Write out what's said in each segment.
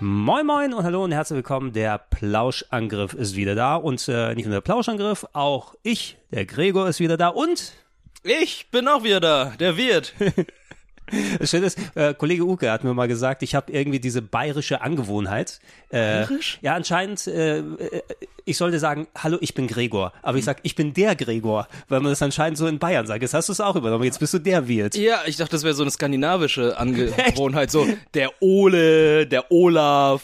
Moin Moin und hallo und herzlich willkommen. Der Plauschangriff ist wieder da und äh, nicht nur der Plauschangriff, auch ich, der Gregor, ist wieder da und Ich bin auch wieder da, der Wirt. das Schöne ist, äh, Kollege Uke hat mir mal gesagt, ich habe irgendwie diese bayerische Angewohnheit. Äh, Bayerisch? Ja, anscheinend, äh, äh, ich sollte sagen, hallo, ich bin Gregor, aber ich sag, ich bin der Gregor, weil man das anscheinend so in Bayern sagt. Jetzt hast du es auch übernommen, jetzt bist du der Wirt. Ja, ich dachte, das wäre so eine skandinavische Angewohnheit. So, der Ole, der Olaf.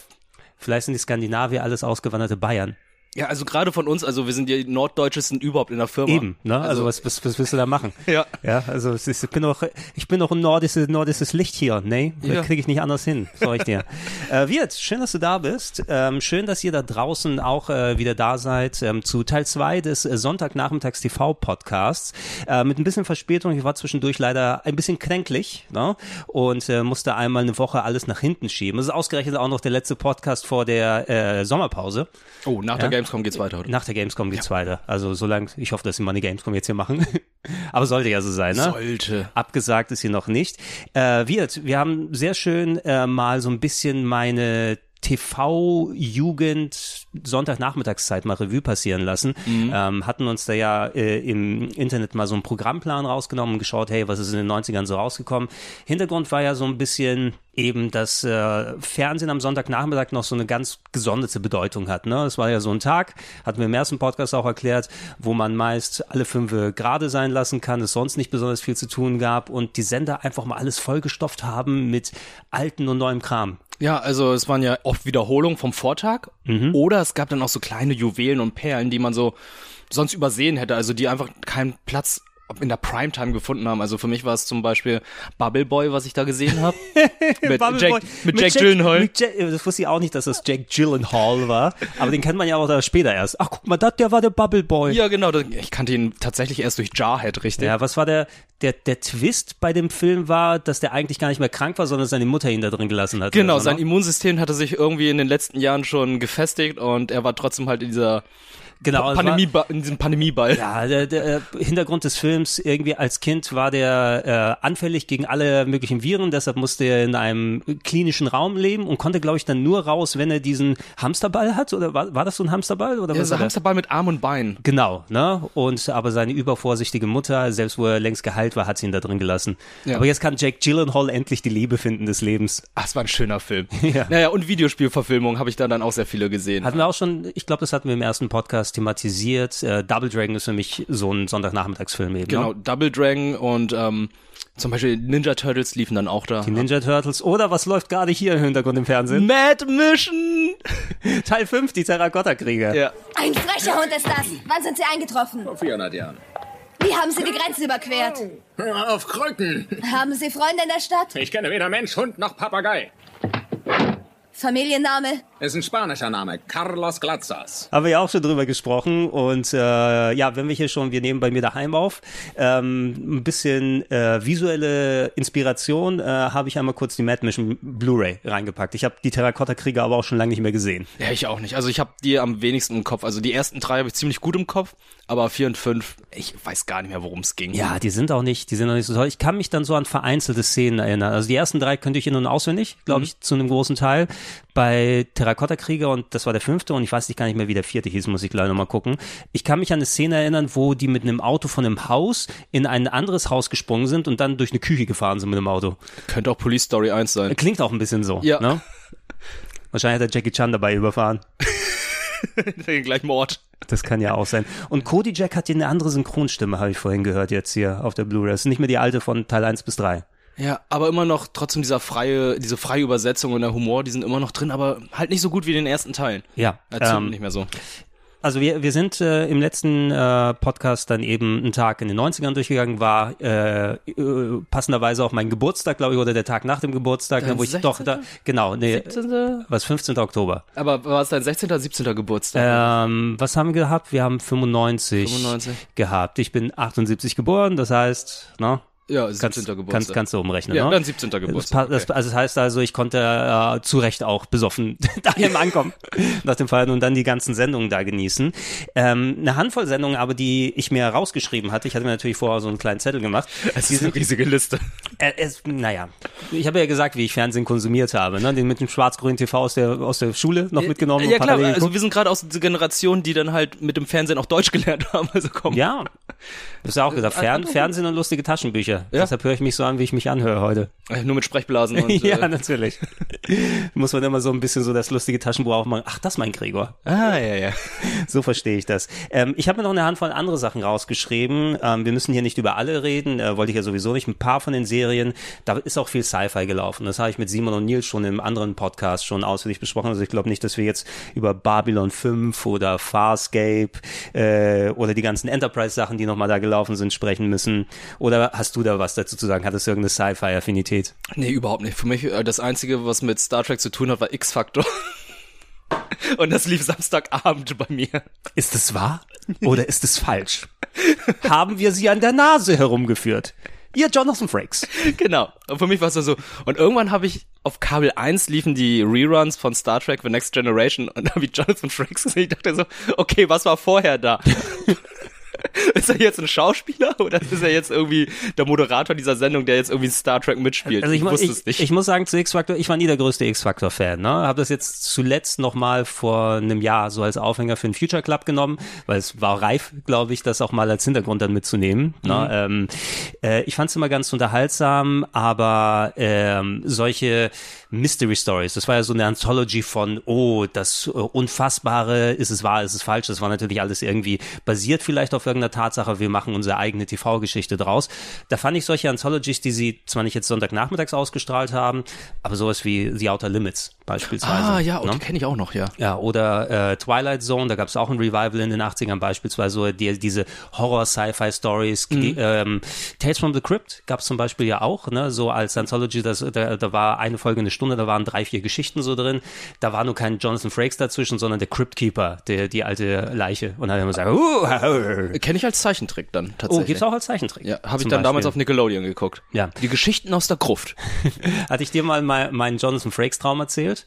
Vielleicht sind die Skandinavier alles ausgewanderte Bayern. Ja, also gerade von uns, also wir sind die norddeutschesten überhaupt in der Firma. Eben, ne? Also, was, was, was willst du da machen? Ja. Ja, also es ist, ich bin doch, ich bin doch ein nordisches, nordisches Licht hier, ne? Ja. Kriege ich nicht anders hin, sag ich dir. äh, Wirt, schön, dass du da bist. Ähm, schön, dass ihr da draußen auch äh, wieder da seid ähm, zu Teil 2 des äh, Sonntagnachmittags TV-Podcasts. Äh, mit ein bisschen Verspätung, ich war zwischendurch leider ein bisschen kränklich, ne? Und äh, musste einmal eine Woche alles nach hinten schieben. Es ist ausgerechnet auch noch der letzte Podcast vor der äh, Sommerpause. Oh, nach der Gamescom geht's weiter heute. Nach der Gamescom geht's weiter. Also solange, ich hoffe, dass sie mal eine Gamescom jetzt hier machen. Aber sollte ja so sein, ne? Sollte. Abgesagt ist hier noch nicht. Äh, Wirt, wir haben sehr schön äh, mal so ein bisschen meine TV-Jugend Sonntagnachmittagszeit mal Revue passieren lassen. Ähm, hatten uns da ja äh, im Internet mal so einen Programmplan rausgenommen und geschaut, hey, was ist in den 90ern so rausgekommen. Hintergrund war ja so ein bisschen eben, dass äh, Fernsehen am Sonntagnachmittag noch so eine ganz gesonderte Bedeutung hat. Ne? Es war ja so ein Tag, hatten wir im ersten Podcast auch erklärt, wo man meist alle fünf gerade sein lassen kann, es sonst nicht besonders viel zu tun gab und die Sender einfach mal alles vollgestopft haben mit alten und neuem Kram. Ja, also es waren ja oft Wiederholungen vom Vortag. Oder es gab dann auch so kleine Juwelen und Perlen, die man so sonst übersehen hätte. Also die einfach keinen Platz in der Primetime gefunden haben. Also für mich war es zum Beispiel Bubble Boy, was ich da gesehen habe. mit, Bubble Jack, Boy. mit Jack Gyllenhaal. mit Jack- äh, das wusste ich auch nicht, dass das Jack Gyllenhaal war, aber den kennt man ja auch da später erst. Ach, guck mal, dat, der war der Bubble Boy. Ja, genau. das- Ich kannte ihn tatsächlich erst durch Jarhead, richtig? Ja, was war der, der, der Twist bei dem Film war, dass der eigentlich gar nicht mehr krank war, sondern seine Mutter ihn da drin gelassen hat. Genau, oder so, sein ne? Immunsystem hatte sich irgendwie in den letzten Jahren schon gefestigt und er war trotzdem halt in dieser genau, es war- Pandemie in diesem Pandemieball. Ja, der, der äh, Hintergrund des Films, irgendwie als Kind war der äh, anfällig gegen alle möglichen Viren, deshalb musste er in einem klinischen Raum leben und konnte, glaube ich, dann nur raus, wenn er diesen Hamsterball hat. Oder war, war das so ein Hamsterball? also Oder Der was war das? Hamsterball mit Arm und Bein. Genau, ne? Und aber seine übervorsichtige Mutter, selbst wo er längst geheilt war, hat sie ihn da drin gelassen. Ja. Aber jetzt kann Jake Gyllenhaal endlich die Liebe finden des Lebens. Ach, es war ein schöner Film. Ja. Naja, und Videospielverfilmungen habe ich da dann auch sehr viele gesehen. Hatten wir auch schon, ich glaube, das hatten wir im ersten Podcast thematisiert. Äh, Double Dragon ist für mich so ein Sonntagnachmittagsfilm eben. genau, Ne? Double Dragon und ähm, zum Beispiel Ninja Turtles liefen dann auch da. Die Ninja Turtles oder was läuft gerade hier im Hintergrund im Fernsehen? Mad Mission! Teil 5, die Terrakotta-Krieger. Ja. Ein frecher Hund ist das. Wann sind Sie eingetroffen? Vor 400 Jahren. Wie haben Sie die Grenze überquert? Auf Krücken. Haben Sie Freunde in der Stadt? Ich kenne weder Mensch, Hund noch Papagei. Familienname? Ist ein spanischer Name. Carlos Glatzas. Haben wir ja auch schon drüber gesprochen. Und äh, ja, wenn wir hier schon, wir nehmen bei mir daheim auf, ähm, ein bisschen äh, visuelle Inspiration, äh, habe ich einmal kurz die Mad Mission Blu-ray reingepackt. Ich habe die Terrakotta-Krieger aber auch schon lange nicht mehr gesehen. Ja, ich auch nicht. Also ich habe die am wenigsten im Kopf. Also die ersten drei habe ich ziemlich gut im Kopf, aber vier und fünf, ich weiß gar nicht mehr, worum es ging. Ja, die sind auch nicht, die sind auch nicht so toll. Ich kann mich dann so an vereinzelte Szenen erinnern. Also die ersten drei könnte ich in- und auswendig, glaube ich, zu einem großen Teil. Bei Terrakotta-Krieger und das war der fünfte und ich weiß nicht gar nicht mehr, wie der vierte hieß, muss ich gleich nochmal gucken. Ich kann mich an eine Szene erinnern, wo die mit einem Auto von einem Haus in ein anderes Haus gesprungen sind und dann durch eine Küche gefahren sind mit einem Auto. Könnte auch Police Story 1 sein. Klingt auch ein bisschen so, Ja. ne? Wahrscheinlich hat der Jackie Chan dabei überfahren. Den gleichen Ort. Das kann ja auch sein. Und Cody Jack hat hier eine andere Synchronstimme, habe ich vorhin gehört jetzt hier auf der Blu-ray. Das ist nicht mehr die alte von Teil 1 bis 3. Ja, aber immer noch trotzdem dieser freie, diese freie Übersetzung und der Humor, die sind immer noch drin, aber halt nicht so gut wie in den ersten Teilen. Ja, Erzählt ähm, nicht mehr so. also wir, wir sind äh, im letzten äh, Podcast dann eben einen Tag in den 90ern durchgegangen, war äh, äh, passenderweise auch mein Geburtstag, glaube ich, oder der Tag nach dem Geburtstag, Dein wo ich doch 16.? da, genau, nee, 17.? was 15. Oktober. Aber war es dein 16. oder 17. Geburtstag? Ähm, was haben wir gehabt? Wir haben 95, 95. gehabt. Ich bin 78 geboren, das heißt, ne? ja, 17. Kannst, Geburtstag. kannst, kannst du umrechnen, Ja, ne? dann 17. Geburtstag, Das, pa- das, also das heißt also, ich konnte äh, zu Recht auch besoffen daheim ankommen nach dem Feiern und dann die ganzen Sendungen da genießen. Ähm, eine Handvoll Sendungen aber, die ich mir rausgeschrieben hatte, ich hatte mir natürlich vorher so einen kleinen Zettel gemacht. es ist eine riesige Liste. Äh, es, naja, ich habe ja gesagt, wie ich Fernsehen konsumiert habe, ne? den mit dem schwarz-grünen TV aus der, aus der Schule noch mitgenommen. Ja und klar, parallel geguckt. also wir sind gerade aus dieser Generation, die dann halt mit dem Fernsehen auch Deutsch gelernt haben. Also komm. ja, das ist ja auch gesagt, Fern, Fernsehen und lustige Taschenbücher. Äh, Ja. Deshalb höre ich mich so an, wie ich mich anhöre heute. Äh, Nur mit Sprechblasen und ja, ne. äh, natürlich. Muss man immer so ein bisschen so das lustige Taschenbuch aufmachen. Ach, das ist mein Gregor. Ah, ja, ja. So verstehe ich das. Ähm, ich habe mir noch eine Handvoll andere Sachen rausgeschrieben. Ähm, wir müssen hier nicht über alle reden, äh, wollte ich ja sowieso nicht. Ein paar von den Serien, da ist auch viel Sci-Fi gelaufen. Das habe ich mit Simon und Nils schon im anderen Podcast schon ausführlich besprochen. Also ich glaube nicht, dass wir jetzt über Babylon 5 oder Farscape äh, oder die ganzen Enterprise-Sachen, die nochmal da gelaufen sind, sprechen müssen. Oder hast du da was dazu zu sagen? Hattest du irgendeine Sci-Fi-Affinität? Nee, überhaupt nicht. Für mich, äh, das Einzige, was mit Star Trek zu tun hat, war X-Factor. Und das lief Samstagabend bei mir. Ist es wahr oder ist es falsch? Haben wir sie an der Nase herumgeführt? Ihr Jonathan Frakes. Genau. Und für mich war es dann so. Und irgendwann habe ich auf Kabel 1 liefen die Reruns von Star Trek The Next Generation und da habe ich Jonathan Frakes gesehen. Ich dachte so, okay, was war vorher da? ist er jetzt ein Schauspieler oder ist er jetzt irgendwie der Moderator dieser Sendung, der jetzt irgendwie Star Trek mitspielt? Also ich, mu- wusste ich, es nicht. ich muss sagen, zu X-Factor, ich war nie der größte X-Factor-Fan. Ne? Habe das jetzt zuletzt nochmal vor einem Jahr so als Aufhänger für den Future Club genommen, weil es war reif, glaube ich, das auch mal als Hintergrund dann mitzunehmen. Ne? Mhm. Ähm, äh, ich fand es immer ganz unterhaltsam, aber ähm, solche Mystery Stories, das war ja so eine Anthology von, oh, das äh, Unfassbare, ist es wahr, ist es falsch, das war natürlich alles irgendwie basiert vielleicht auf irgendeiner Tatsache, wir machen unsere eigene TV-Geschichte draus. Da fand ich solche Anthologies, die sie zwar nicht jetzt Sonntagnachmittags ausgestrahlt haben, aber sowas wie The Outer Limits beispielsweise. ah ja, und ne? die kenne ich auch noch, ja. Ja, oder äh, Twilight Zone, da gab es auch ein Revival in den 80ern beispielsweise, so die, diese Horror-Sci-Fi-Stories. Mhm. die, Ähm, Tales from the Crypt gab es zum Beispiel ja auch, ne? so als Anthology, das, da, da war eine Folge eine Stunde, da waren drei, vier Geschichten so drin. Da war nur kein Jonathan Frakes dazwischen, sondern der Crypt Keeper, der, die alte Leiche. Und dann haben wir gesagt, uh, Kenne ich als Zeichentrick dann oh, tatsächlich. gibt's auch als Zeichentrick. Ja, habe ich zum dann damals Beispiel. auf Nickelodeon geguckt. Ja. Die Geschichten aus der Gruft. Hatte ich dir mal mein, meinen Jonathan Frakes-Traum erzählt?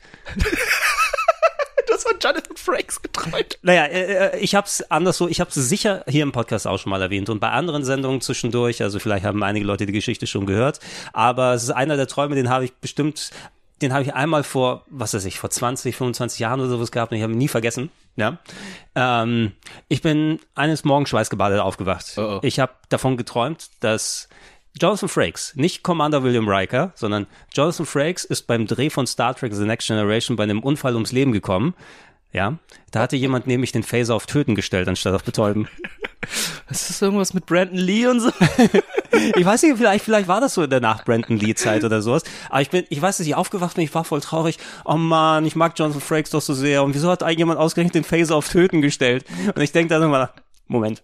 Das war Jonathan Frakes geträumt. Naja, äh, äh, ich hab's anders so, ich hab's sicher hier im Podcast auch schon mal erwähnt und bei anderen Sendungen zwischendurch, also vielleicht haben einige Leute die Geschichte schon gehört, aber es ist einer der Träume, den habe ich bestimmt, den habe ich einmal vor, was weiß ich, vor 20, 25 Jahren oder sowas gehabt und ich habe ihn nie vergessen. Ja. Ähm, ich bin eines Morgens schweißgebadet aufgewacht. Oh, oh. Ich habe davon geträumt, dass Jonathan Frakes, nicht Commander William Riker, sondern Jonathan Frakes ist beim Dreh von Star Trek The Next Generation bei einem Unfall ums Leben gekommen. Ja, da hatte jemand nämlich den Phaser auf Töten gestellt, anstatt auf Betäuben. Das ist irgendwas mit Brandon Lee und so. Ich weiß nicht, vielleicht, vielleicht war das so in der nach Brandon Lee Zeit oder sowas. Aber ich bin, ich weiß, dass ich aufgewacht bin, ich war voll traurig. Oh man, ich mag Jonathan Frakes doch so sehr. Und wieso hat eigentlich jemand ausgerechnet den Phaser auf Töten gestellt? Und ich denke dann immer, Moment.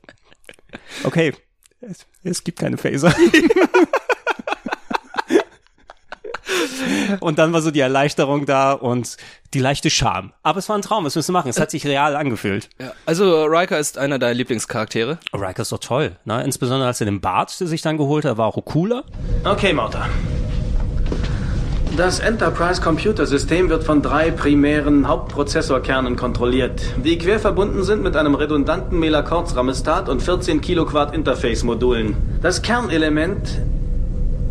Okay. Es, es gibt keine Phaser. Und dann war so die Erleichterung da und die leichte Scham. Aber es war ein Traum, es müssen wir machen. Es hat sich real angefühlt. Also äh, Riker ist einer deiner Lieblingscharaktere. Riker ist doch toll, ne? Insbesondere als er den Bart sich dann geholt hat, war auch cooler. Okay, Martha. Das Enterprise-Computersystem wird von drei primären Hauptprozessorkernen kontrolliert, die quer verbunden sind mit einem redundanten Melakorz-Ramestat und 14 Kiloquart Interface-Modulen. Das Kernelement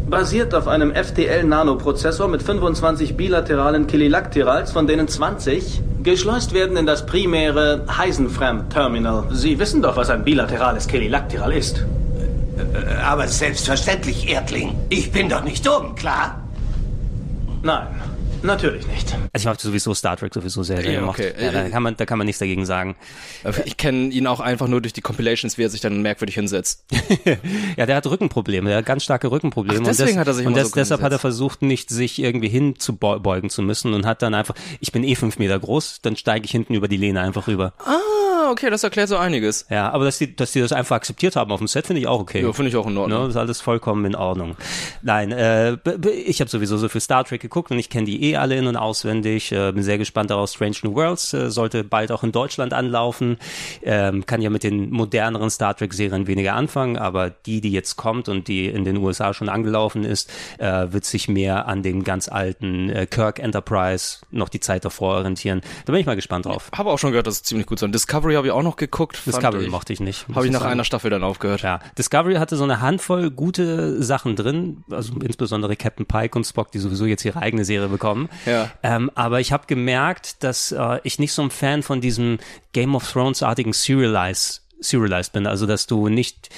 basiert auf einem FTL-Nanoprozessor mit 25 bilateralen Kililakterals, von denen 20 geschleust werden in das primäre Heisenfram-Terminal. Sie wissen doch, was ein bilaterales Kililakteral ist. Aber selbstverständlich, Erdling. Ich bin doch nicht dumm, klar? Nein. Natürlich nicht. Also ich mag sowieso Star Trek sowieso sehr gerne Ja, gemacht. okay. Ja, da, kann man, da kann man nichts dagegen sagen. Ich kenne ihn auch einfach nur durch die Compilations, wie er sich dann merkwürdig hinsetzt. Ja, der hat Rückenprobleme, der hat ganz starke Rückenprobleme. Ach, deswegen hat und das, er sich und immer das, so deshalb hat er hingesetzt. versucht, nicht sich irgendwie hinzubeugen zu müssen und hat dann einfach, ich bin eh fünf Meter groß, dann steige ich hinten über die Lehne einfach rüber. Ah, okay, das erklärt so einiges. Ja, aber dass die, dass die das einfach akzeptiert haben auf dem Set, finde ich auch okay. Ja, finde ich auch in Ordnung. Ne, das ist alles vollkommen in Ordnung. Nein, äh, b- b- ich habe sowieso so viel Star Trek geguckt und ich kenne die eh alle in- und auswendig. Äh, bin sehr gespannt darauf. Strange New Worlds äh, sollte bald auch in Deutschland anlaufen. Ähm, kann ja mit den moderneren Star Trek-Serien weniger anfangen, aber die, die jetzt kommt und die in den USA schon angelaufen ist, äh, wird sich mehr an dem ganz alten äh, Kirk Enterprise noch die Zeit davor orientieren. Da bin ich mal gespannt drauf. Habe auch schon gehört, dass es ziemlich gut soll. Discovery habe ich auch noch geguckt. fand Discovery ich. mochte ich nicht. muss Habe ich nach sagen. einer Staffel dann aufgehört. Ja, Discovery hatte so eine Handvoll gute Sachen drin, also insbesondere Captain Pike und Spock, die sowieso jetzt ihre eigene Serie bekommen. Ja. Ähm, aber ich habe gemerkt, dass äh, ich nicht so ein Fan von diesem Game of Thrones-artigen Serialize, Serialized bin, also dass du nicht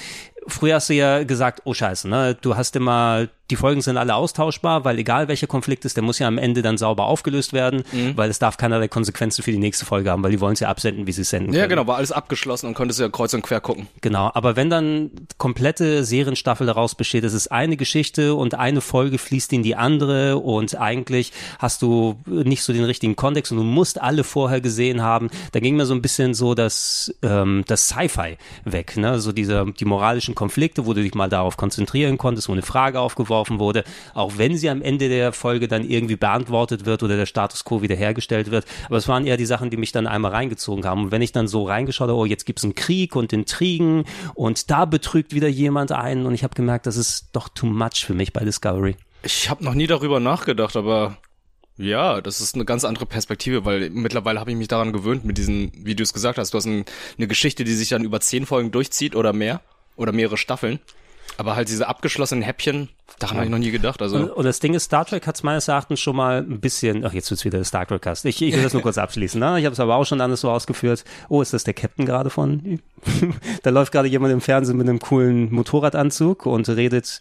Früher hast du ja gesagt, oh scheiße, ne? du hast immer, die Folgen sind alle austauschbar, weil egal welcher Konflikt ist, der muss ja am Ende dann sauber aufgelöst werden, Mhm. weil es darf keinerlei Konsequenzen für die nächste Folge haben, weil die wollen es ja absenden, wie sie es senden Ja, können. genau, war alles abgeschlossen und konntest ja kreuz und quer gucken. Genau, aber wenn dann komplette Serienstaffel daraus besteht, es ist eine Geschichte und eine Folge fließt in die andere und eigentlich hast du nicht so den richtigen Kontext und du musst alle vorher gesehen haben, da ging mir so ein bisschen so das, ähm, das Sci-Fi weg, ne? so diese, die moralischen Konflikte, wo du dich mal darauf konzentrieren konntest, wo eine Frage aufgeworfen wurde, auch wenn sie am Ende der Folge dann irgendwie beantwortet wird oder der Status quo wiederhergestellt wird, aber es waren eher die Sachen, die mich dann einmal reingezogen haben und wenn ich dann so reingeschaut habe, oh, jetzt gibt's einen Krieg und Intrigen und da betrügt wieder jemand einen und ich habe gemerkt, das ist doch too much für mich bei Discovery. Ich habe noch nie darüber nachgedacht, aber ja, das ist eine ganz andere Perspektive, weil mittlerweile habe ich mich daran gewöhnt, mit diesen, wie du es gesagt hast, du hast ein, eine Geschichte, die sich dann über zehn Folgen durchzieht oder mehr oder mehrere Staffeln. Aber halt diese abgeschlossenen Häppchen, daran habe ich noch nie gedacht. Und, Also und das Ding ist, Star Trek hat's meines Erachtens schon mal ein bisschen, ach jetzt wird's wieder der Star Trek Cast. Ich, ich will das nur kurz abschließen, ne? ich habe es aber auch schon anders so ausgeführt. Oh, ist das der Captain gerade von? da läuft gerade jemand im Fernsehen mit einem coolen Motorradanzug und redet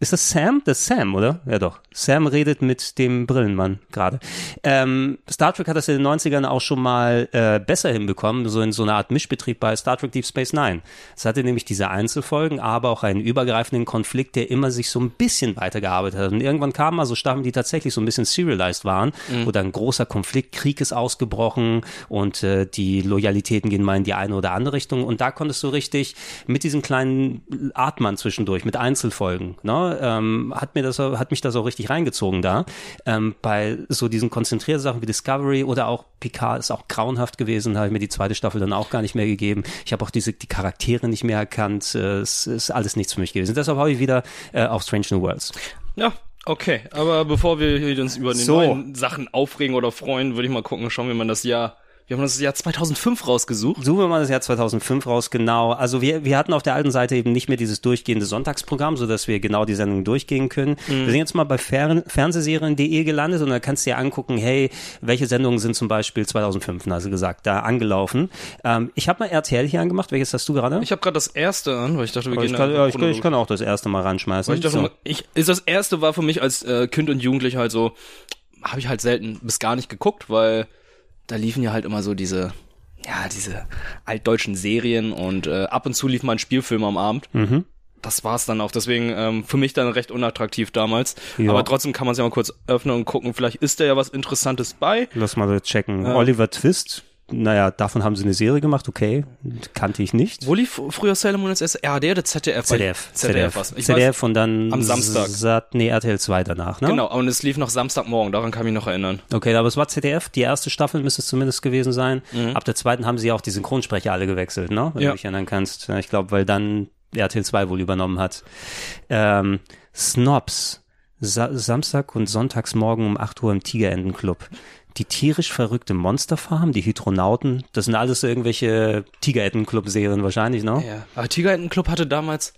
Ist das Sam? Das ist Sam, oder? Ja doch. Sam redet mit dem Brillenmann gerade. Ähm, Star Trek hat das in den 90ern auch schon mal äh, besser hinbekommen, so in so einer Art Mischbetrieb bei Star Trek Deep Space Nine. Es hatte nämlich diese Einzelfolgen, aber auch einen übergreifenden Konflikt, der immer sich so ein bisschen weitergearbeitet hat. Und irgendwann kamen mal so Staffeln, die tatsächlich so ein bisschen serialized waren, wo dann ein großer Konflikt, Krieg ist ausgebrochen und äh, die Loyalitäten gehen mal in die eine oder andere Richtung. Und da konntest du richtig mit diesen kleinen Atmern zwischendurch, mit Einzelfolgen, ne, ähm, hat mir das, hat mich das auch richtig reingezogen da. Ähm, bei so diesen konzentrierten Sachen wie Discovery oder auch Picard ist auch grauenhaft gewesen, habe ich mir die zweite Staffel dann auch gar nicht mehr gegeben. Ich habe auch diese, die Charaktere nicht mehr erkannt. Äh, es ist alles nichts für mich gewesen. Deshalb habe ich wieder äh, auf Strange New Worlds. ja, okay. Aber bevor wir hier uns über den So. neuen Sachen aufregen oder freuen, würde ich mal gucken, schauen wir mal das Jahr. Wir haben das Jahr 2005 rausgesucht. suchen wir mal das Jahr 2005 raus, genau. Also wir, wir hatten auf der alten Seite eben nicht mehr dieses durchgehende Sonntagsprogramm, sodass wir genau die Sendung durchgehen können. Mhm. Wir sind jetzt mal bei Fern fernsehserien.de gelandet und da kannst du dir angucken, hey, welche Sendungen sind zum Beispiel 2005, also gesagt, da angelaufen. Ähm, ich habe mal RTL hier angemacht. Welches hast du gerade? Ich habe gerade das erste an, weil ich dachte, wir Aber gehen ich kann, da ja, ich, kann- chronologisch. ich kann auch das erste mal reinschmeißen. Weil ich dachte, So. mal, ich, ist das erste war für mich als äh, Kind und Jugendlich halt so, habe ich halt selten bis gar nicht geguckt, weil da liefen ja halt immer so diese, ja, diese altdeutschen Serien und äh, ab und zu lief mal ein Spielfilm am Abend. Das war's dann auch. Deswegen ähm, für mich dann recht unattraktiv damals. Ja. Aber trotzdem kann man es ja mal kurz öffnen und gucken, vielleicht ist da ja was Interessantes bei. Lass mal checken. Oliver Twist. Naja, davon haben sie eine Serie gemacht, okay. Kannte ich nicht. Wo lief früher Sailor Moon als erst? RD oder ZDF? ZDF. ZDF. ZDF, war's. Ich ZDF und dann am Samstag. Sat, nee, RTL 2 danach, ne? Weiß, genau, und es lief noch Samstagmorgen, daran kann ich mich noch erinnern. Okay, aber es war ZDF, die erste Staffel müsste es zumindest gewesen sein. Ab der zweiten haben sie ja auch die Synchronsprecher alle gewechselt, ne? Mhm. Wenn Ja. du dich erinnern kannst. Ja, Ich glaube, weil dann RTL 2 wohl übernommen hat. Ähm, Snobs. Sa Samstag und Sonntagsmorgen um 8 Uhr im Tigerentenclub. Die tierisch verrückte Monsterfarm, die Hydronauten, das sind alles so irgendwelche Tigerentenclub-Serien wahrscheinlich, ne? Ja, aber Tigerentenclub hatte damals,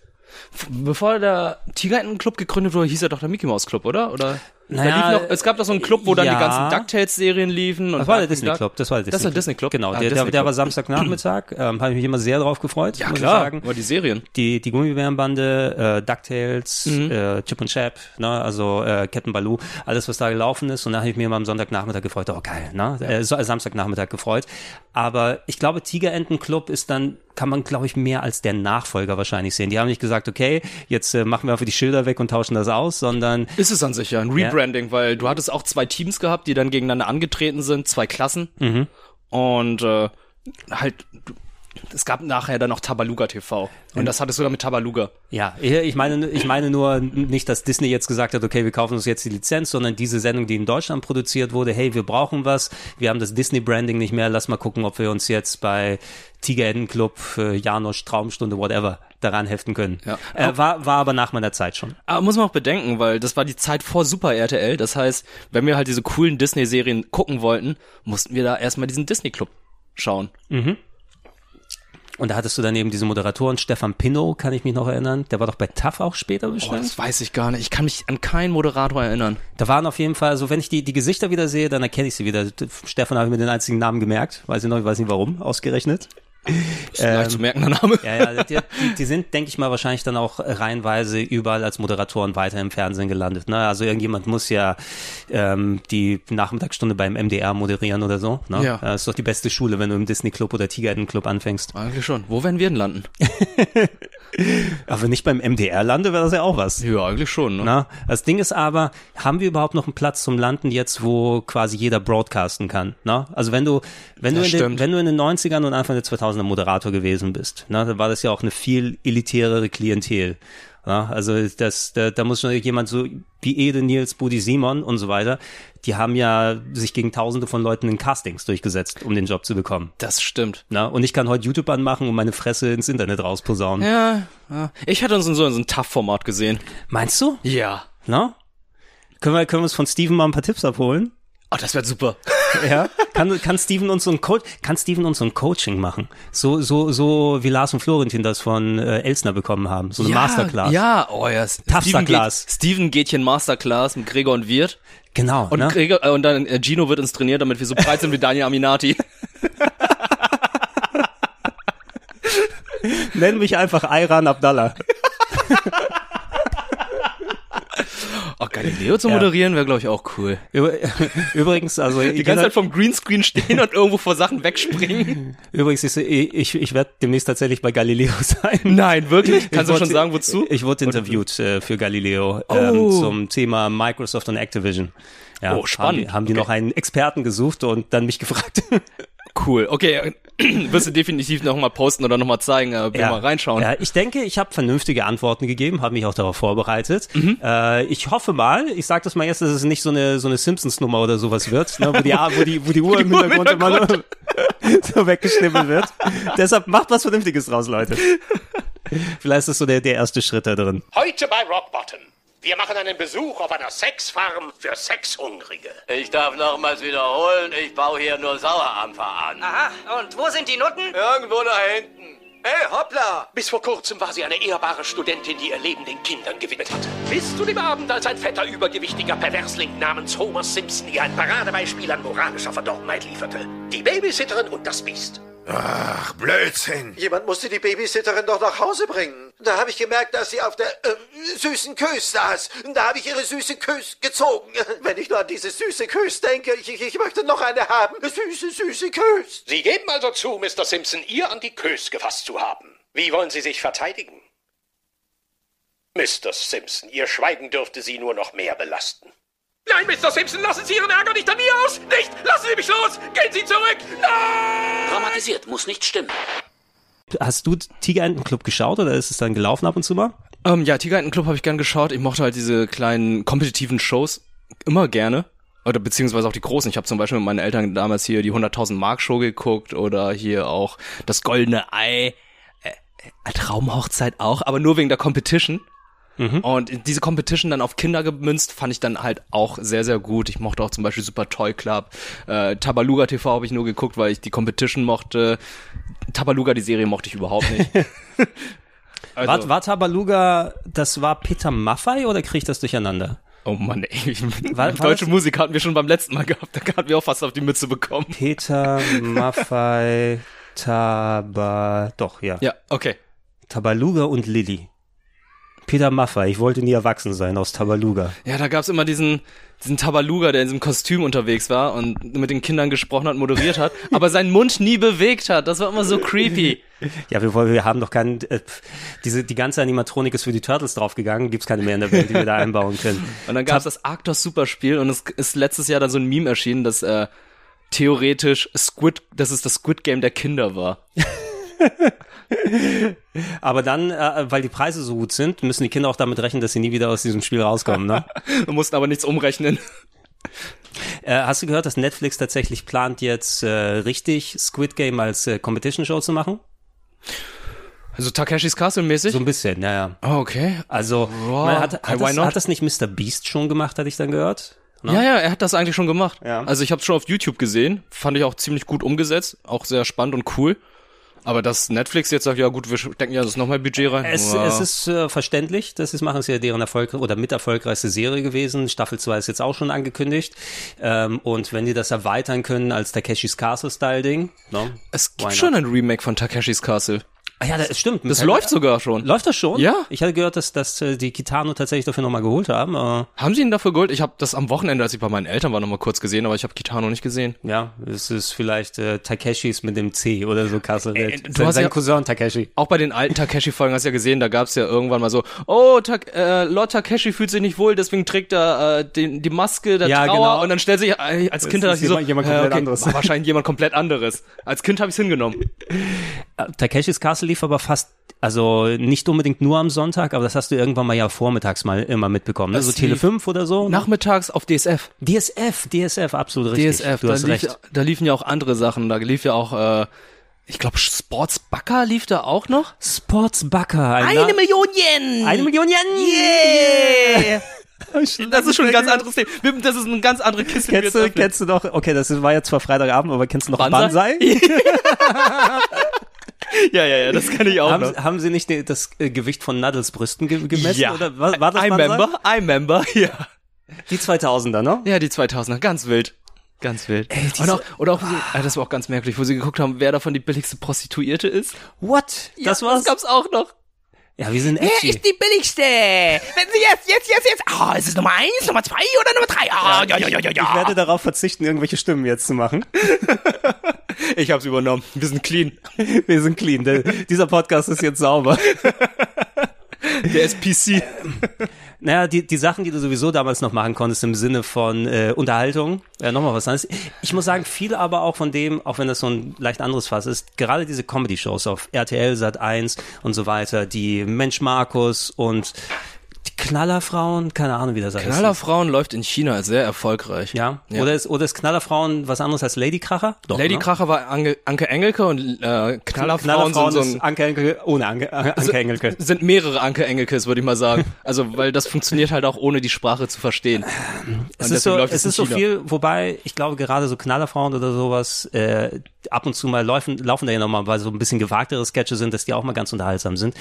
f- bevor der Tigerentenclub gegründet wurde, hieß er doch der Mickey Mouse Club, oder? Oder? da Naja, lief noch, es gab doch so einen Club, wo dann die ja. ganzen DuckTales-Serien liefen. Und Das war der Darkwing Disney Duck. Club. Das war der Disney, Das war der Disney Club. Genau, Ah, der, der, Disney der war Club. Samstagnachmittag. Ähm, Habe ich mich immer sehr drauf gefreut. Ja, muss klar. Ich sagen. War die Serien. Die, die Gummibärenbande, äh, DuckTales, Mhm. äh, Chip und Chap, ne? also äh, Captain Baloo, alles, was da gelaufen ist. Und da habe ich mir immer am Sonntagnachmittag gefreut. Oh, geil, ne? Äh, so- äh, Samstagnachmittag gefreut. Aber ich glaube, Tigerentenclub ist dann, kann man, glaube ich, mehr als der Nachfolger wahrscheinlich sehen. Die haben nicht gesagt, okay, jetzt äh, machen wir einfach die Schilder weg und tauschen das aus, sondern Ist es an sich ja ein Rebranding, weil du hattest auch zwei Teams gehabt, die dann gegeneinander angetreten sind, zwei Klassen. Mhm. Und äh, halt, du- es gab nachher dann auch Tabaluga TV. Und das hattest du dann mit Tabaluga. Ja, ich meine, ich meine nur nicht, dass Disney jetzt gesagt hat, okay, wir kaufen uns jetzt die Lizenz, sondern diese Sendung, die in Deutschland produziert wurde, hey, wir brauchen was, wir haben das Disney-Branding nicht mehr, lass mal gucken, ob wir uns jetzt bei Tigerentenclub, äh, Janosch, Traumstunde, whatever, daran heften können. Ja. Äh, war, war aber nach meiner Zeit schon. Aber muss man auch bedenken, weil das war die Zeit vor Super RTL. Das heißt, wenn wir halt diese coolen Disney-Serien gucken wollten, mussten wir da erstmal diesen Disney-Club schauen. Und da hattest du dann eben diese Moderatoren, Stefan Pinno, kann ich mich noch erinnern, der war doch bei TAF auch später Boah, bestimmt. das weiß ich gar nicht. Ich kann mich an keinen Moderator erinnern. Da waren auf jeden Fall, so wenn ich die, die Gesichter wieder sehe, dann erkenne ich sie wieder. Stefan habe ich mir den einzigen Namen gemerkt, weiß ich noch, ich weiß nicht warum, ausgerechnet. Ist ähm, leicht zu merkender Name. Ja, ja, die, die, die sind, denke ich mal, wahrscheinlich dann auch reihenweise überall als Moderatoren weiter im Fernsehen gelandet. Ne? Also irgendjemand muss ja ähm, die Nachmittagsstunde beim MDR moderieren oder so. Ne? Ja. Das ist doch die beste Schule, wenn du im Disney Club oder Tigerden Club anfängst. Eigentlich schon. Wo werden wir denn landen? Aber wenn ich beim MDR lande, wäre das ja auch was. Ja, eigentlich schon. Ne? Na, das Ding ist aber, haben wir überhaupt noch einen Platz zum Landen jetzt, wo quasi jeder broadcasten kann? Na? Also wenn du, wenn du, Das in den, stimmt. wenn du in den 90ern und Anfang der 2000er Moderator gewesen bist, na, dann war das ja auch eine viel elitärere Klientel. Na, also das, da, da muss schon jemand so wie Ede, Nils, Budi, Simon und so weiter, die haben ja sich gegen tausende von Leuten in Castings durchgesetzt, um den Job zu bekommen. Das stimmt. Na, und ich kann heute YouTube anmachen und meine Fresse ins Internet rausposaunen. Ja, ja. ich hatte uns in so, so ein Tough-Format gesehen. Meinst du? Ja. Na? Können wir, können wir uns von Steven mal ein paar Tipps abholen? Oh, das wird super. Ja, kann, kann Steven uns so ein Co kann Steven uns so ein Coaching machen? So, so, so wie Lars und Florentin das von äh, Elsner bekommen haben. So eine Masterclass. Ja, oh ja. Steven geht, Tough-Star-Class. Steven geht hier in Masterclass mit Gregor und Wirt. Genau. Und, ne? Gregor, äh, und dann äh, Gino wird uns trainiert, damit wir so breit sind wie Daniel Aminati. Nenn mich einfach Ayran Abdallah. Oh, Galileo zu moderieren wäre, glaube ich, auch cool. Über- Übrigens, also Die ganze Zeit vom Greenscreen stehen und irgendwo vor Sachen wegspringen. übrigens, ich, ich, ich werde demnächst tatsächlich bei Galileo sein. Nein, wirklich? Kannst du Ich schon wurde- sagen, wozu? Ich wurde interviewt äh, für Galileo ähm, zum Thema Microsoft und Activision. Ja, Oh, spannend. Haben die, haben die Okay. noch einen Experten gesucht und dann mich gefragt. Cool. Okay, wirst du definitiv nochmal posten oder nochmal zeigen. Äh, will mal reinschauen. Ja, ich denke, ich habe vernünftige Antworten gegeben, habe mich auch darauf vorbereitet. Äh, ich hoffe mal, ich sage das mal jetzt, dass es nicht so eine, so eine Simpsons-Nummer oder sowas wird, ne, wo, die, wo, die, wo die Uhr im Uhr im Hintergrund immer nur so weggeschnippelt wird. Deshalb macht was Vernünftiges raus, Leute. Vielleicht ist so der, der erste Schritt da drin. Heute bei Rock Bottom. Wir machen einen Besuch auf einer Sexfarm für Sexhungrige. Ich darf nochmals wiederholen, ich baue hier nur Sauerampfer an. Aha, und wo sind die Nutten? Irgendwo da hinten. Hey, hoppla! Bis vor kurzem war sie eine ehrbare Studentin, die ihr Leben den Kindern gewidmet hatte. Bis zu dem Abend, als ein fetter, übergewichtiger Perversling namens Homer Simpson ihr ein Paradebeispiel an moralischer Verdorbenheit lieferte. Die Babysitterin und das Biest. Ach, Blödsinn. Jemand musste die Babysitterin doch nach Hause bringen. Da habe ich gemerkt, dass sie auf der ähm, süßen Kös saß. Da habe ich ihre süße Kös gezogen. Wenn ich nur an diese süße Kös denke, ich, ich, ich möchte noch eine haben. Süße, süße Kös. Sie geben also zu, Mr. Simpson, ihr an die Kös gefasst zu haben. Wie wollen Sie sich verteidigen? Mr. Simpson, Ihr Schweigen dürfte Sie nur noch mehr belasten. Nein, Mr. Simpson, lassen Sie Ihren Ärger nicht an mir aus! Nicht! Lassen Sie mich los! Gehen Sie zurück! Nein! Dramatisiert, muss nicht stimmen. Hast du Tigerentenclub geschaut oder ist es dann gelaufen ab und zu mal? Ähm, ja, Tigerentenclub habe ich gern geschaut. Ich mochte halt diese kleinen kompetitiven Shows immer gerne. Oder beziehungsweise auch die großen. Ich habe zum Beispiel mit meinen Eltern damals hier die 100.000 Mark Show geguckt oder hier auch das Goldene Ei. Äh, äh, Traumhochzeit auch, aber nur wegen der Competition. Und diese Competition dann auf Kinder gemünzt, fand ich dann halt auch sehr, sehr gut. Ich mochte auch zum Beispiel Super Toy Club. Äh, Tabaluga TV habe ich nur geguckt, weil ich die Competition mochte. Tabaluga, die Serie mochte ich überhaupt nicht. Also Also War, war Tabaluga, das war Peter Maffei oder krieg ich das durcheinander? Oh Mann, ey. war deutsche das- Musiker hatten wir schon beim letzten Mal gehabt. Da hatten wir auch fast auf die Mütze bekommen. Peter Maffei, Taba, doch, ja. Ja, okay. Tabaluga und Lilly. Peter Maffei, ich wollte nie erwachsen sein aus Tabaluga. Ja, da gab's immer diesen, diesen Tabaluga, der in diesem Kostüm unterwegs war und mit den Kindern gesprochen hat, moderiert hat, aber seinen Mund nie bewegt hat. Das war immer so creepy. Ja, wir, wollen- wir haben doch keinen, äh, pf, diese, die ganze Animatronik ist für die Turtles draufgegangen, gibt's keine mehr in der Welt, die wir da einbauen können. Und dann gab's das Arctos Superspiel und es ist letztes Jahr dann so ein Meme erschienen, dass äh, theoretisch Squid, dass es das Squid Game der Kinder war. Aber dann, äh, weil die Preise so gut sind, müssen die Kinder auch damit rechnen, dass sie nie wieder aus diesem Spiel rauskommen, ne? Wir mussten aber nichts umrechnen. Äh, hast du gehört, dass Netflix tatsächlich plant, jetzt äh, richtig Squid Game als äh, Competition-Show zu machen? Also Takeshis Castle mäßig? So ein bisschen, naja. Ah, okay. Also, Wow. man, hat, Hey, hat, Oh, why das, not? hat das nicht Mr. Beast schon gemacht, hatte ich dann gehört? Ne? Ja, ja, er hat das eigentlich schon gemacht. Ja. Also ich habe schon auf YouTube gesehen, fand ich auch ziemlich gut umgesetzt, auch sehr spannend und cool. Aber dass Netflix jetzt sagt, ja gut, wir stecken ja das nochmal Budget rein. Es, Wow. es ist äh, verständlich, dass sie es machen. Es ist ja deren Erfolg oder mit erfolgreichste Serie gewesen. Staffel 2 ist jetzt auch schon angekündigt. Ähm, und wenn die das erweitern können als Takeshis Castle-Style-Ding. Ne? es why gibt not? schon ein Remake von Takeshis Castle. Ah ja, das stimmt. Das läuft sogar schon. Läuft das schon? Ja. Ich hatte gehört, dass, dass äh, die Kitano tatsächlich dafür nochmal geholt haben. Äh, Haben sie ihn dafür geholt? Ich habe das am Wochenende, als ich bei meinen Eltern war, nochmal kurz gesehen, aber ich habe Kitano nicht gesehen. ja, es ist vielleicht äh, Takeshis mit dem C oder so Castle. Äh, du sein hast sein ja- Cousin Takeshi. Auch bei den alten Takeshi-Folgen hast du ja gesehen, da gab's ja irgendwann mal so, oh, Tak- äh, Lord Takeshi fühlt sich nicht wohl, deswegen trägt er äh, den, die Maske der Ja, Trauer genau. und dann stellt sich äh, als Kind ist dachte ich so, äh, jemand- jemand komplett anderes. war wahrscheinlich jemand komplett anderes. Als Kind habe ich's hingenommen. Äh, Takeshis Castle lief aber fast, also nicht unbedingt nur am Sonntag, aber das hast du irgendwann mal ja vormittags mal immer mitbekommen. Ne? Es So Tele lief 5 oder so. ne? Nachmittags auf DSF. DSF, DSF, absolut richtig. DSF, du da, hast lief, recht. da liefen ja auch andere Sachen, da lief ja auch äh, ich glaube Sportsbacker lief da auch noch. Sportsbacker. ein Na- Million Yen. Eine Million Yen. Yeah. Das ist schon ein ganz anderes Thema. Wir- Das ist eine ganz andere Kiste. die wir Kennst jetzt du, öffnen. kennst du noch, okay, das war jetzt zwar Freitagabend, aber kennst du noch Banzai? Banzai? ja, ja, ja, das kann ich auch noch. Haben, haben sie nicht die- das äh, Gewicht von Nuddles Brüsten ge gemessen? ja. Oder war, war das I Banzai? member, I member, ja. Die 2000er, ne? Ja, die 2000er, ganz wild. Ganz wild. Ey, und auch, oder auch, ah, das war auch ganz merkwürdig, wo sie geguckt haben, wer davon die billigste Prostituierte ist. What? das ja, war's? Das gab's auch noch. ja, wir sind edgy. die billigste? Wenn sie jetzt, jetzt, jetzt, jetzt. Ah, ist es Nummer eins, Nummer zwei oder Nummer drei? Ah, ja, ja, ja, ja, Ich werde darauf verzichten, irgendwelche Stimmen jetzt zu machen. Ich, ich hab's übernommen. Wir sind clean. Wir sind clean. Der, dieser Podcast ist jetzt sauber. Der ist PC. Naja, die, die Sachen, die du sowieso damals noch machen konntest im Sinne von äh, Unterhaltung, äh, nochmal was anderes. Ich muss sagen, viel aber auch von dem, auch wenn das so ein leicht anderes Fass ist, gerade diese Comedy-Shows auf RTL, Sat1 und so weiter, die Mensch Markus und die Knallerfrauen, keine Ahnung, wie das heißt. Knallerfrauen läuft in China sehr erfolgreich. Ja? Oder, ist, oder ist Knallerfrauen was anderes als Ladykracher? Doch, Lady ne? Kracher war Ange Anke Engelke und äh, Knallerfrauen, sind, Knallerfrauen so ist Anke Engelke ohne Anke, Anke Engelke. ein, sind mehrere Anke Engelkes, würde ich mal sagen. Also, weil das funktioniert halt auch ohne die Sprache zu verstehen. Es Und ist so, deswegen läuft es in ist so China. viel, wobei ich glaube gerade so Knallerfrauen oder sowas äh, ab und zu mal laufen, laufen da ja nochmal, weil so ein bisschen gewagtere Sketche sind, dass die auch mal ganz unterhaltsam sind.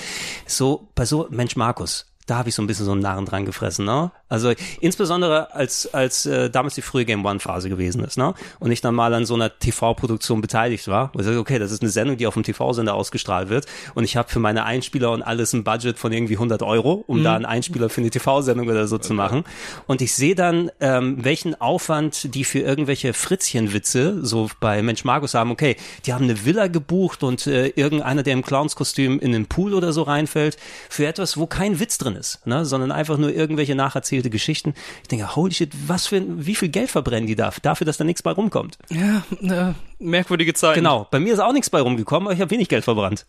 So bei so Mensch Markus, da habe ich so ein bisschen so einen Narren dran gefressen, ne? Also insbesondere als als äh, damals die frühe Game One Phase gewesen ist, ne? Und ich dann mal an so einer TV-Produktion beteiligt war. Und ich sag, okay, das ist eine Sendung, die auf dem TV-Sender ausgestrahlt wird. Und ich habe für meine Einspieler und alles ein Budget von irgendwie 100 Euro, um da einen Einspieler für eine TV-Sendung oder so zu machen. Und ich sehe dann, ähm, welchen Aufwand die für irgendwelche Fritzchen-Witze so bei Mensch Markus haben. Okay, die haben eine Villa gebucht und äh, irgendeiner, der im Clownskostüm in den Pool oder so reinfällt, für etwas, wo kein Witz drin ist, ne? sondern einfach nur irgendwelche nacherzählte Geschichten. Ich denke, holy shit, was für, ein- wie viel Geld verbrennen die da, dafür, dass da nichts bei rumkommt? Ja, äh, merkwürdige Zeiten. Genau, bei mir ist auch nichts bei rumgekommen, aber ich habe wenig Geld verbrannt.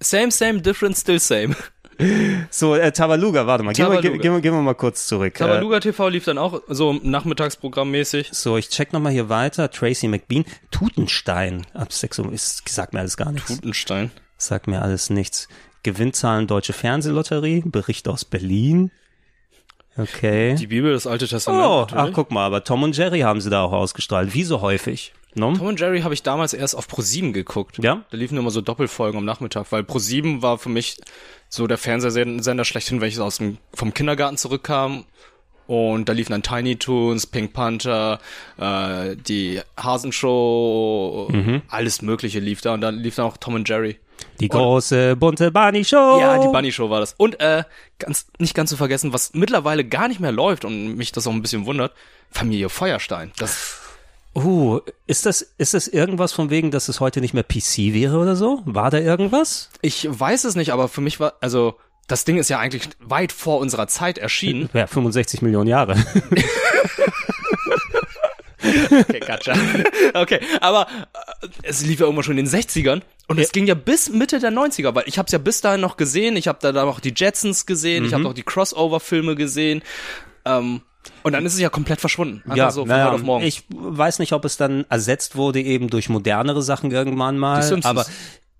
Same, same, different, still Äh. same. So, äh, Tabaluga, warte mal, Gehen, wir, Tabaluga. gehen, wir, gehen wir mal kurz zurück. Äh, Tabaluga TV lief dann auch so nachmittagsprogrammmäßig. So, ich check nochmal hier weiter. Tracy McBean, Tutenstein ab 6 Uhr, ist, sagt mir alles gar nichts. Gutenstein. Sagt mir alles nichts. Gewinnzahlen Deutsche Fernsehlotterie, Bericht aus Berlin. Okay. Die Bibel, das Alte Testament. oh, natürlich. ach guck mal, aber Tom und Jerry haben sie da auch ausgestrahlt. Wie so häufig. ne? No? Tom und Jerry habe ich damals erst auf ProSieben geguckt. Ja? Da liefen immer so Doppelfolgen am Nachmittag, weil ProSieben war für mich so der Fernsehsender schlechthin, wenn ich aus dem, vom Kindergarten zurückkam Und da liefen dann Tiny Toons, Pink Panther, äh, die Hasenshow, Mhm. alles Mögliche lief da. Und dann lief dann auch Tom und Jerry. Die große bunte Bunny Show. Ja, die Bunny Show war das. Und äh, ganz, nicht ganz zu vergessen, was mittlerweile gar nicht mehr läuft und mich das auch ein bisschen wundert, Familie Feuerstein. Das Uh, ist das, ist das irgendwas von wegen, dass es heute nicht mehr PC wäre oder so? War da irgendwas? Ich weiß es nicht, aber für mich war, also das Ding ist ja eigentlich weit vor unserer Zeit erschienen. Ja, 65 Millionen Jahre. Okay, gotcha. Okay, aber äh, es lief ja immer schon in den 60ern und es ging ja bis Mitte der 90er, weil ich hab's ja bis dahin noch gesehen, ich habe da dann auch die Jetsons gesehen, ich Mhm. habe noch die Crossover-Filme gesehen ähm, und dann ist es ja komplett verschwunden. Einfach so von naja, heute auf morgen. Ich weiß nicht, ob es dann ersetzt wurde eben durch modernere Sachen irgendwann mal. Die Simpsons. Aber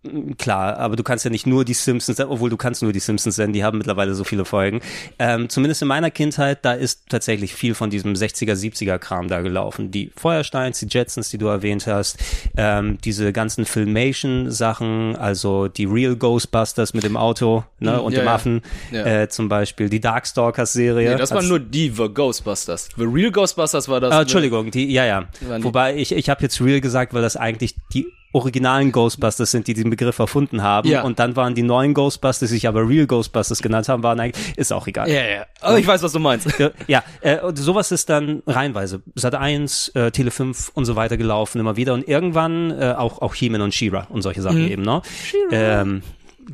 m, klar, aber du kannst ja nicht nur die Simpsons, obwohl du kannst nur die Simpsons senden, die haben mittlerweile so viele Folgen. Ähm, zumindest in meiner Kindheit, da ist tatsächlich viel von diesem 60er, 70er Kram da gelaufen. Die Feuersteins, die Jetsons, die du erwähnt hast, ähm, diese ganzen Filmation-Sachen, also die Real Ghostbusters mit dem Auto ne, Mhm, und ja, dem ja. Affen Ja. äh, zum Beispiel, die Darkstalkers-Serie. nee, das waren Als- nur die The Ghostbusters. The Real Ghostbusters war das. Ah, Entschuldigung, die, ja, ja. Waren die- Wobei ich, ich habe jetzt real gesagt, weil das eigentlich die originalen Ghostbusters sind, die den Begriff erfunden haben. Ja. Und dann waren die neuen Ghostbusters, die sich aber real Ghostbusters genannt haben, waren eigentlich, ist auch egal. Ja, ja. Aber ich weiß, was du meinst. Ja, äh, und sowas ist dann reihenweise. Sat 1, äh, Tele 5 und so weiter gelaufen, immer wieder. Und irgendwann äh, auch, auch He-Man und She-Ra und solche Sachen Mhm. eben, ne? Ähm,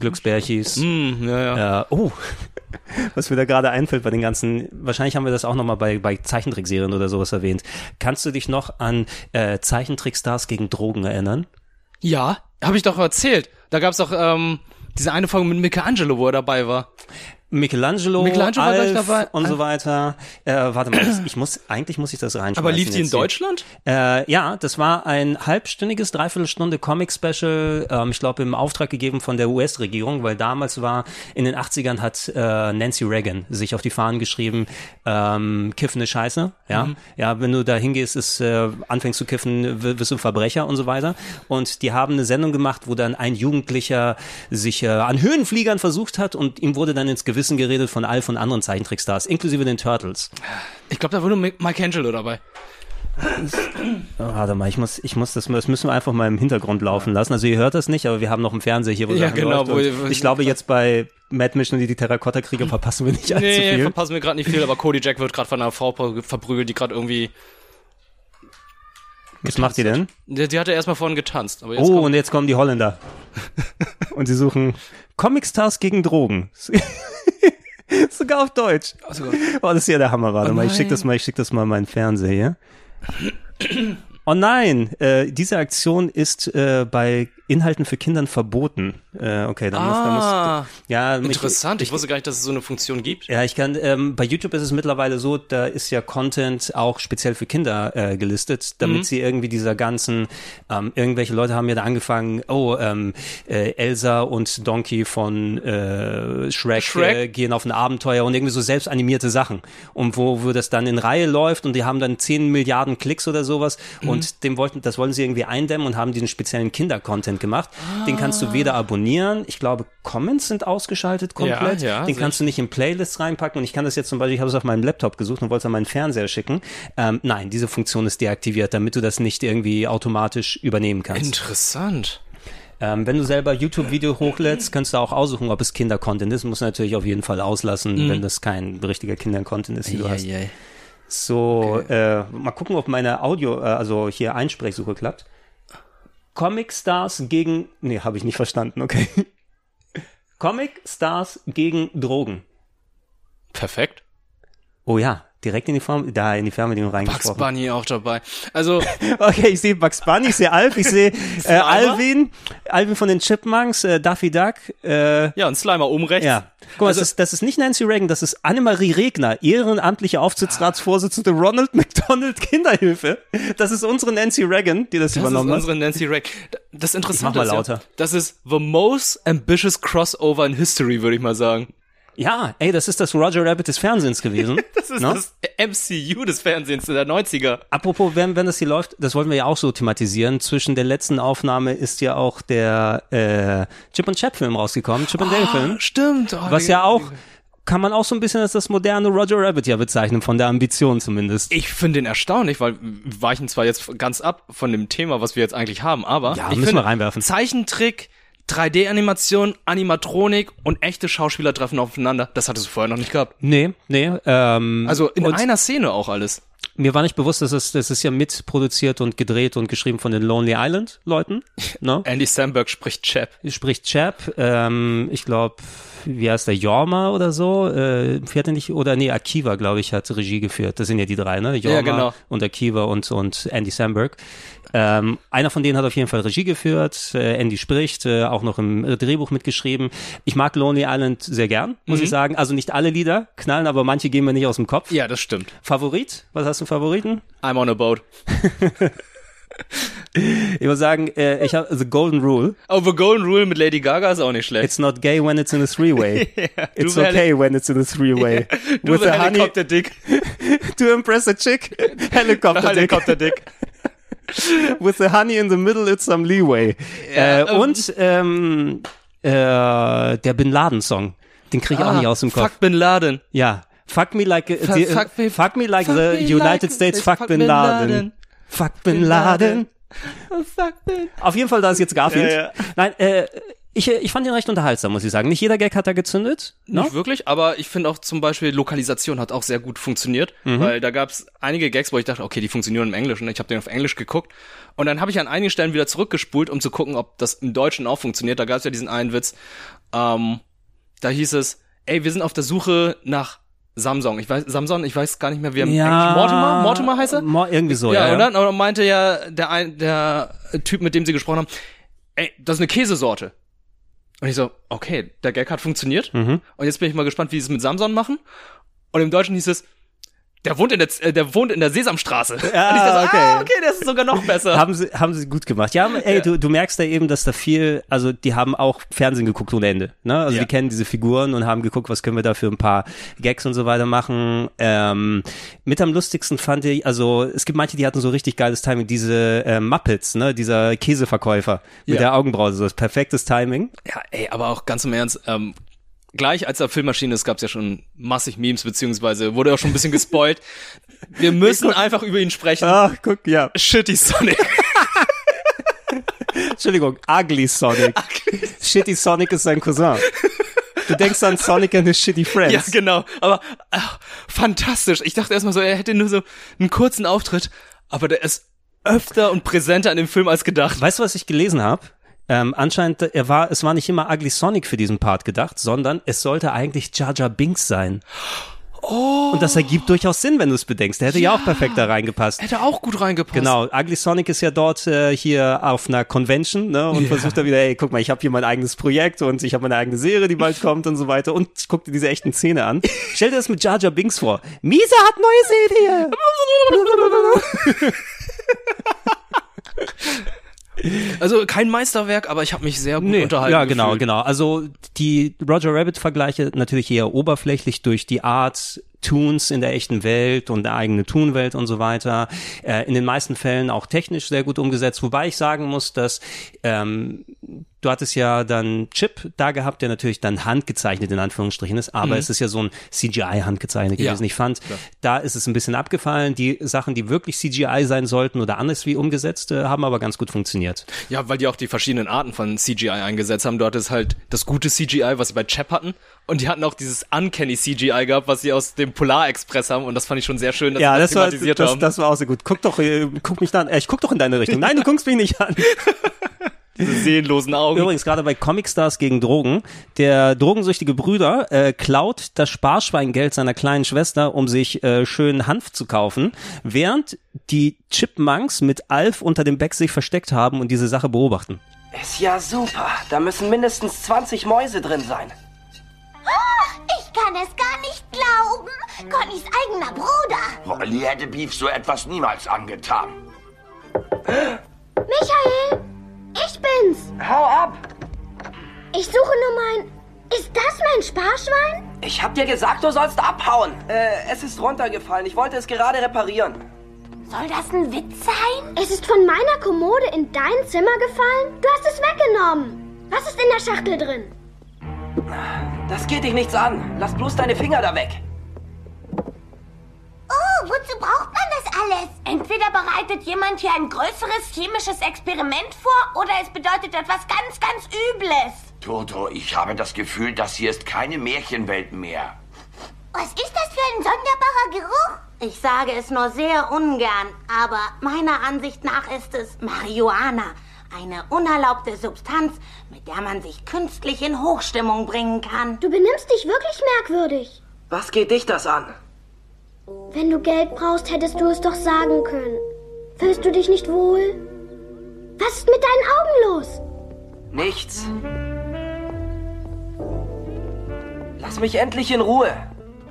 Glücksbärchis. Äh, oh, was mir da gerade einfällt bei den ganzen, wahrscheinlich haben wir das auch nochmal bei, bei Zeichentrickserien oder sowas erwähnt. Kannst du dich noch an äh, Zeichentrickstars gegen Drogen erinnern? Ja, habe ich doch erzählt. Da gab's doch ähm, diese eine Folge mit Michelangelo, wo er dabei war. Michelangelo, Michelangelo war gleich Alf dabei. und so weiter. Äh, warte mal, ich muss, eigentlich muss ich das reinschreiben. Aber lief die in Deutschland? Äh, ja, das war ein halbstündiges, dreiviertelstunde Comic-Special, ähm, ich glaube im Auftrag gegeben von der US-Regierung, weil damals war, in den 80ern hat äh, Nancy Reagan sich auf die Fahnen geschrieben, ähm, kiffen ist scheiße, ja, Mhm. ja, wenn du da hingehst, ist, äh, anfängst zu kiffen, w- wirst du ein Verbrecher und so weiter und die haben eine Sendung gemacht, wo dann ein Jugendlicher sich äh, an Höhenfliegern versucht hat und ihm wurde dann ins Gewissen geredet von all von anderen Zeichentrickstars, inklusive den Turtles. Ich glaube, da war nur Mi- Michelangelo dabei. Oh, Warte mal, ich muss, ich muss das, das müssen wir einfach mal im Hintergrund laufen lassen. Also ihr hört das nicht, aber wir haben noch einen Fernseher hier, wo Ja, Sachen genau, läuft. wo- Und wo- ich glaube jetzt bei Mad Mission und die Terrakotta-Kriege verpassen wir nicht allzu Nee, viel. verpassen wir gerade nicht viel, aber Cody Jack wird gerade von einer Frau ver- verprügelt, die gerade irgendwie. Was macht ihr denn? Die, die hatte erstmal vorhin getanzt. Aber jetzt Oh, kommt, und jetzt kommen die Holländer. und sie suchen Comic-Stars gegen Drogen. Sogar auf Deutsch. Oh, das ist ja der Hammer, warte Oh mal. Ich schick das nein. mal, ich schick das mal in meinen Fernseher hier. Oh nein, äh, diese Aktion ist äh, bei Inhalten für Kindern verboten. Äh, okay, da muss, da Ah, muss, ja, interessant. Ich, wusste gar nicht, dass es so eine Funktion gibt. ja, ich kann, ähm, bei YouTube ist es mittlerweile so, da ist ja Content auch speziell für Kinder äh, gelistet, damit Mhm. sie irgendwie dieser ganzen, ähm, irgendwelche Leute haben ja da angefangen, oh, ähm, äh, Elsa und Donkey von äh, Shrek, Shrek? Äh, gehen auf ein Abenteuer und irgendwie so selbst animierte Sachen. Und wo, wo das dann in Reihe läuft und die haben dann 10 Milliarden Klicks oder sowas Mhm. und dem wollten, das wollen sie irgendwie eindämmen und haben diesen speziellen Kinder-Content gemacht. Den kannst Ah. du weder abonnieren, ich glaube, Comments sind ausgeschaltet komplett. Ja, ja, den sehe kannst du nicht in Playlists reinpacken und ich kann das jetzt zum Beispiel, ich habe es auf meinem Laptop gesucht und wollte es an meinen Fernseher schicken. Ähm, nein, diese Funktion ist deaktiviert, damit du das nicht irgendwie automatisch übernehmen kannst. Interessant. Ähm, wenn du selber YouTube-Video hochlädst, kannst du auch aussuchen, ob es Kinder-Content ist. Muss natürlich auf jeden Fall auslassen, Mhm. wenn das kein richtiger Kinder-Content ist, den du hast. Eieiei. So, äh, mal gucken, ob meine Audio, äh, also hier Einsprechsuche klappt. Comic Stars gegen, nee, habe ich nicht verstanden, okay. Comic Stars gegen Drogen. Perfekt. Oh ja, direkt in die Form, da in die Fernbedienung Bugs reingesprochen. Bunny auch dabei. Also, Okay, ich sehe Bugs Bunny, ich sehe Alf, ich sehe äh, Slimer? Alvin, Alvin von den Chipmunks, äh, Daffy Duck. Äh, ja, ein Slimer oben rechts. ja, guck mal, Also- das, ist, das ist nicht Nancy Reagan, das ist Annemarie Regner, ehrenamtliche Aufsichtsratsvorsitzende Ronald McDonald Kinderhilfe. Das ist unsere Nancy Reagan, die das, Das ist übernommen hat. unsere Nancy Reagan. Das Interessante mal ist ja, lauter. das ist the most ambitious crossover in history, würde ich mal sagen. Ja, ey, das ist das Roger Rabbit des Fernsehens gewesen. Das ist ne? das MCU des Fernsehens der 90er. Apropos, wenn, wenn das hier läuft, das wollten wir ja auch so thematisieren. Zwischen der letzten Aufnahme ist ja auch Ah, der äh, Chip und Chap Film rausgekommen, Chip und Dale Film, Oh, Stimmt. was ja auch kann man auch so ein bisschen als das moderne Roger Rabbit ja bezeichnen, von der Ambition zumindest. Ich finde ihn erstaunlich, weil wir weichen zwar jetzt ganz ab von dem Thema, was wir jetzt eigentlich haben, aber Ja, ich müssen finde, wir reinwerfen. Zeichentrick, 3D-Animation, Animatronik und echte Schauspieler treffen aufeinander. Das hattest du vorher noch nicht gehabt. Nee, nee. Ähm, Also in Hm. und einer Szene auch alles. mir war nicht bewusst, dass es, das ist ja mitproduziert und gedreht und geschrieben von den Lonely Island Leuten. Ne? Andy Samberg spricht Chap. Spricht Chap, ähm, ich glaube, wie heißt der, Jorma oder so, äh, fährt er nicht, oder nee, Akiva, glaube ich, hat Regie geführt. Das sind ja die drei, ne? Jorma Ja, genau. und Akiva und, und Andy Samberg. Ähm, einer von denen hat auf jeden Fall Regie geführt, äh, Andy spricht, äh, auch noch im äh, Drehbuch mitgeschrieben. Ich mag Lonely Island sehr gern, muss ich sagen. Also nicht alle Lieder knallen, aber manche gehen mir nicht aus dem Kopf. Mhm. Ja, das stimmt. Favorit? Was hast du einen Favoriten? I'm on a boat. Ich würde sagen, äh, ich habe The Golden Rule. Oh, The Golden Rule mit Lady Gaga ist auch nicht schlecht. It's not gay when it's in a three-way. it's du Heli- okay when it's in a three-way. With the a honey Helicopter-Dick. to impress a chick. Helicopter dick. Helikopter-Dick. With the honey in the middle, it's some leeway. äh, und ähm, äh, der Bin Laden Song. Den kriege ich auch nicht aus dem Kopf. Ah, Fuck Bin Laden. Ja. Fuck me like Fuck- the, fuck me- fuck me like fuck the me United like- States fuck Bin Laden. Fuck Bin Laden. Fuck Bin Auf jeden Fall, da ist jetzt Garfield. Ja, ja. Nein, äh, ich, ich fand ihn recht unterhaltsam, muss ich sagen. Nicht jeder Gag hat da gezündet. Ne? Nicht wirklich, aber ich finde auch zum Beispiel Lokalisation hat auch sehr gut funktioniert, weil da gab es einige Gags, wo ich dachte, okay, die funktionieren im Englischen. Ich habe den auf Englisch geguckt und dann habe ich an einigen Stellen wieder zurückgespult, um zu gucken, ob das im Deutschen auch funktioniert. Da gab es ja diesen einen Witz, ähm, da hieß es, ey, wir sind auf der Suche nach Samsung. Ich weiß, Samsung, ich weiß gar nicht mehr, wie er im Englischen- Mortimer, Mortimer heißt er? Mor irgendwie so, ja. ja, ja. und dann aber meinte ja der, ein, der Typ, mit dem sie gesprochen haben, ey, das ist eine Käsesorte. Und ich so, okay, der Gag hat funktioniert. Und jetzt bin ich mal gespannt, wie sie es mit Samson machen. Und im Deutschen hieß es, der wohnt in der, Z- äh, der wohnt in der Sesamstraße. Ja, und ich dachte, okay. ah, okay, das ist sogar noch besser. Haben sie, haben sie gut gemacht. Ja, aber ey, Du, du merkst da eben, dass da viel, also die haben auch Fernsehen geguckt ohne Ende. Ne? Also Ja. die kennen diese Figuren und haben geguckt, was können wir da für ein paar Gags und so weiter machen. Ähm, mit am lustigsten fand ich, also es gibt manche, die hatten so richtig geiles Timing, diese äh, Muppets, ne? dieser Käseverkäufer mit Ja. der Augenbraue, so das perfektes Timing. Ja, ey, aber auch ganz im Ernst, ähm, gleich als er Filmmaschine ist, gab's ja schon massig Memes, beziehungsweise wurde auch schon ein bisschen gespoilt. Wir müssen einfach über ihn sprechen. Ach, guck, ja. Ah, Shitty Sonic. Entschuldigung, Ugly Sonic. Shitty Sonic ist sein Cousin. Du denkst an Sonic and his Shitty Friends. Ja, genau. Aber ach, fantastisch. Ich dachte erstmal so, er hätte nur so einen kurzen Auftritt, aber der ist öfter und präsenter in dem Film als gedacht. Weißt du, was ich gelesen habe? Ähm, anscheinend, er war, es war nicht immer Ugly Sonic für diesen Part gedacht, sondern es sollte eigentlich Jar Jar Binks sein. Oh. Und das ergibt durchaus Sinn, wenn du es bedenkst. Der hätte ja, auch perfekt da reingepasst. Hätte auch gut reingepasst. Genau, Ugly Sonic ist ja dort äh, hier auf einer Convention ne, und versucht da wieder, ey, guck mal, ich habe hier mein eigenes Projekt und ich habe meine eigene Serie, die bald kommt und so weiter und guck dir diese echten Szene an. Stell dir das mit Jar Jar Binks vor. Misa hat neue Serie. Also kein Meisterwerk, aber ich habe mich sehr gut unterhalten. Ja, genau, gefühlt. genau. Also die Roger Rabbit-Vergleiche natürlich eher oberflächlich durch die Art Tunes in der echten Welt und eine eigene Tunwelt und so weiter. Äh, in den meisten Fällen auch technisch sehr gut umgesetzt, wobei ich sagen muss, dass ähm, du hattest ja dann Chip da gehabt, der natürlich dann handgezeichnet in Anführungsstrichen ist, aber es ist ja so ein CGI handgezeichnet Ja. gewesen. Ich fand, da ist es ein bisschen abgefallen. Die Sachen, die wirklich CGI sein sollten oder anders wie umgesetzt, äh, haben aber ganz gut funktioniert. Ja, weil die auch die verschiedenen Arten von CGI eingesetzt haben. Dort ist halt das gute CGI, was sie bei Chap hatten. Und die hatten auch dieses Uncanny CGI gehabt, was sie aus dem Polar Express haben. Und das fand ich schon sehr schön, dass Ja, sie das war, thematisiert das, haben. das war auch so gut. Guck doch, äh, guck mich dann, äh, ich guck doch in deine Richtung. Nein, du guckst mich nicht an. Diese seelenlosen Augen. Übrigens, gerade bei Comicstars gegen Drogen, der drogensüchtige Brüder äh, klaut das Sparschweingeld seiner kleinen Schwester, um sich äh, schönen Hanf zu kaufen, während die Chipmunks mit Alf unter dem Beck sich versteckt haben und diese Sache beobachten. Ist ja super. Da müssen mindestens 20 Mäuse drin sein. Ah, Ich kann es gar nicht glauben. Connys eigener Bruder. Wally hätte Beef so etwas niemals angetan. Michael, ich bin's. Hau ab! Ich suche nur mein... Ist das mein Sparschwein? Ich hab dir gesagt, du sollst abhauen. Äh, es ist runtergefallen. Ich wollte es gerade reparieren. Soll das ein Witz sein? Es ist von meiner Kommode in dein Zimmer gefallen. Du hast es weggenommen. Was ist in der Schachtel drin? Das geht dich nichts an. Lass bloß deine Finger da weg. Oh, wozu braucht man das alles? Entweder bereitet jemand hier ein größeres chemisches Experiment vor oder es bedeutet etwas ganz, ganz Übles. Toto, ich habe das Gefühl, das hier ist keine Märchenwelt mehr. Was ist das für ein sonderbarer Geruch? Ich sage es nur sehr ungern, aber meiner Ansicht nach ist es Marihuana. Eine unerlaubte Substanz, mit der man sich künstlich in Hochstimmung bringen kann. Du benimmst dich wirklich merkwürdig. Was geht dich das an? Wenn du Geld brauchst, hättest du es doch sagen können. Fühlst du dich nicht wohl? Was ist mit deinen Augen los? Nichts. Lass mich endlich in Ruhe.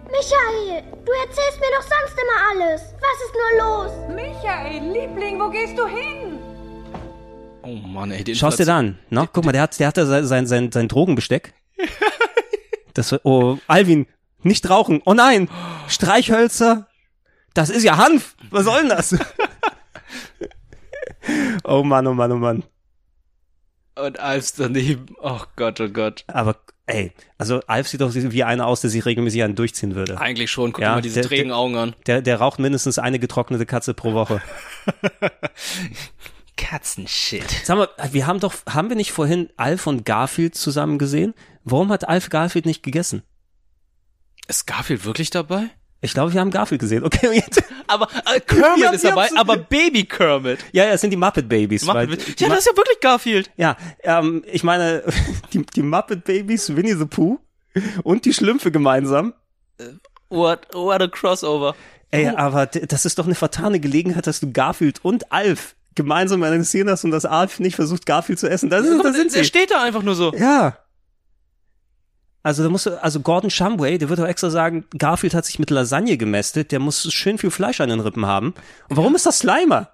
Michael, du erzählst mir doch sonst immer alles. Was ist nur los? Michael, Liebling, wo gehst du hin? Oh Mann, ey, den Schaust dir da an, ne? Guck mal, der hat, der hat da sein, sein, sein, sein Drogenbesteck. Das, oh, Alvin, nicht rauchen. Oh nein, Streichhölzer. Das ist ja Hanf. Was soll denn das? oh Mann, oh Mann, oh Mann. Und Alfs daneben. Oh Gott, oh Gott. Aber ey, also Alf sieht doch wie einer aus, der sich regelmäßig einen durchziehen würde. Eigentlich schon. Guck Ja, dir mal diese der- trägen Augen an. Der, der raucht mindestens eine getrocknete Katze pro Woche. Katzenshit. Sag mal, wir haben doch, haben wir nicht vorhin Alf und Garfield zusammen gesehen? Warum hat Alf Garfield nicht gegessen? Ist Garfield wirklich dabei? Ich glaube, wir haben Garfield gesehen. Okay, jetzt. Aber äh, Wir Kermit haben- ist wir dabei, haben's- aber Baby Kermit. Ja, ja, es sind die Muppet Babies. weil- Muppet- die Ja, Mu- das ist ja wirklich Garfield. Ja, ähm, ich meine, die, die Muppet Babies, Winnie the Pooh und die Schlümpfe gemeinsam. Äh, What, what a crossover. Oh. Ey, aber d- das ist doch eine vertane Gelegenheit, dass du Garfield und Alf gemeinsam in einer Szene hast und dass Alf nicht versucht, Garfield zu essen. Das, ist, das sind er sie. steht da einfach nur so. Ja. Also da musst du, also Gordon Shumway, der wird doch extra sagen, Garfield hat sich mit Lasagne gemästet, der muss schön viel Fleisch an den Rippen haben. Und warum ist das Slimer?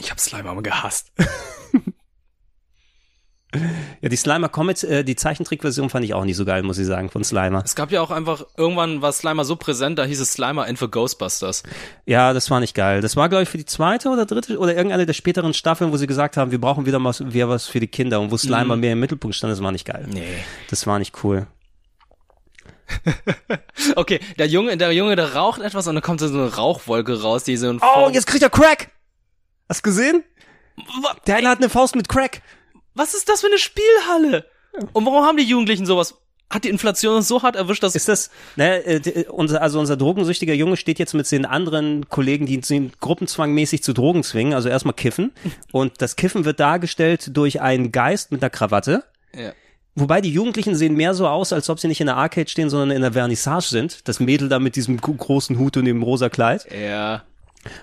Ich hab Slime aber gehasst. Ja, die Slimer Comics, äh, die Zeichentrickversion fand ich auch nicht so geil, muss ich sagen, von Slimer. Es gab ja auch einfach, irgendwann war Slimer so präsent, da hieß es Slimer and the Ghostbusters. Ja, das war nicht geil. Das war, glaube ich, für die zweite oder dritte oder irgendeine der späteren Staffeln, wo sie gesagt haben, wir brauchen wieder mal wieder was für die Kinder und wo Slimer Mhm. mehr im Mittelpunkt stand, das war nicht geil. Nee. Das war nicht cool. Okay, der Junge, der Junge, der raucht etwas und dann kommt so eine Rauchwolke raus, die so ein Oh, jetzt kriegt er Crack! Hast gesehen? Der eine hat eine Faust mit Crack. Was ist das für eine Spielhalle? Und warum haben die Jugendlichen sowas? Hat die Inflation uns so hart erwischt, dass Ist das, ne, äh, d- unser, also unser drogensüchtiger Junge steht jetzt mit den anderen Kollegen, die ihn gruppenzwangmäßig zu Drogen zwingen, also erstmal kiffen. Und das Kiffen wird dargestellt durch einen Geist mit einer Krawatte. Ja. Wobei die Jugendlichen sehen mehr so aus, als ob sie nicht in der Arcade stehen, sondern in der Vernissage sind. Das Mädel da mit diesem gro- großen Hut und dem rosa Kleid. Ja.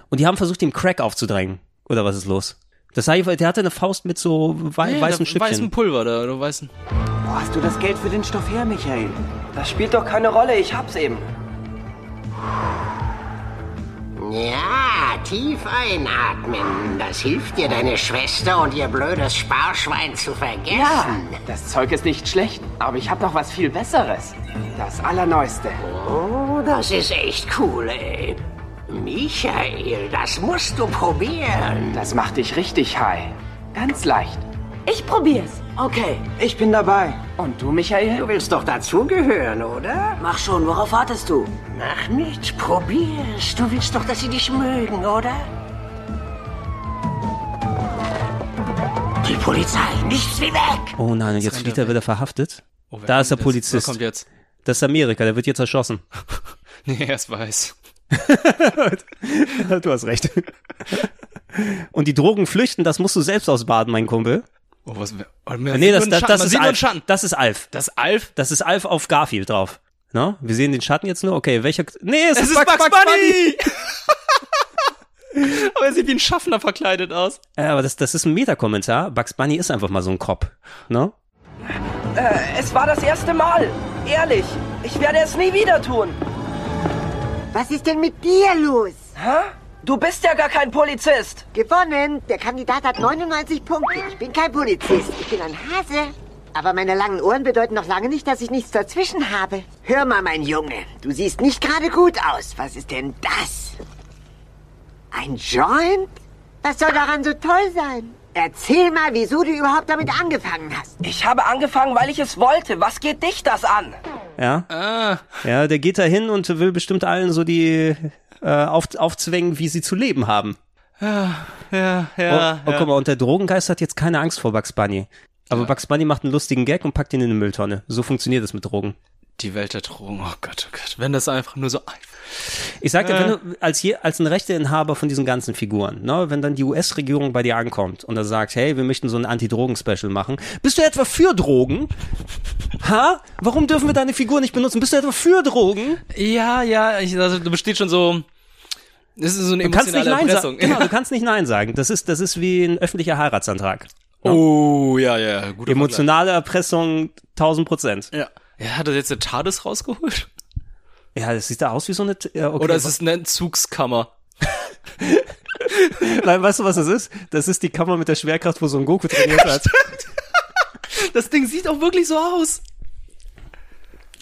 Und die haben versucht, ihm Crack aufzudrängen. Oder was ist los? Das sah ich, der hatte eine Faust mit so wei Ja, da- weißen Stückchen. weißen Pulver da, oder weißen. Wo hast du das Geld für den Stoff her, Michael? Das spielt doch keine Rolle, ich hab's eben. Ja, tief einatmen. Das hilft dir, deine Schwester und ihr blödes Sparschwein zu vergessen. Ja, das Zeug ist nicht schlecht, aber ich habe noch was viel Besseres. Das Allerneueste. Oh, das ist echt cool, ey. Michael, das musst du probieren. Das macht dich richtig high. Ganz leicht. Ich probier's. Okay. Ich bin dabei. Und du, Michael? Du willst doch dazugehören, oder? Mach schon, worauf wartest du? Mach nicht, probier's. Du willst doch, dass sie dich mögen, oder? Die Polizei, nichts wie weg! Oh nein, und jetzt wird er wieder verhaftet. Oh, wer da ist der kommt jetzt? Polizist. Wer kommt jetzt? Das ist Amerika, der wird jetzt erschossen. Nee, er ist weiß. du hast recht. Und die Drogen flüchten, das musst du selbst ausbaden, mein Kumpel. Oh, was wär, oh, nee, das, das, Schatten, das, man sieht ist nur einen Alf. Schatten. das ist Alf. Das ist Alf? Das ist Alf auf Garfield drauf. Ne? Wir sehen den Schatten jetzt nur. Okay, welcher. Nee, es, Es ist Bugs Bunny! aber er sieht wie ein Schaffner verkleidet aus. Äh, aber das, das ist ein Meta-Kommentar. Bugs Bunny ist einfach mal so ein Cop. Ne? Äh, es war das erste Mal. Ehrlich, ich werde es nie wieder tun. Was ist denn mit dir los? Hä? Du bist ja gar kein Polizist. Gewonnen. Der Kandidat hat 99 Punkte. Ich bin kein Polizist. Ich bin ein Hase. Aber meine langen Ohren bedeuten noch lange nicht, dass ich nichts dazwischen habe. Hör mal, mein Junge, Du siehst nicht gerade gut aus. Was ist denn das? Ein Joint? Was soll daran so toll sein? Erzähl mal, wieso du überhaupt damit angefangen hast. Ich habe angefangen, weil ich es wollte. Was geht dich das an? Ja. Ah, Ja, der geht da hin und will bestimmt allen so die äh, auf, aufzwängen, wie sie zu leben haben. Ja, ja, ja. oh, oh, guck mal, und der Drogengeist hat jetzt keine Angst vor Bugs Bunny. Aber Bugs Bunny macht einen lustigen Gag und packt ihn in eine Mülltonne. So funktioniert das mit Drogen. Die Welt der Drogen, oh Gott, oh Gott. Wenn das einfach nur so einfach. Ich sagte, Äh. wenn du als, je, als ein Rechteinhaber von diesen ganzen Figuren, ne, wenn dann die US-Regierung bei dir ankommt und da sagt, hey, wir möchten so ein Anti-Drogen-Special machen, bist du etwa für Drogen? Ha? Warum dürfen wir deine Figur nicht benutzen? Bist du etwa für Drogen? Ja, ja, ich, also, da besteht schon so. Das ist so eine Du kannst nicht emotionale Nein sagen. Erpressung. Genau, du kannst nicht Nein sagen. Das ist, das ist wie ein öffentlicher Heiratsantrag. Oh, ja, ja, gut. Emotionale Erpressung 1000 Prozent. Ja. ja. Hat er jetzt eine TARDIS rausgeholt? Ja, das sieht da aus wie so eine. T- ja, okay. Oder ist es eine Entzugskammer? Nein, weißt du, was das ist? Das ist die Kammer mit der Schwerkraft, wo so ein Goku trainiert hat. Das Ding sieht auch wirklich so aus.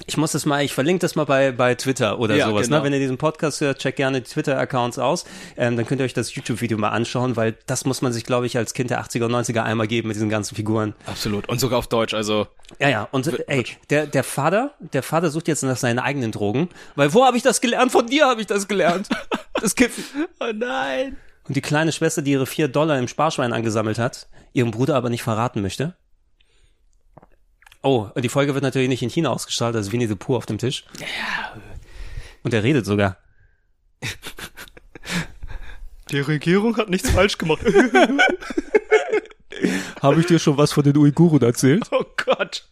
Ich muss das mal, ich verlinke das mal bei, bei Twitter oder Ja, sowas. genau. Ne? Wenn ihr diesen Podcast hört, checkt gerne die Twitter-Accounts aus. Ähm, dann könnt ihr euch das YouTube-Video mal anschauen, weil das muss man sich, glaube ich, als Kind der 80er und 90er einmal geben mit diesen ganzen Figuren. Absolut. Und sogar auf Deutsch, also. Ja, ja. Und äh, ey, der, der Vater, der Vater sucht jetzt nach seinen eigenen Drogen, weil wo habe ich das gelernt? Von dir habe ich das gelernt. Das Kiffen. Oh nein. Und die kleine Schwester, die ihre vier Dollar im Sparschwein angesammelt hat, ihrem Bruder aber nicht verraten möchte. Oh, und die Folge wird natürlich nicht in China ausgestrahlt, da ist Winnie the Pooh auf dem Tisch. Und er redet sogar. Die Regierung hat nichts falsch gemacht. Habe ich dir schon was von den Uiguren erzählt? oh Gott.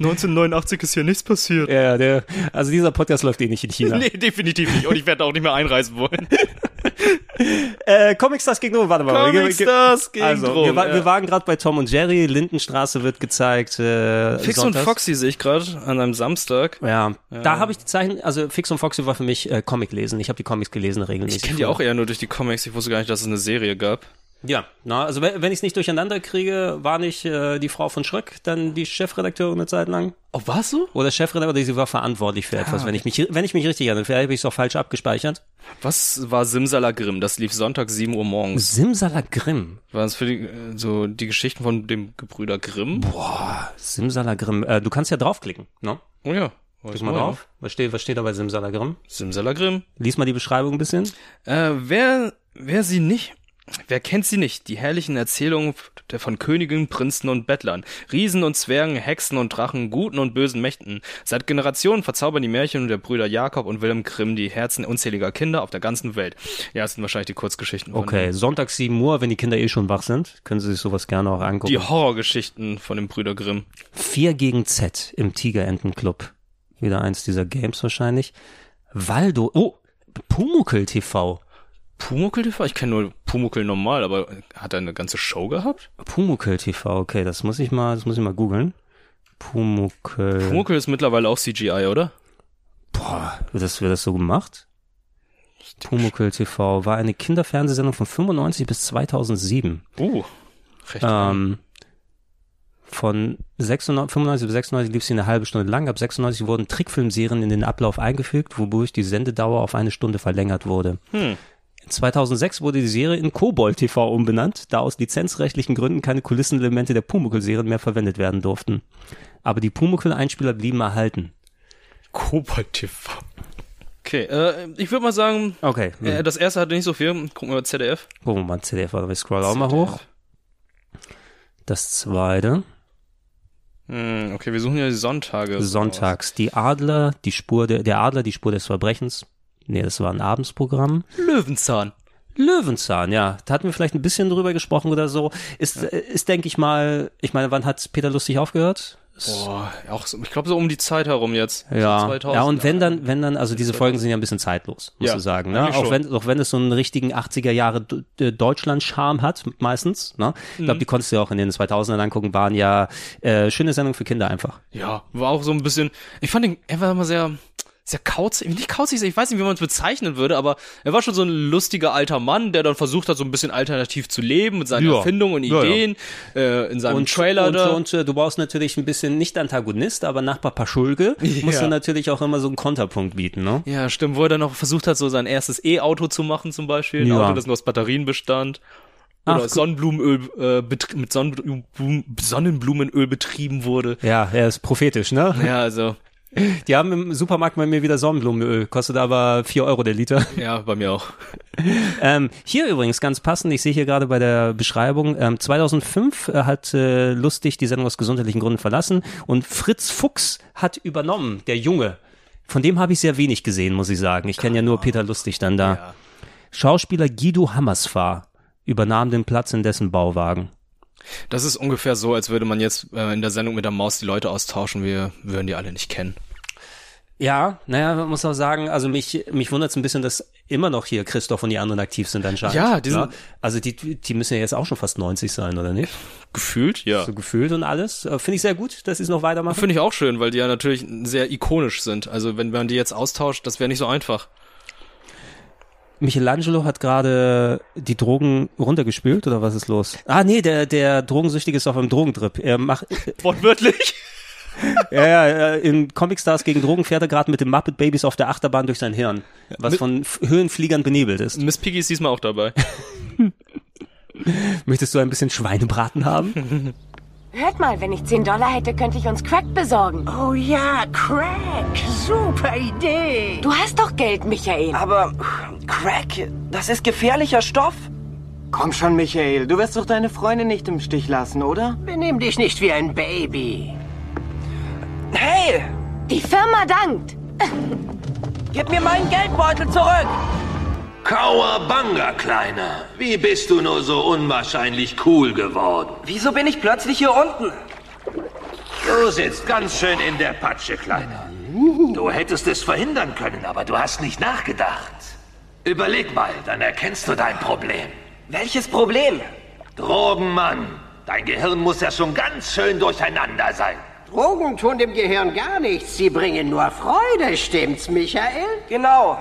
1989 ist hier nichts passiert. Ja, ja, der, also dieser Podcast läuft eh nicht in China. Nee, definitiv nicht. Und ich werde auch nicht mehr einreisen wollen. Äh, Comic Stars gegen Drogen, warte mal. Comic Ge- ge- Stars gegen also, Drogen, Wir, wa- ja. wir waren gerade bei Tom und Jerry, Lindenstraße wird gezeigt. Äh, Fix und sonntags. Foxy sehe ich gerade an einem Samstag. Ja, da habe ich die Zeichen, also Fix und Foxy war für mich äh, Comic lesen. Ich habe die Comics gelesen regelmäßig. Ich kenne die auch eher nur durch die Comics. Ich wusste gar nicht, dass es eine Serie gab. Ja, na, also wenn ich es nicht durcheinander kriege, war nicht äh, die Frau von Schröck dann die Chefredakteurin eine Zeit lang? Oh, war so? Ah, Oder Chefredakteurin, oder sie war verantwortlich für etwas, wenn ich mich wenn ich mich richtig erinnere. Vielleicht habe ich es auch falsch abgespeichert. Was war Simsalagrim? Das lief Sonntag 7 Uhr morgens. Simsalagrim. Waren es für die, äh, so die Geschichten von dem Gebrüder Grimm? Boah, Simsalagrim. Äh, du kannst ja draufklicken, ne? Oh ja. Klick mal drauf. Was steht, was steht da bei Simsalagrim? Simsalagrim. Lies mal die Beschreibung ein bisschen. Äh, wer, wer sie nicht, wer kennt sie nicht? Die herrlichen Erzählungen der von Königen, Prinzen und Bettlern, Riesen und Zwergen, Hexen und Drachen, guten und bösen Mächten. Seit Generationen verzaubern die Märchen der Brüder Jakob und Wilhelm Grimm die Herzen unzähliger Kinder auf der ganzen Welt. Ja, es sind wahrscheinlich die Kurzgeschichten von Okay, Sonntag 7 Uhr, wenn die Kinder eh schon wach sind, können sie sich sowas gerne auch angucken. die Horrorgeschichten von dem Brüder Grimm. 4 gegen Z im Tigerentenclub. Wieder eins dieser Games wahrscheinlich. Waldo, oh, Pumukel TV. Pumukel TV? Ich kenne nur Pumukel normal, aber hat er eine ganze Show gehabt? Pumukel TV, okay, das muss ich mal, das muss ich mal googeln. Pumukel. Pumukel ist mittlerweile auch CGI, oder? Boah, wird das, wird das so gemacht? Pumukel TV war eine Kinderfernsehsendung von 95 bis 2007. Uh, recht. Ähm, von 96, 95 bis 96 lief sie eine halbe Stunde lang. Ab 96 wurden Trickfilmserien in den Ablauf eingefügt, wodurch die Sendedauer auf eine Stunde verlängert wurde. Hm. 2006 wurde die Serie in Kobold TV umbenannt, da aus lizenzrechtlichen Gründen keine Kulissenelemente der Pumuckl-Serien mehr verwendet werden durften. Aber die Pumuckl-Einspieler blieben erhalten. Kobold TV. Okay, äh, ich würde mal sagen, Okay, hm. äh, das erste hatte nicht so viel. Gucken wir mal ZDF. gucken wir mal CDF, warte, ich scroll auch mal hoch. Das zweite, Hm, okay, wir suchen ja die Sonntage. sonntags, die Adler, die Spur der, der Adler, die Spur des Verbrechens. Nee, das war ein Abendsprogramm. Löwenzahn. Löwenzahn, ja. Da hatten wir vielleicht ein bisschen drüber gesprochen oder so. Ist, äh, ist denke ich mal, ich meine, wann hat Peter Lustig aufgehört? Boah, auch so, ich glaube so um die Zeit herum jetzt. So Ja, 2000. ja, und wenn dann, wenn dann, also diese Folgen sind ja ein bisschen zeitlos, muss Ja, du sagen, ne? eigentlich Auch schon. wenn, auch wenn es so einen richtigen 80er Jahre D- D- Deutschland-Charme hat, meistens, ne? Ich glaube, Mhm. die konntest du ja auch in den 2000ern angucken, waren ja, äh, schöne Sendung für Kinder einfach. Ja, war auch so ein bisschen. Ich fand ihn, er war immer sehr, sehr kauzig. Nicht kauzig, ich weiß nicht, wie man es bezeichnen würde, aber er war schon so ein lustiger alter Mann, der dann versucht hat, so ein bisschen alternativ zu leben mit seinen Ja. Erfindungen und Ja, ja. Ideen, Äh, in seinem und, Trailer und, da. und, äh, du brauchst natürlich ein bisschen nicht Antagonist, aber Nachbar Paschulke musst Ja. du natürlich auch immer so einen Konterpunkt bieten, ne? Ja, stimmt, wo er dann noch versucht hat, so sein erstes E-Auto zu machen zum Beispiel. Ein Ja. Auto, das nur aus Batterien bestand. Oder Ach, Sonnenblumenöl äh, betrie- mit Sonnenblumen, Sonnenblumenöl betrieben wurde. Ja, er ist prophetisch, ne? Ja, also. Die haben im Supermarkt bei mir wieder Sonnenblumenöl, kostet aber 4 Euro der Liter. Ja, bei mir auch. Ähm, hier übrigens ganz passend, ich sehe hier gerade bei der Beschreibung, ähm, 2005 äh, hat äh, Lustig die Sendung aus gesundheitlichen Gründen verlassen und Fritz Fuchs hat übernommen, der Junge. Von dem habe ich sehr wenig gesehen, muss ich sagen. Ich kenne ja nur Peter Lustig dann da. Schauspieler Guido Hammersfahr übernahm den Platz in dessen Bauwagen. Das ist ungefähr so, als würde man jetzt äh, in der Sendung mit der Maus die Leute austauschen. Wir würden die alle nicht kennen. Ja, naja, man muss auch sagen, also mich, mich wundert es ein bisschen, dass immer noch hier Christoph und die anderen aktiv sind anscheinend. Ja, die sind- Also die, die müssen ja jetzt auch schon fast 90 sein, oder nicht? Gefühlt, ja. So gefühlt und alles. Äh, Finde ich sehr gut, dass sie es noch weitermachen. Finde ich auch schön, weil die ja natürlich sehr ikonisch sind. Also wenn man die jetzt austauscht, das wäre nicht so einfach. Michelangelo hat gerade die Drogen runtergespült, oder was ist los? Ah, nee, der, der Drogensüchtige ist auf einem Drogentrip. Er macht. Wortwörtlich? ja, ja, ja, in Comicstars gegen Drogen fährt er gerade mit den Muppet Babies auf der Achterbahn durch sein Hirn, was Mit- von F- Höhenfliegern benebelt ist. Miss Piggy ist diesmal auch dabei. Möchtest du ein bisschen Schweinebraten haben? Hört mal, wenn ich 10 Dollar hätte, könnte ich uns Crack besorgen. Oh ja, Crack. Super Idee. Du hast doch Geld, Michael. Aber Crack, das ist gefährlicher Stoff. Komm schon, Michael, du wirst doch deine Freundin nicht im Stich lassen, oder? Benimm dich nicht wie ein Baby. Hey! Die Firma dankt. Gib mir meinen Geldbeutel zurück. Kauerbanga, Kleiner. Wie bist du nur so unwahrscheinlich cool geworden? Wieso bin ich plötzlich hier unten? Du sitzt ganz schön in der Patsche, Kleiner. Du hättest es verhindern können, aber du hast nicht nachgedacht. Überleg mal, dann erkennst du dein Problem. Welches Problem? Drogenmann. Dein Gehirn muss ja schon ganz schön durcheinander sein. Drogen tun dem Gehirn gar nichts. Sie bringen nur Freude, stimmt's, Michael? Genau.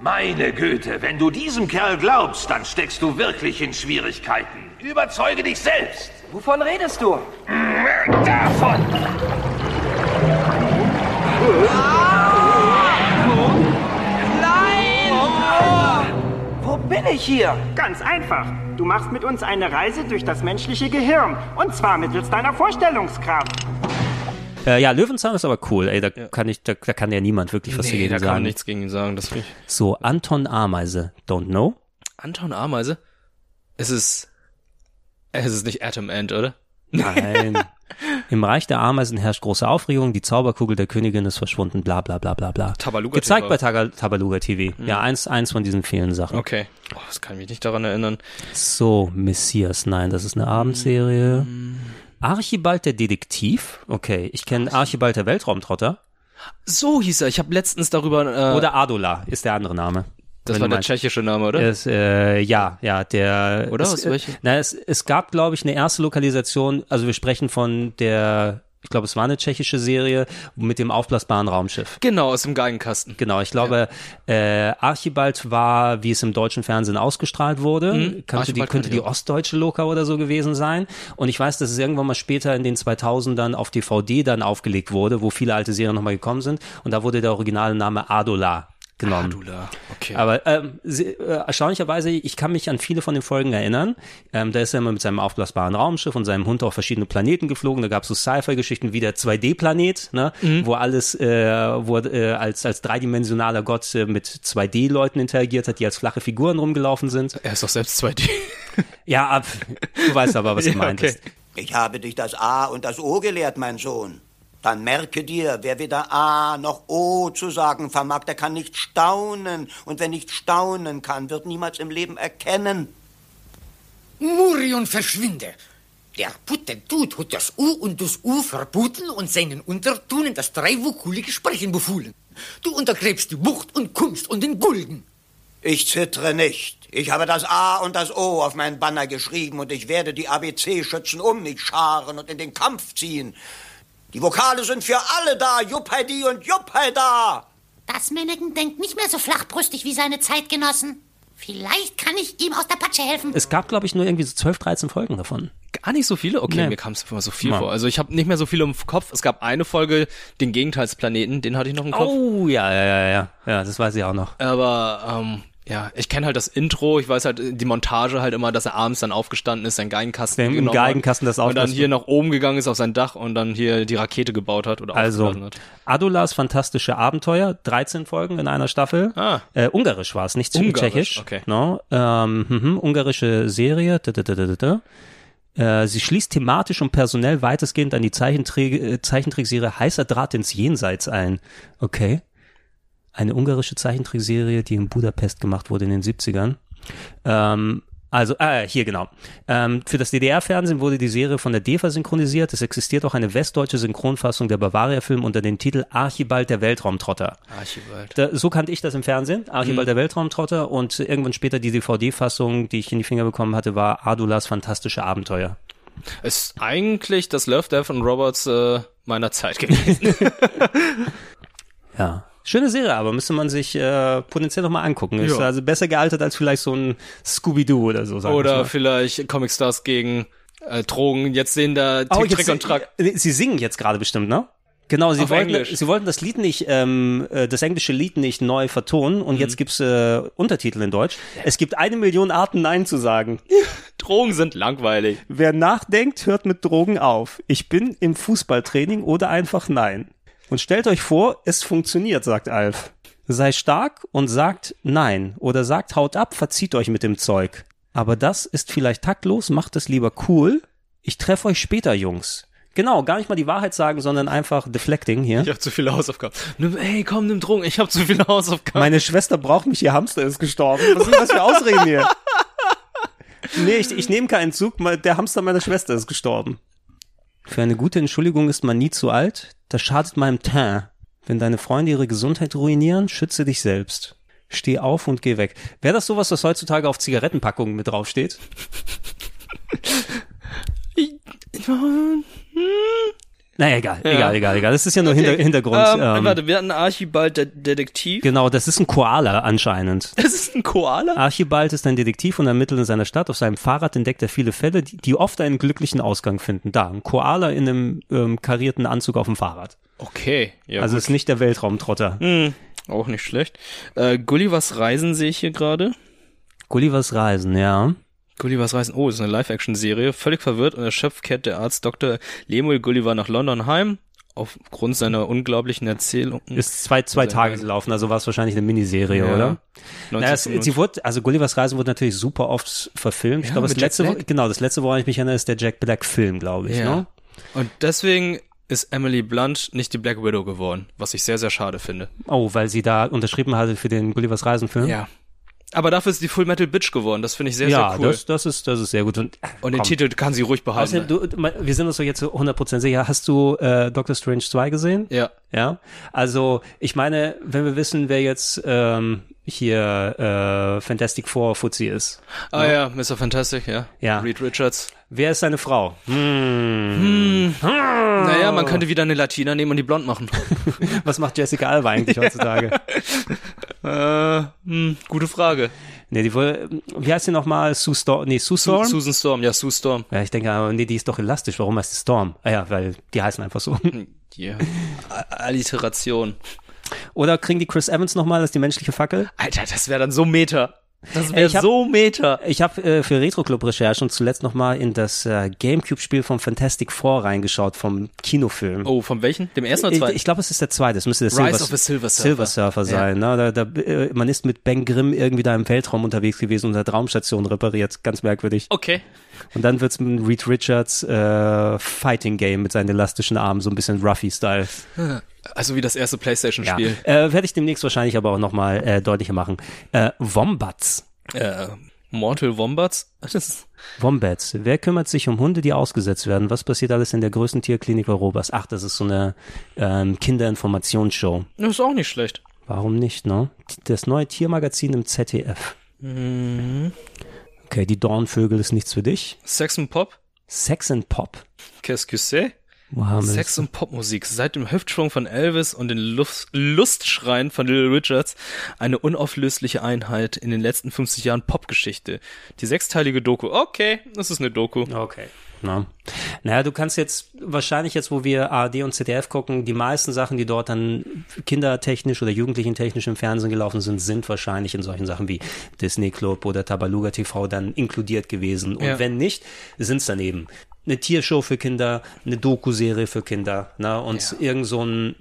Meine Güte, wenn du diesem Kerl glaubst, dann steckst du wirklich in Schwierigkeiten. Überzeuge dich selbst. Wovon redest du? Davon! Wo bin ich hier? Ganz einfach. Du machst mit uns eine Reise durch das menschliche Gehirn. Und zwar mittels deiner Vorstellungskraft. äh, ja, Löwenzahn ist aber cool, ey, da kann ich, da, da kann ja niemand wirklich was Nee, dagegen da sagen. kann man nichts gegen ihn sagen. Das finde ich. So, Anton Ameise, don't know? Anton Ameise? Es ist. Es ist nicht Atom End, oder? Nein. Im Reich der Ameisen herrscht große Aufregung, die Zauberkugel der Königin ist verschwunden, bla bla bla bla bla. Tabaluga TV. Gezeigt bei Taga- Tabaluga TV. Ja, eins, eins von diesen vielen Sachen. Okay. Oh, das kann ich mich nicht daran erinnern. So, Messias, nein, das Mhm. ist eine Abendserie. Archibald der Detektiv? Okay, ich kenne Archibald der Weltraumtrotter. So hieß er. Ich habe letztens darüber. Äh, Oder Adola ist der andere Name. Das Wenn war du der meinst. tschechische Name, oder? Es, äh, ja, ja, der. Oder? Es, äh, Aus welchem? Na, es, es gab, glaube ich, eine erste Lokalisation, also wir sprechen von der, ich glaube, es war eine tschechische Serie mit dem aufblasbaren Raumschiff. Genau, aus dem Geigenkasten. Genau, ich glaube, äh, Archibald war, wie es im deutschen Fernsehen ausgestrahlt wurde, Mhm. könnte, die, Archibald könnte kann ich die ostdeutsche Loka oder so gewesen sein. Und ich weiß, dass es irgendwann mal später in den 2000ern auf DVD dann aufgelegt wurde, wo viele alte Serien nochmal gekommen sind. Und da wurde der originale Name Adola genommen. Adula. Okay. Aber ähm, sie, äh, erstaunlicherweise, ich kann mich an viele von den Folgen erinnern. Ähm, da ist er immer mit seinem aufblasbaren Raumschiff und seinem Hund auf verschiedene Planeten geflogen. Da gab es so Sci-Fi-Geschichten wie der 2D-Planet, ne? Mhm. wo alles, äh, wo er, äh, als, als dreidimensionaler Gott äh, mit 2D-Leuten interagiert hat, die als flache Figuren rumgelaufen sind. Er ist doch selbst 2D. Ja, ab, du weißt aber, was Ja, gemeint okay. ist. Ich habe dich das A und das O gelehrt, mein Sohn. Dann merke dir, wer weder A noch O zu sagen vermag, der kann nicht staunen. Und wer nicht staunen kann, wird niemals im Leben erkennen. Murion, verschwinde! Der Puttentut hat das U und das U verboten und seinen Untertunen das dreivokulige Sprechen befohlen. Du untergräbst die Bucht und Kunst und den Gulden. Ich zittere nicht. Ich habe das A und das O auf meinen Banner geschrieben und ich werde die ABC-Schützen um mich scharen und in den Kampf ziehen. Die Vokale sind für alle da. Jupp, die und Jupp, da. Das Mannequin denkt nicht mehr so flachbrüstig wie seine Zeitgenossen. Vielleicht kann ich ihm aus der Patsche helfen. Es gab, glaube ich, nur irgendwie so 12, 13 Folgen davon. Gar nicht so viele? Okay, Nee. mir kam es immer so viel Mann. vor. Also ich habe nicht mehr so viele im Kopf. Es gab eine Folge, den Gegenteilsplaneten, den hatte ich noch im Kopf. Oh, ja, ja, ja, ja. Ja, das weiß ich auch noch. Aber ähm, Ja, ich kenne halt das Intro, ich weiß halt die Montage halt immer, dass er abends dann aufgestanden ist, seinen Geigenkasten Im genommen hat Geigenkasten das und dann aufgelassen. hier nach oben gegangen ist auf sein Dach und dann hier die Rakete gebaut hat oder Also, aufgelassen hat. Adulas fantastische Abenteuer, 13 Folgen in einer Staffel. Äh, Ungarisch war es, nicht Ungarisch, tschechisch. okay. No? Ähm, mhm, ungarische Serie. Da, da, da, da, da, da. Äh, Sie schließt thematisch und personell weitestgehend an die Zeichentrick, äh, Zeichentrickserie Heißer Draht ins Jenseits ein. Okay. Eine ungarische Zeichentrickserie, die in Budapest gemacht wurde in den 70ern. Ähm, also, äh, hier genau. Ähm, für das DDR-Fernsehen wurde die Serie von der DEFA synchronisiert. Es existiert auch eine westdeutsche Synchronfassung der Bavaria-Film unter dem Titel Archibald der Weltraumtrotter. Archibald. Da, so kannte ich das im Fernsehen, Mhm. Archibald der Weltraumtrotter. Und irgendwann später die DVD-Fassung, die ich in die Finger bekommen hatte, war Adulas fantastische Abenteuer. Ist eigentlich das Love, Death und Robots äh, meiner Zeit gewesen. Ja. Schöne Serie, aber müsste man sich äh, potenziell nochmal angucken. Ist Ja. also besser gealtert als vielleicht so ein Scooby-Doo oder so. sagen wir's oder mal. vielleicht Comic Stars gegen äh, Drogen. Jetzt sehen da Tick, Trick Oh, jetzt- Äh, und Track. Sie singen jetzt gerade bestimmt, ne? Genau, sie Auf wollten, Englisch. sie wollten das Lied nicht, ähm, äh, das englische Lied nicht neu vertonen Mhm. und jetzt gibt's äh, Untertitel in Deutsch. Es gibt eine Million Arten, Nein zu sagen. Drogen sind langweilig. Wer nachdenkt, hört mit Drogen auf. Ich bin im Fußballtraining oder einfach Nein. Und stellt euch vor, es funktioniert, sagt Alf. Sei stark und sagt Nein oder sagt Haut ab, verzieht euch mit dem Zeug. Aber das ist vielleicht taktlos, macht es lieber cool. Ich treffe euch später, Jungs. Genau, gar nicht mal die Wahrheit sagen, sondern einfach deflecting hier. Ich habe zu viele Hausaufgaben. Nimm, hey, komm, nimm Drogen. Ich habe zu viele Hausaufgaben. Meine Schwester braucht mich, ihr Hamster ist gestorben. Was sind das für Ausreden hier? Nee, ich, ich nehme keinen Zug, mein- der Hamster meiner Schwester ist gestorben. Für eine gute Entschuldigung ist man nie zu alt, das schadet meinem Teint. Wenn deine Freunde ihre Gesundheit ruinieren, schütze dich selbst. Steh auf und geh weg. Wäre das sowas, was heutzutage auf Zigarettenpackungen mit draufsteht? Na egal, Ja. egal, egal, egal. Das ist ja nur Hinter Hintergrund. Ähm, ähm, Warte, wir hatten Archibald, der Detektiv. genau, das ist ein Koala anscheinend. Das ist ein Koala? Archibald ist ein Detektiv und ermittelt in seiner Stadt. Auf seinem Fahrrad entdeckt er viele Fälle, die, die oft einen glücklichen Ausgang finden. Da, ein Koala in einem ähm, karierten Anzug auf dem Fahrrad. Okay. Ja, also gut. ist nicht der Weltraumtrotter. Hm, auch nicht schlecht. Äh, Gullivers Reisen sehe ich hier gerade. Gullivers Reisen, Hm. ja. Gullivers Reisen, oh, ist eine Live-Action-Serie. Völlig verwirrt und erschöpft kehrt der Arzt Dr. Lemuel Gulliver nach London heim. Aufgrund seiner unglaublichen Erzählungen. Ist zwei, zwei Tage gelaufen, also war es wahrscheinlich eine Miniserie, Ja. oder? Naja, es, 1995. sie wurde, also Gullivers Reisen wurde natürlich super oft verfilmt. ich Ja, glaube, das mit Jack letzte, wo- Black. genau, das letzte, woran ich mich erinnere, ist der Jack Black Film, glaube ich, Ja. ne? Und deswegen ist Emily Blunt nicht die Black Widow geworden, was ich sehr, sehr schade finde. Oh, weil sie da unterschrieben hatte für den Gullivers Reisen Film? Ja. Aber dafür ist die Full Metal Bitch geworden. Das finde ich sehr, ja, sehr cool. das, das ist, das ist sehr gut. Und, und den komm. Titel kann sie ruhig behalten. Außerdem, du, du- mein- wir sind uns doch jetzt so 100% sicher. Hast du äh, Doctor Strange 2 gesehen? Ja. Ja. Also, ich meine, wenn wir wissen, wer jetzt ähm, hier äh, Fantastic Four Fuzzi ist. ah ja, Mr. Fantastic, ja. Ja. Reed Richards. Wer ist seine Frau? Hm. Naja, man könnte wieder eine Latina nehmen und die blond machen. Hm? Was macht Jessica Alba eigentlich heutzutage? äh, hm, gute Frage. Nee, die wurde, wie heißt sie nochmal? Sue Storm? Nee, Sue Storm? Susan Storm, ja, Sue Storm. ja, ich denke, aber nee, die ist doch elastisch. Warum heißt sie Storm? Ah ja, weil die heißen einfach so. Yeah. A- Alliteration. Oder kriegen die Chris Evans nochmal als die menschliche Fackel? Alter, das wäre dann so Meta. Das Ey, wäre ich hab- so Meta. Ich habe äh, für Retro-Club-Recherchen zuletzt nochmal in das äh, Gamecube-Spiel vom Fantastic Four reingeschaut, vom Kinofilm. Oh, von welchen? Dem ersten oder Ich, zweiten? ich glaube, es ist der zweite. Es müsste der Rise Silver, of the Silver Surfer. Silver Surfer sein. Ne? Da, da, äh, man ist mit Ben Grimm irgendwie da im Weltraum unterwegs gewesen und hat Raumstationen repariert. Ganz merkwürdig. Okay. Und dann wird's mit Reed Richards äh, Fighting Game mit seinen elastischen Armen, so ein bisschen Ruffy-Style. Also wie das erste Ja. Playstation-Spiel. Äh, Werde ich demnächst wahrscheinlich aber auch nochmal äh, deutlicher machen. Äh, Wombats. Äh, Mortal Wombats? Das ist Wombats. Wer kümmert sich um Hunde, die ausgesetzt werden? Was passiert alles in der größten Tierklinik Europas? Ach, das ist so eine ähm, Kinderinformationsshow. Das ist auch nicht schlecht. Warum nicht, ne? Das neue Tiermagazin im ZDF. Okay, die Dornvögel ist nichts für dich. Sex and Pop? Sex and Pop. Qu'est-ce que c'est? Mohammed. Sex und Popmusik. Seit dem Hüftschwung von Elvis und den Lust Lustschreien von Little Richards eine unauflösliche Einheit in den letzten 50 Jahren Popgeschichte. Die sechsteilige Doku. Okay, das ist eine Doku. Okay. Na. Naja, du kannst jetzt wahrscheinlich jetzt, wo wir ARD und ZDF gucken, die meisten Sachen, die dort dann kindertechnisch oder jugendlichentechnisch im Fernsehen gelaufen sind, sind wahrscheinlich in solchen Sachen wie Disney Club oder Tabaluga TV dann inkludiert gewesen. Und Ja. wenn nicht, sind es daneben. Eine Tiershow für Kinder, eine Doku-Serie für Kinder ne? und irgend so ein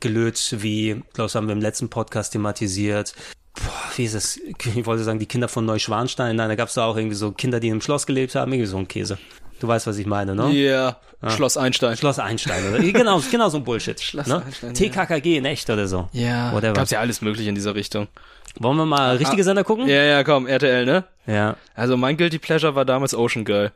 Gelöt wie, ich glaube, das haben wir im letzten Podcast thematisiert. Boah, wie ist das? Ich wollte sagen, die Kinder von Neuschwanstein. Nein, da gab es da auch irgendwie so Kinder, die im Schloss gelebt haben. Irgendwie so ein Käse. Du weißt, was ich meine, ne? Ja, Schloss Einstein. Schloss Einstein, oder? genau, genau so ein Bullshit. Schloss ne? Einstein, ja. TKKG in echt oder so. Ja, Whatever. gab's ja alles mögliche in dieser Richtung. Wollen wir mal richtige Sender gucken? Ja, ja, komm, RTL, ne? Ja. Also mein Guilty Pleasure war damals Ocean Girl.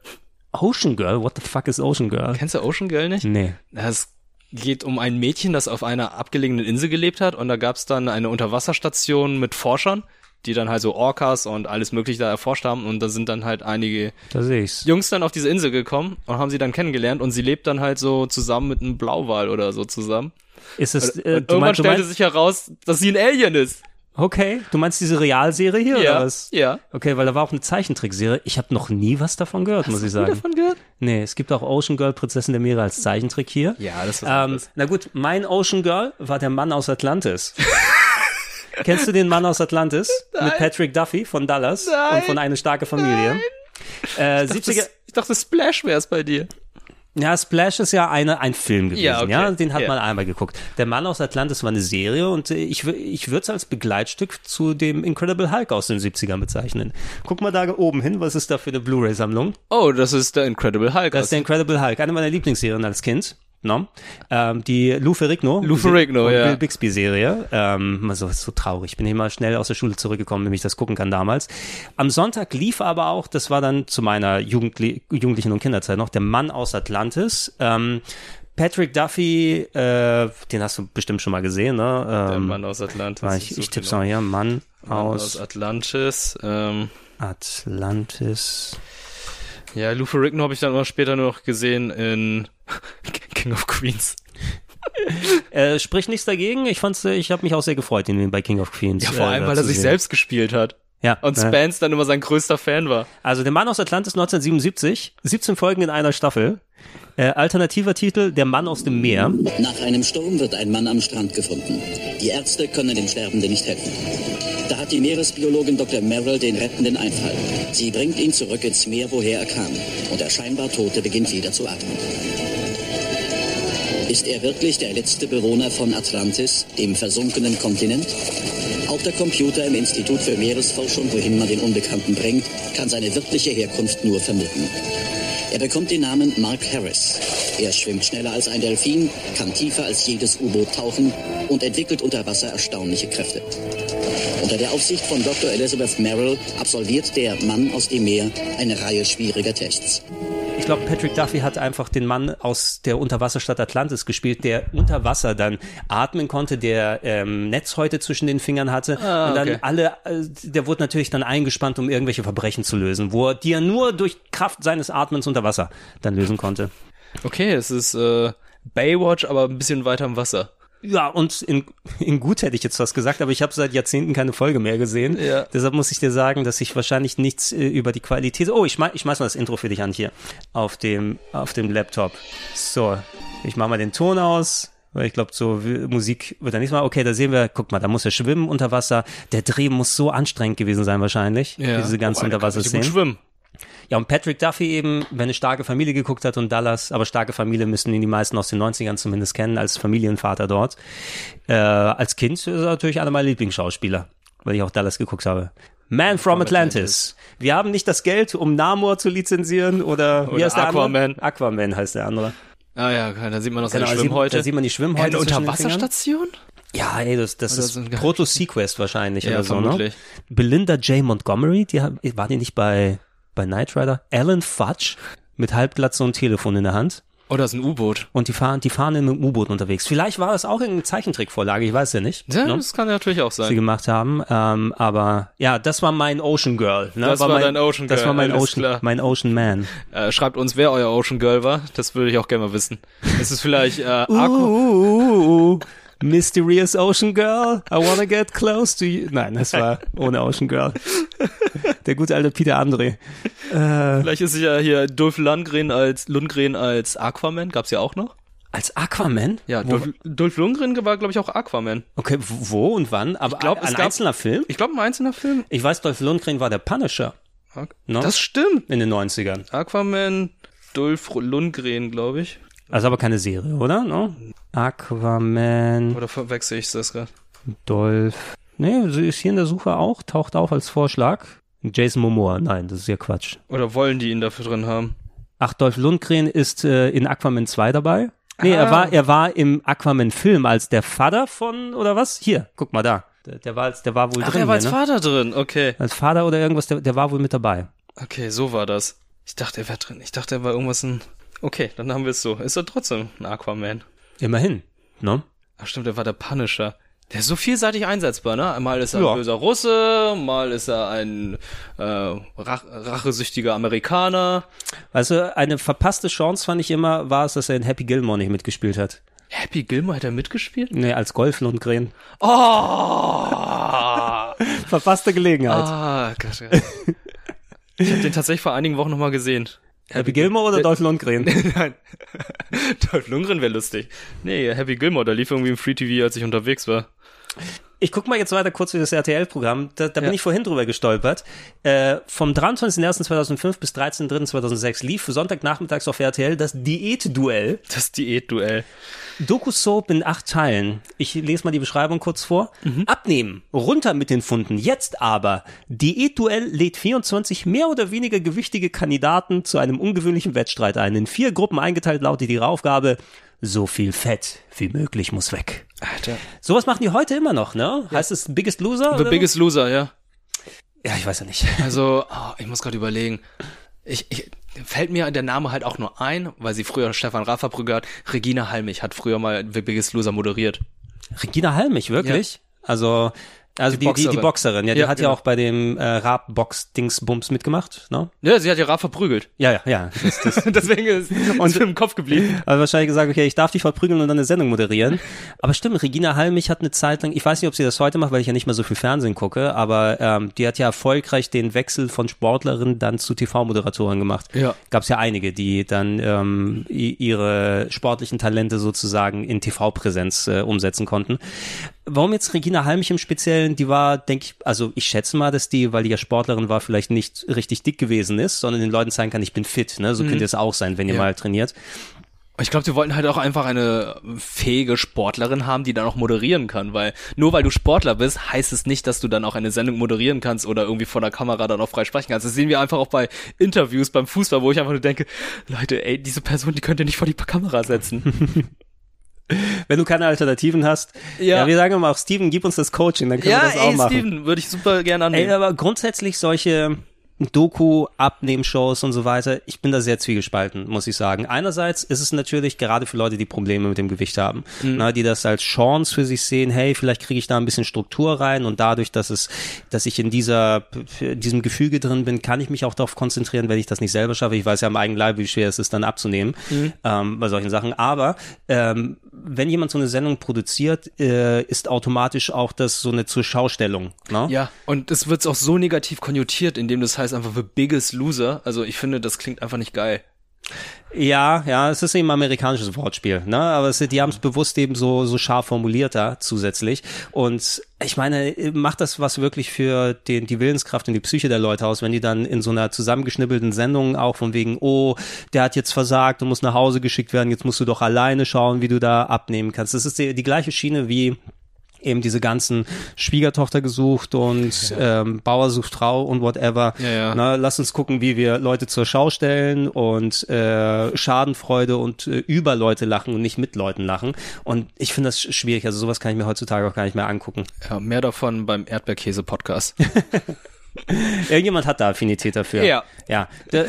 Ocean Girl? What the fuck is Ocean Girl? Kennst du Ocean Girl nicht? Nee. Es geht um ein Mädchen, das auf einer abgelegenen Insel gelebt hat und da gab's dann eine Unterwasserstation mit Forschern, die dann halt so Orcas und alles mögliche da erforscht haben und da sind dann halt einige Da sehe ich's. Jungs dann auf diese Insel gekommen und haben sie dann kennengelernt und sie lebt dann halt so zusammen mit einem Blauwal oder so zusammen. Ist es, Und- äh, und also, du irgendwann meinst- du stellte meinst- sich heraus, dass sie ein Alien ist. Okay, du meinst diese Realserie hier Ja, oder was? ja. Okay, weil da war auch eine Zeichentrickserie. Ich habe noch nie was davon gehört, muss ich nie sagen. davon gehört? Nee, es gibt auch Ocean Girl, Prinzessin der Meere als Zeichentrick hier. Ja, das ist was ähm, Na gut, mein Ocean Girl war der Mann aus Atlantis. Kennst du den Mann aus Atlantis? Mit Patrick Duffy von Dallas Nein. und von Eine starke Familie. Äh, 70er, Ich dachte, Splash wär's bei dir. ja, Splash ist ja eine, ein Film gewesen, ja, Ja, okay. den hat Ja. man einmal geguckt. Der Mann aus Atlantis war eine Serie und äh, ich, wür- ich würde es als Begleitstück zu dem Incredible Hulk aus den 70ern bezeichnen. Guck mal da oben hin, was ist da für eine Blu-ray-Sammlung? Oh, das ist der Incredible Hulk. Das ist der Incredible Hulk, eine meiner Lieblingsserien als Kind. No? Ähm, die Lou Ferrigno. Lou Ferrigno, ja. Bill Bixby-Serie. Ähm, so, so traurig. Bin immer schnell aus der Schule zurückgekommen, damit ich das gucken kann damals. Am Sonntag lief aber auch, das war dann zu meiner Jugendli Jugendlichen- und Kinderzeit noch, der Mann aus Atlantis. Ähm, Patrick Duffy, äh, den hast du bestimmt schon mal gesehen, ne? Ähm, der Mann aus Atlantis. Ich, ich So tipp's genau. mal hier. Mann, Mann aus aus Atlantis. Ähm, Atlantis. ja, Lou Ferrigno habe ich dann immer später nur noch gesehen in King of Queens. Äh, spricht nichts dagegen. Ich fand's, äh, ich habe mich auch sehr gefreut, ihn bei King of Queens. Ja, vor äh, allem, da weil er zu sich sehen. selbst gespielt hat. Ja. Und ja. Spence dann immer sein größter Fan war. Also der Mann aus Atlantis 1977, 17 Folgen in einer Staffel. Äh, alternativer Titel: Der Mann aus dem Meer. Nach einem Sturm wird ein Mann am Strand gefunden. Die Ärzte können dem Sterbenden nicht helfen. Da hat die Meeresbiologin Dr. Merrill den rettenden Einfall. Sie bringt ihn zurück ins Meer, woher er kam. Und der scheinbar Tote beginnt wieder zu atmen. Ist er wirklich der letzte Bewohner von Atlantis, dem versunkenen Kontinent? Auch der Computer im Institut für Meeresforschung, wohin man den Unbekannten bringt, kann seine wirkliche Herkunft nur vermuten. Er bekommt den Namen Mark Harris. Er schwimmt schneller als ein Delfin, kann tiefer als jedes U-Boot tauchen und entwickelt unter Wasser erstaunliche Kräfte. Unter der Aufsicht von Dr. Elizabeth Merrill absolviert der Mann aus dem Meer eine Reihe schwieriger Tests. Ich glaube, Patrick Duffy hat einfach den Mann aus der Unterwasserstadt Atlantis gespielt, der unter Wasser dann atmen konnte, der ähm, Netzhäute zwischen den Fingern hatte. Ah, und dann okay. alle, äh, der wurde natürlich dann eingespannt, um irgendwelche Verbrechen zu lösen, wo er die er nur durch Kraft seines Atmens unter Wasser dann lösen konnte. Okay, es ist äh, Baywatch, aber ein bisschen weiter im Wasser. Ja, und in, in gut hätte ich jetzt was gesagt, aber ich habe seit Jahrzehnten keine Folge mehr gesehen. Ja. Deshalb muss ich dir sagen, dass ich wahrscheinlich nichts äh, über die Qualität. Oh, ich, schmei ich schmeiß mal das Intro für dich an hier auf dem, auf dem Laptop. So, ich mache mal den Ton aus. Weil ich glaube, so wie- Musik wird da nichts machen. Okay, da sehen wir, guck mal, da muss er schwimmen unter Wasser. Der Dreh muss so anstrengend gewesen sein wahrscheinlich. Ja. Oh, Diese Wobei, ganzen der kann richtig gut Unterwasserszenen. schwimmen. Ja, und Patrick Duffy eben, wenn eine starke Familie geguckt hat und Dallas, aber starke Familie müssen ihn die meisten aus den 90ern zumindest kennen, als Familienvater dort. Äh, als Kind ist er natürlich einer meiner Lieblingsschauspieler, weil ich auch Dallas geguckt habe. Man from Atlantis. Wir haben nicht das Geld, um Namor zu lizenzieren oder, wie Oder heißt der Aquaman. Andere? Aquaman heißt der andere. Ah ja, da sieht man noch seine Genau, da sieht- Schwimmhäute. da sieht man die Schwimmhäute Eine zwischen den Unterwasserstation? Ja, ey, das, das Oder ist so ein Proto-Sequest wahrscheinlich Ja, oder so, vermutlich. ne? Belinda J. Montgomery, die hab- war die nicht bei, bei Knight Rider? Alan Fudge mit Halbglatze und Telefon in der Hand. Oh, das ist ein U-Boot. Und die fahren, die fahren in einem U-Boot unterwegs. Vielleicht war das auch irgendeine Zeichentrickvorlage, ich weiß ja nicht. Ja, ne? das kann ja natürlich auch was sie sein. gemacht haben. Ähm, aber ja, das war mein Ocean Girl. Ne? Das war mein, dein Ocean Das Girl, war mein alles Ocean, klar. mein Ocean Man. Äh, schreibt uns, wer euer Ocean Girl war. Das würde ich auch gerne mal wissen. Ist es vielleicht äh, Uh. Aqu uh, Ooh, mysterious Ocean Girl, I wanna get close to you. Nein, das war ohne Ocean Girl. Der gute alte Peter André. Vielleicht ist ja hier Dolph Lundgren als, Lundgren als Aquaman, gab's ja auch noch. Als Aquaman? Ja, Wo- Dolph, Dolph Lundgren war, glaube ich, auch Aquaman. Okay, wo und wann? Aber glaub, ein es gab- einzelner Film? Ich glaube, ein einzelner Film. Ich weiß, Dolph Lundgren war der Punisher. Ne? Das stimmt. In den 90ern. Aquaman, Dolph Lundgren, glaube ich. Also aber keine Serie, oder? No? Aquaman, Oder verwechsel ich das gerade? Dolph. Nee, sie ist hier in der Suche auch, taucht auf als Vorschlag. Jason Momoa, nein, das ist ja Quatsch. Oder wollen die ihn dafür drin haben? Ach, Dolph Lundgren ist äh, in Aquaman 2 dabei. Nee, er Ah. war er war im Aquaman Film als der Vater von oder was? Hier, guck mal da. Der, der war als der war wohl Ach, drin, er war als hier, ne? Vater drin, okay. Als Vater oder irgendwas, der, der war wohl mit dabei. Okay, so war das. Ich dachte, er wäre drin. Ich dachte, er war irgendwas ein. Okay, dann haben wir es so. Ist er trotzdem ein Aquaman? Immerhin, ne? Ach stimmt, er war der Punisher. Der ist so vielseitig einsetzbar, ne? Mal ist er Ja. ein böser Russe, mal ist er ein äh, rach rachesüchtiger Amerikaner. Weißt du, Also eine verpasste Chance fand ich immer, war es, dass er in Happy Gilmore nicht mitgespielt hat. Happy Gilmore hat er mitgespielt? Nee, als Golf Lundgren. Oh! Verpasste Gelegenheit. Ah, Gott, ja. Ich habe den tatsächlich vor einigen Wochen nochmal gesehen. Happy Gilmore oder Dolph Lundgren? Nein. Dolph Lundgren wäre lustig. Nee, Happy Gilmore, da lief irgendwie im Free TV, als ich unterwegs war. Ich guck mal jetzt weiter kurz für das RTL-Programm. Da, da bin ich vorhin drüber gestolpert. Äh, vom 23.01.2005 bis 13.03.2006 lief Sonntagnachmittags auf RTL das Diätduell. Das Diätduell. Doku-Soap in acht Teilen. Ich lese mal die Beschreibung kurz vor. Abnehmen, runter mit den Funden, jetzt aber. Diätduell lädt 24 mehr oder weniger gewichtige Kandidaten zu einem ungewöhnlichen Wettstreit ein. In vier Gruppen eingeteilt lautet ihre Aufgabe, so viel Fett wie möglich muss weg. Alter. Sowas machen die heute immer noch, ne? Heißt es Biggest Loser? The oder Biggest Loser, ja. Ja, ich weiß ja nicht. Also, ah, ich muss gerade überlegen. Ich, ich, fällt mir der Name halt auch nur ein, weil sie früher Stefan Raff verprügelt hat. Regina Halmich hat früher mal The Biggest Loser moderiert. Regina Halmich, wirklich? Also, also die, die, die, Boxerin. Boxerin, ja, die Ja, hat ja genau. auch bei dem äh, Rap-Box-Dingsbums mitgemacht, ne? Ja, sie hat ja Raff verprügelt. Ja, ja, ja. Das, das, Deswegen ist uns im Kopf geblieben. Also wahrscheinlich gesagt, okay, ich darf dich verprügeln und dann eine Sendung moderieren. Aber stimmt, Regina Halmich hat eine Zeit lang, ich weiß nicht, ob sie das heute macht, weil ich ja nicht mehr so viel Fernsehen gucke, aber ähm, die hat ja erfolgreich den Wechsel von Sportlerin dann zu TV-Moderatorin gemacht. Ja. Gab es ja einige, die dann ähm, i- ihre sportlichen Talente sozusagen in TV-Präsenz äh, umsetzen konnten. Warum jetzt Regina Halmich im Speziellen? Die war, denke ich, also ich schätze mal, dass die, weil die ja Sportlerin war, vielleicht nicht richtig dick gewesen ist, sondern den Leuten zeigen kann, ich bin fit. Ne? So Mhm. könnte es auch sein, wenn ihr Ja. mal trainiert. Ich glaube, sie wollten halt auch einfach eine fähige Sportlerin haben, die dann auch moderieren kann, weil nur weil du Sportler bist, heißt es nicht, dass du dann auch eine Sendung moderieren kannst oder irgendwie vor der Kamera dann auch frei sprechen kannst. Das sehen wir einfach auch bei Interviews beim Fußball, wo ich einfach nur denke, Leute, ey, diese Person, die könnt ihr nicht vor die Kamera setzen. Wenn du keine Alternativen hast. Ja. Ja. wir sagen immer auch, Steven, gib uns das Coaching, dann können wir das auch machen. Steven, würde ich super gerne Ey, annehmen. aber grundsätzlich solche Doku, Abnehmshows und so weiter, ich bin da sehr zwiegespalten, muss ich sagen. Einerseits ist es natürlich gerade für Leute, die Probleme mit dem Gewicht haben, na, die das als Chance für sich sehen, hey, vielleicht kriege ich da ein bisschen Struktur rein und dadurch, dass es, dass ich in dieser, diesem Gefüge drin bin, kann ich mich auch darauf konzentrieren, wenn ich das nicht selber schaffe. Ich weiß ja am eigenen Leib, wie schwer es ist, dann abzunehmen Mhm. ähm, bei solchen Sachen. Aber ähm, wenn jemand so eine Sendung produziert, äh, ist automatisch auch das so eine Zurschaustellung. Ne? Ja, und es wird auch so negativ konnotiert, indem das heißt einfach The Biggest Loser. Also ich finde, das klingt einfach nicht geil. Ja, ja, es ist eben ein amerikanisches Wortspiel, ne? Aber es, die haben es bewusst eben so, so scharf formuliert da zusätzlich. Und ich meine, macht das was wirklich für den, die Willenskraft und die Psyche der Leute aus, wenn die dann in so einer zusammengeschnibbelten Sendung auch von wegen, oh, der hat jetzt versagt und muss nach Hause geschickt werden, jetzt musst du doch alleine schauen, wie du da abnehmen kannst. Das ist die, die gleiche Schiene wie eben diese ganzen Schwiegertochter gesucht und ähm, Bauer sucht Frau und whatever. Ja, ja. Na, lass uns gucken, wie wir Leute zur Schau stellen und äh, Schadenfreude und äh, über Leute lachen und nicht mit Leuten lachen. Und ich finde das sch- schwierig. Also sowas kann ich mir heutzutage auch gar nicht mehr angucken. Ja, mehr davon beim Erdbeerkäse-Podcast. Irgendjemand hat da Affinität dafür. Ja. Ja. Der,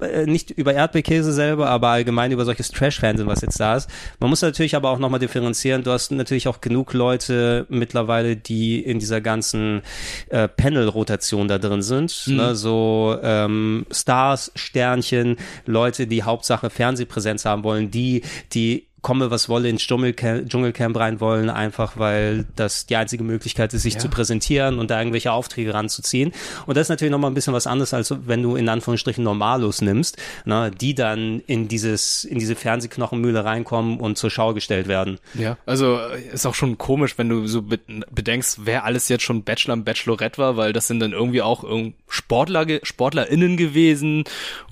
äh, äh, nicht über Erdbeerkäse selber, aber allgemein über solches Trash-Fernsehen, was jetzt da ist. Man muss natürlich aber auch nochmal differenzieren. Du hast natürlich auch genug Leute mittlerweile, die in dieser ganzen äh, Panel-Rotation da drin sind. Mhm. Ne? So ähm, Stars, Sternchen, Leute, die Hauptsache Fernsehpräsenz haben wollen, die, die komme, was wolle, ins Dschungelcamp, Dschungelcamp rein wollen, einfach weil das die einzige Möglichkeit ist, sich Ja. zu präsentieren und da irgendwelche Aufträge ranzuziehen. Und das ist natürlich nochmal ein bisschen was anderes, als wenn du in Anführungsstrichen Normalos nimmst, ne, die dann in dieses, in diese Fernsehknochenmühle reinkommen und zur Schau gestellt werden. Ja, also äh, ist auch schon komisch, wenn du so be bedenkst, wer alles jetzt schon Bachelor und Bachelorette war, weil das sind dann irgendwie auch irgend- Sportler, ge- SportlerInnen gewesen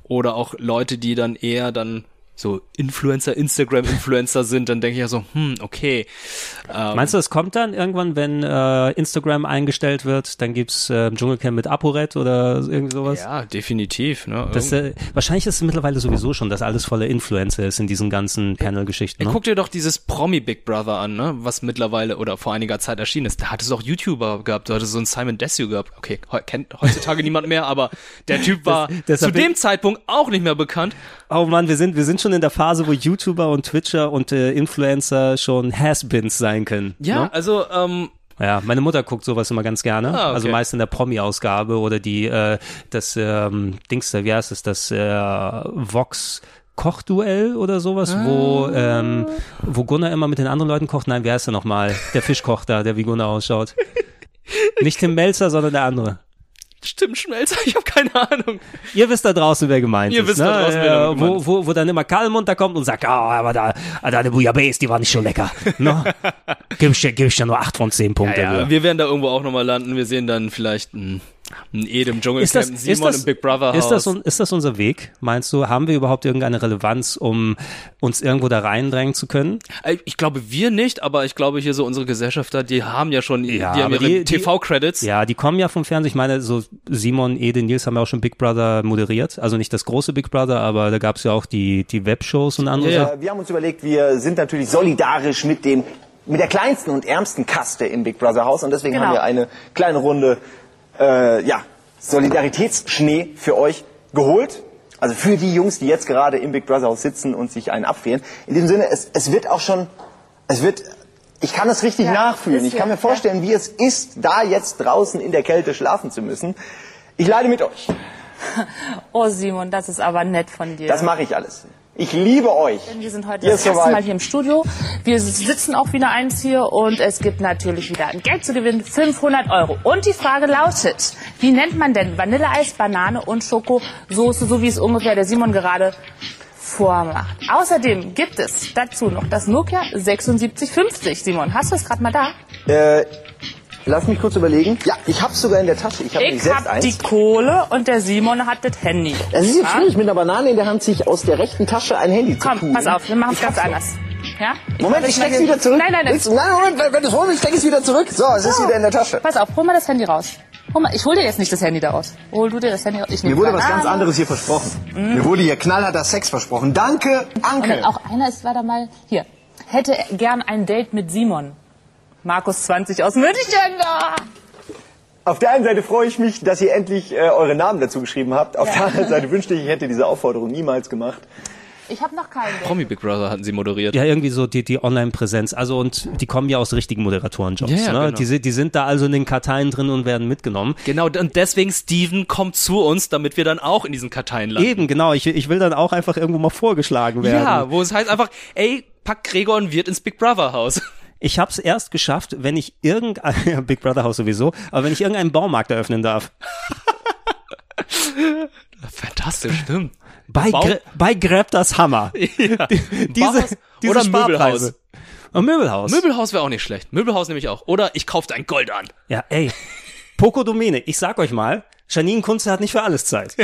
oder auch Leute, die dann eher dann so Influencer, Instagram-Influencer sind, dann denke ich ja so, hm, okay. Ähm, Meinst du, das kommt dann irgendwann, wenn äh, Instagram eingestellt wird, dann gibt's äh, Dschungelcamp mit ApoRed oder irgendwie sowas? Ja, definitiv. Ne? Das, äh, wahrscheinlich ist es mittlerweile sowieso schon, dass alles voller Influencer ist in diesen ganzen Panel-Geschichten. Ey, Ne? guck dir doch dieses Promi Big Brother an, ne? Was mittlerweile oder vor einiger Zeit erschienen ist. Da hat es auch YouTuber gehabt, da hatte so einen Simon Desue gehabt. Okay, he kennt heutzutage niemand mehr, aber der Typ war deshalb zu bin- dem Zeitpunkt auch nicht mehr bekannt. Oh Mann, wir sind, wir sind schon in der Phase, wo YouTuber und Twitcher und äh, Influencer schon Has-Beens sein können. Ja, Ne? also ähm, Ja, meine Mutter guckt sowas immer ganz gerne. Ah, okay. Also meist in der Promi-Ausgabe oder die, äh, das, ähm, Dings, da, wie heißt es, das, äh, Vox Kochduell oder sowas, wo, Ah. ähm, wo Gunnar immer mit den anderen Leuten kocht. Nein, wer ist der nochmal? Der Fischkoch da, der wie Gunnar ausschaut. Nicht Tim Melzer, sondern der andere. stimmt Schmelzer, ich habe keine Ahnung. Ihr wisst da draußen, wer gemeint Ihr ist. wisst ne? da draußen, wer Ja, damit gemeint wo, wo, wo dann immer Karl munter kommt und sagt, ah, aber da, ah, deine Bouillabaisse, die war nicht so lecker. Ne? gib, ich dir, gib ich dir nur 8 von 10 Punkte. Ja, für. ja, wir werden da irgendwo auch nochmal landen. Wir sehen dann vielleicht einen, einen Ed im Dschungelcamp, einen Simon im Big Brother Haus. ist, das, un- ist das unser Weg? Meinst du, haben wir überhaupt irgendeine Relevanz, um uns irgendwo da reindrängen zu können? Ey, Ich glaube, wir nicht, aber ich glaube hier so unsere Gesellschafter, die haben ja schon, die haben aber ihre TV-Credits. Ja, die kommen ja vom Fernsehen. Ich meine, so Simon, Ede, Nils haben ja auch schon Big Brother moderiert. Also nicht das große Big Brother, aber da gab es ja auch die, die Webshows und andere Sachen. Wir haben uns überlegt, wir sind natürlich solidarisch mit dem mit der kleinsten und ärmsten Kaste im Big Brother Haus und deswegen Genau. haben wir eine kleine Runde äh, ja, Solidaritätsschnee für euch geholt. Also für die Jungs, die jetzt gerade im Big Brother Haus sitzen und sich einen abfrieren. In dem Sinne, es, es wird auch schon, es wird, ich kann es richtig nachfühlen. ist Ich kann ja, mir vorstellen, wie es ist, da jetzt draußen in der Kälte schlafen zu müssen. Ich leide mit euch. Oh Simon, das ist aber nett von dir. Das mache ich alles. Ich liebe euch. Denn wir sind heute Ihr das ist erste soweit. Mal hier im Studio. Wir sitzen auch wieder eins hier und es gibt natürlich wieder ein Geld zu gewinnen, 500 Euro. Und die Frage lautet, wie nennt man denn Vanilleeis, Banane und Schokosoße, so wie es ungefähr der Simon gerade vormacht. Außerdem gibt es dazu noch das Nokia 7650. Simon, hast du es gerade mal da? Äh, lass mich kurz überlegen. Ja, ich hab's sogar in der Tasche. Ich habe Ich selbst hab eins. die Kohle und der Simon hat das Handy. Es ist jetzt Ja? schwierig, mit einer Banane in der Hand sich aus der rechten Tasche ein Handy zu Komm, tun. pass auf, wir machen es Ich ganz hab's anders. Ja? noch. Moment, ich steck's mache- wieder zurück. Nein, nein, nein. Willst du- nein Moment, wenn- wenn du es holst, steck ich's wieder zurück. So, es ist So. wieder in der Tasche. Pass auf, hol mal das Handy raus. Hol mal, ich hol dir jetzt nicht das Handy da raus. Hol du dir das Handy raus. Ich nehm Mir wurde was Bananen. ganz anderes hier versprochen. Mhm. Mir wurde hier knallharter Sex versprochen. Danke, Und Anke. auch einer, es war da mal, hier, hätte gern ein Date mit Simon. Markus 20 aus München. da. Auf der einen Seite freue ich mich, dass ihr endlich äh, eure Namen dazu geschrieben habt. Auf der anderen Seite wünschte ich, ich hätte diese Aufforderung niemals gemacht. Ich habe noch keinen. Promi Big Brother hatten sie moderiert. Ja, irgendwie so die, die Online-Präsenz. Also und die kommen ja aus richtigen Moderatorenjobs. Ja, ja, ne? genau. die, sind- die sind da also in den Karteien drin und werden mitgenommen. Genau, und deswegen Steven kommt zu uns, damit wir dann auch in diesen Karteien landen. Eben, genau. Ich, ich will dann auch einfach irgendwo mal vorgeschlagen werden. Ja, wo es heißt einfach, ey, pack Gregor und Wirt ins Big Brother Haus. Ich hab's erst geschafft, wenn ich irgendein Big Brother Haus sowieso, aber wenn ich irgendeinen Baumarkt eröffnen darf. Fantastisch, stimmt. Bei, Bau- Gre- bei Grab das Hammer. Diese, diese Oder Sparpreise. Möbelhaus. Und Möbelhaus. Möbelhaus wäre auch nicht schlecht. Möbelhaus nehme ich auch. Oder ich kauf dein Gold an. ja, ey. Poco Domene, ich sag euch mal, Janine Kunze hat nicht für alles Zeit.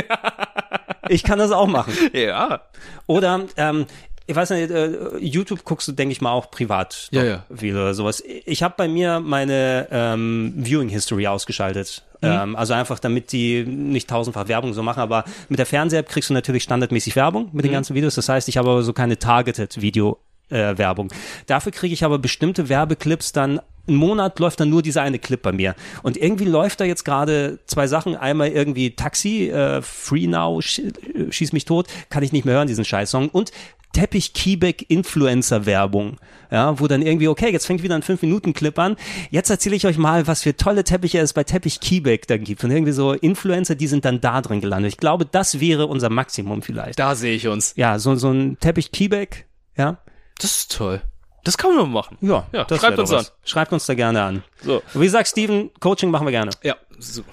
Ich kann das auch machen. Ja. Oder, ähm, ich weiß nicht, äh, YouTube guckst du, denke ich mal, auch privat. Ja, doch ja. Viel oder sowas. Ich habe bei mir meine ähm, Viewing History ausgeschaltet. Mhm. Ähm, also einfach, damit die nicht tausendfach Werbung so machen, aber mit der Fernseh-App kriegst du natürlich standardmäßig Werbung mit den Mhm. ganzen Videos. Das heißt, ich habe aber so keine Targeted-Video. Äh, Werbung. Dafür kriege ich aber bestimmte Werbeclips dann einen Monat läuft dann nur dieser eine Clip bei mir. Und irgendwie läuft da jetzt gerade zwei Sachen. Einmal irgendwie Taxi, äh, Free Now, sch äh, Schieß mich tot, kann ich nicht mehr hören, diesen Scheißsong. Und Teppich Kiebeck Influencer Werbung. Ja, wo dann irgendwie, okay, jetzt fängt wieder ein 5-Minuten-Clip an. Jetzt erzähle ich euch mal, was für tolle Teppiche es bei Teppich Kiebeck dann gibt. Und irgendwie so Influencer, die sind dann da drin gelandet. Ich glaube, das wäre unser Maximum vielleicht. Da sehe ich uns. Ja, so, so ein Teppich Kiebeck, ja. Das ist toll. Das kann man mal machen. Ja, Ja, das schreibt wär doch uns was. an. Schreibt uns da gerne an. So. Wie gesagt, Steven, Coaching machen wir gerne. Ja, so.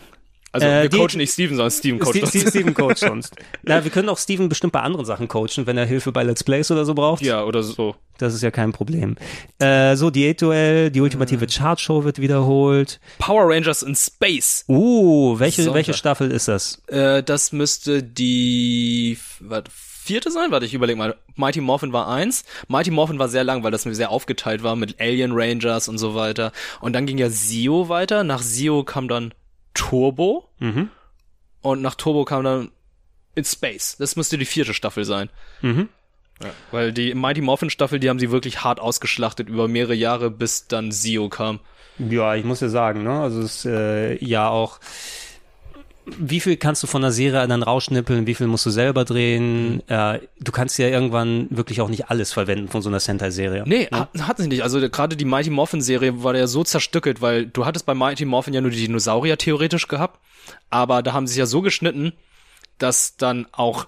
Also Äh, wir die- coachen nicht Steven, sondern Steven coacht Ste- uns. Ste- Steven coacht uns. Na, wir können auch Steven bestimmt bei anderen Sachen coachen, wenn er Hilfe bei Let's Plays oder so braucht. Ja, oder so. Das ist ja kein Problem. Äh, so, Diätduell, die ultimative Chartshow wird wiederholt. Power Rangers in Space. Uh, welche, Sonntag. welche Staffel ist das? Äh, das müsste die warte, vierte sein. Warte, ich überlege mal. Mighty Morphin war eins. Mighty Morphin war sehr lang, weil das mir sehr aufgeteilt war mit Alien Rangers und so weiter. Und dann ging ja Zio weiter. Nach Zio kam dann Turbo. Mhm. Und nach Turbo kam dann In Space. Das müsste die vierte Staffel sein. Mhm. Ja, weil die Mighty Morphin Staffel, die haben sie wirklich hart ausgeschlachtet über mehrere Jahre, bis dann Zio kam. Ja, ich muss ja sagen, ne? Also es ist äh, ja auch. Wie viel kannst du von der Serie dann rausschnippeln? Wie viel musst du selber drehen? Äh, du kannst ja irgendwann wirklich auch nicht alles verwenden von so einer Sentai-Serie. Nee, ha- hatten sie nicht. Also der- gerade die Mighty Morphin Serie war ja so zerstückelt, weil du hattest bei Mighty Morphin ja nur die Dinosaurier theoretisch gehabt, aber da haben sie es ja so geschnitten, dass dann auch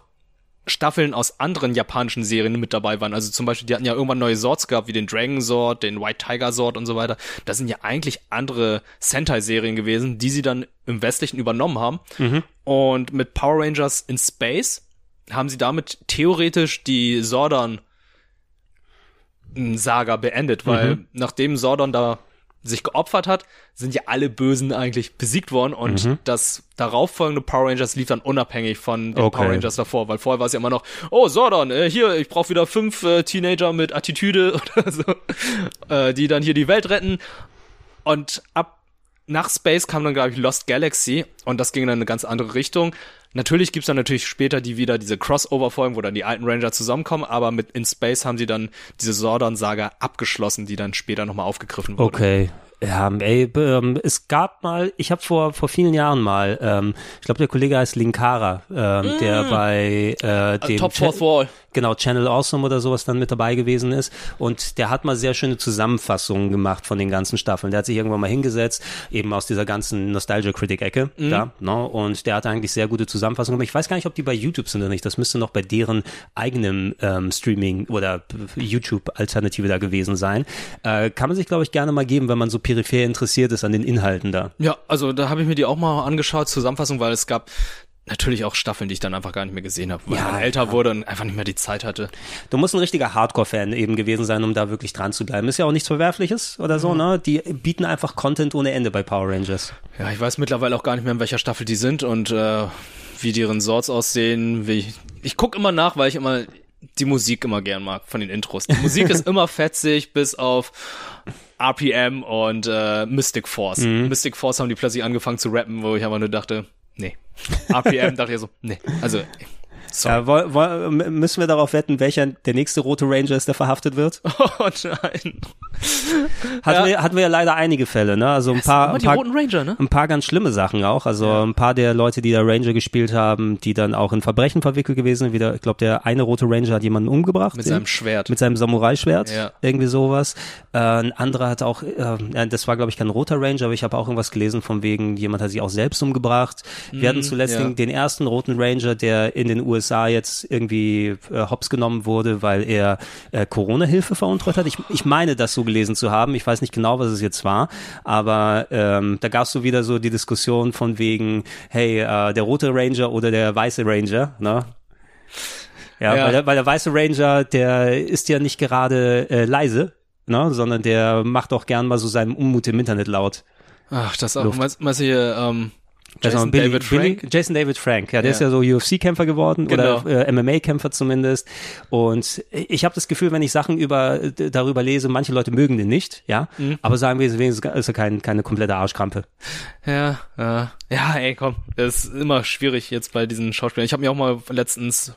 Staffeln aus anderen japanischen Serien mit dabei waren. Also zum Beispiel, die hatten ja irgendwann neue Swords gehabt, wie den Dragon Sword, den White Tiger Sword und so weiter. Das sind ja eigentlich andere Sentai-Serien gewesen, die sie dann im Westlichen übernommen haben. Mhm. Und mit Power Rangers in Space haben sie damit theoretisch die Sordern Saga beendet, weil Mhm. nachdem Sordon da sich geopfert hat, sind ja alle Bösen eigentlich besiegt worden und Mhm. das darauffolgende Power Rangers lief dann unabhängig von den Okay. Power Rangers davor, weil vorher war es ja immer noch, oh Sordon, äh, hier, ich brauche wieder fünf äh, Teenager mit Attitüde oder so, äh, die dann hier die Welt retten und ab nach Space kam dann, glaube ich, Lost Galaxy und das ging dann in eine ganz andere Richtung. Natürlich gibt's dann natürlich später die wieder diese Crossover-Folgen, wo dann die alten Ranger zusammenkommen, aber mit In Space haben sie dann diese Sordon-Saga abgeschlossen, die dann später nochmal aufgegriffen wurde. Okay. Ja, ey, b- ähm, es gab mal, ich habe vor vor vielen Jahren mal, ähm, ich glaube der Kollege heißt Linkara, ähm, Mm. der bei äh, dem Top Cha- Fourth Wall. genau Channel Awesome oder sowas dann mit dabei gewesen ist und der hat mal sehr schöne Zusammenfassungen gemacht von den ganzen Staffeln. Der hat sich irgendwann mal hingesetzt, eben aus dieser ganzen Nostalgia Critic Ecke, Mm. da, ne? Und der hatte eigentlich sehr gute Zusammenfassungen, aber ich weiß gar nicht, ob die bei YouTube sind oder nicht. Das müsste noch bei deren eigenem ähm, Streaming oder YouTube Alternative da gewesen sein. Äh, kann man sich glaube ich gerne mal geben, wenn man so peripher interessiert ist an den Inhalten da. Ja, also da habe ich mir die auch mal angeschaut, Zusammenfassung, weil es gab natürlich auch Staffeln, die ich dann einfach gar nicht mehr gesehen habe, weil Ja, man älter wurde und einfach nicht mehr die Zeit hatte. Du musst ein richtiger Hardcore-Fan eben gewesen sein, um da wirklich dran zu bleiben. Ist ja auch nichts Verwerfliches oder Mhm. so, ne? Die bieten einfach Content ohne Ende bei Power Rangers. Ja, ich weiß mittlerweile auch gar nicht mehr, in welcher Staffel die sind und äh, wie deren Sorts aussehen. Wie ich ich guck immer nach, weil ich immer die Musik immer gern mag von den Intros. Die Musik ist immer fetzig, bis auf RPM und äh, Mystic Force. Mhm. Mystic Force haben die plötzlich angefangen zu rappen, wo ich aber nur dachte, nee. RPM dachte ich so, nee. Also, sorry. Ja, woll- woll- m- müssen wir darauf wetten, welcher der nächste rote Ranger ist, der verhaftet wird? Oh nein. Hatten, wir, hatten wir ja leider einige Fälle, ne? Also ein paar, immer ein die paar, roten Ranger, ne? ein paar ganz schlimme Sachen auch. Also ein paar der Leute, die da Ranger gespielt haben, die dann auch in Verbrechen verwickelt gewesen sind. Wieder, ich glaube, der eine rote Ranger hat jemanden umgebracht. Mit Ja. seinem Schwert. Mit seinem Samurai-Schwert. Ja. Irgendwie sowas. Äh, ein anderer hat auch, äh, ja, das war glaube ich kein roter Ranger, aber ich habe auch irgendwas gelesen von wegen, jemand hat sich auch selbst umgebracht. Wir hatten Mhm, zuletzt ja. den, den ersten roten Ranger, der in den USA jetzt irgendwie äh, hops genommen wurde, weil er äh, Corona-Hilfe veruntreut hat. Ich, ich meine, das so gelesen zu haben. Ich weiß nicht genau, was es jetzt war, aber ähm, da gab's so wieder so die Diskussion von wegen, hey, äh, der rote Ranger oder der weiße Ranger, ne? Ja, Ja. Weil, der, weil der weiße Ranger, der ist ja nicht gerade äh, leise, ne? sondern der macht auch gern mal so seinen Unmut im Internet laut. Ach, das auch. Luft. Meinst, meinst du hier, ähm, Das Jason war Billy- David Frank? Billy, Jason David Frank, ja, der Ja. ist ja so UFC-Kämpfer geworden Genau. oder äh, MMA-Kämpfer zumindest. Und ich habe das Gefühl, wenn ich Sachen über d- darüber lese, manche Leute mögen den nicht, ja. Mhm. Aber sagen wir wenigstens ist er kein, keine komplette Arschkrampe. Ja, äh, ja, ey, komm. Es ist immer schwierig jetzt bei diesen Schauspielern. Ich habe mir auch mal letztens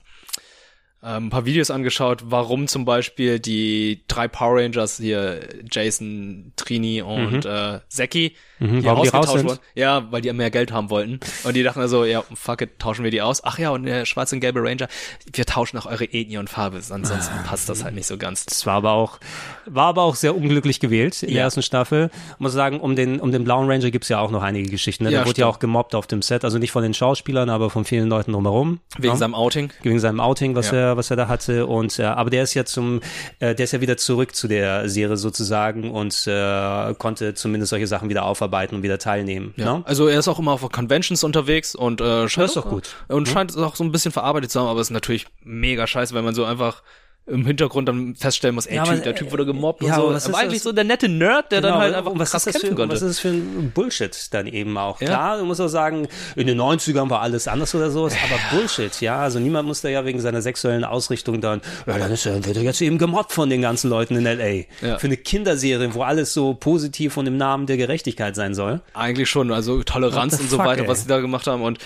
ähm, ein paar Videos angeschaut, warum zum Beispiel die drei Power Rangers hier, Jason, Trini und Mhm. äh, Zeki, Mhm, hier warum die raus ausgetauscht sind? wurden. Ja, weil die mehr Geld haben wollten. Und die dachten also, ja, fuck it, tauschen wir die aus. Ach ja, und der schwarze und gelbe Ranger, wir tauschen auch eure Ethnie und Farbe, ansonsten passt das halt nicht so ganz. Ah, Das war aber auch, war aber auch sehr unglücklich gewählt in der Ja. ersten Staffel. Muss sagen, um den, um den blauen Ranger gibt's ja auch noch einige Geschichten. Ne? Ja, der wurde ja stimmt. auch gemobbt auf dem Set, also nicht von den Schauspielern, aber von vielen Leuten drumherum. Wegen Ja. seinem Outing. Wegen seinem Outing, was Ja. er, was er da hatte. Und äh, aber der ist ja zum, äh, der ist ja wieder zurück zu der Serie sozusagen und äh, konnte zumindest solche Sachen wieder aufarbeiten und wieder teilnehmen. Ja. Ne? Also er ist auch immer auf Conventions unterwegs und äh, scheint ist doch gut. Ne? Und scheint es auch so ein bisschen verarbeitet zu haben, aber es ist natürlich mega scheiße, wenn man so einfach im Hintergrund dann feststellen muss, ey, Ja, typ, aber, äh, der Typ wurde gemobbt ja, und so. aber was aber ist eigentlich das? so der nette Nerd, der dann Genau, halt aber einfach was krass ist das kämpfen für, konnte. was ist das für ein Bullshit dann eben auch? Ja. Klar, du musst auch sagen, in den 90ern war alles anders oder so, ist aber Bullshit, ja. Also niemand muss da ja wegen seiner sexuellen Ausrichtung dann, ja, dann ist er, wird er jetzt eben gemobbt von den ganzen Leuten in L.A. Ja. Für eine Kinderserie, wo alles so positiv und im Namen der Gerechtigkeit sein soll. Eigentlich schon, also Toleranz What the und so fuck, weiter, ey? was sie da gemacht haben. Und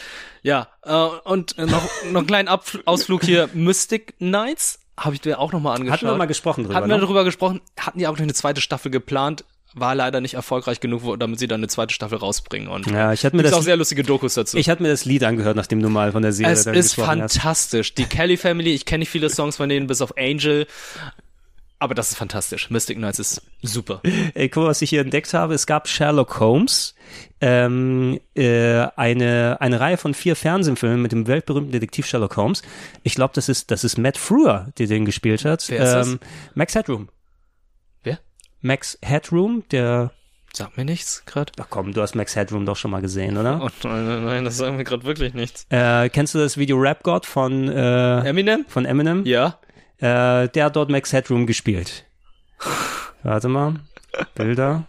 ja, äh, und noch, noch einen kleinen Abfl Ausflug hier, Mystic Knights, habe ich mir auch nochmal angeschaut. Hatten wir mal gesprochen drüber, Hatten wir ne? drüber gesprochen, hatten ja auch noch eine zweite Staffel geplant, war leider nicht erfolgreich genug, wo- damit sie dann eine zweite Staffel rausbringen. Und Ja, ich hatte mir gibt's das- auch sehr lustige Dokus dazu. Ich hatte mir das Lied angehört, nachdem du mal von der Serie es dann ist gesprochen hast. fantastisch. Die Kelly Family, ich kenne nicht viele Songs von denen, bis auf Angel. Aber das ist fantastisch. Mystic Knights ist super. Ey, Äh, guck mal, was ich hier entdeckt habe. Es gab Sherlock Holmes, ähm, äh, eine, eine Reihe von vier Fernsehfilmen mit dem weltberühmten Detektiv Sherlock Holmes. Ich glaube, das ist, das ist Matt Frewer, der den gespielt hat. Ähm, Wer ist das? Max Headroom. Wer? Max Headroom, der. Sagt mir nichts gerade. Ach komm, du hast Max Headroom doch schon mal gesehen, oder? Oh nein, nein, nein, das sagen wir gerade wirklich nichts. Äh, kennst du das Video Rap God von äh, Eminem? Von Eminem? Ja. Äh, der hat dort Max Headroom gespielt. Warte mal. Bilder.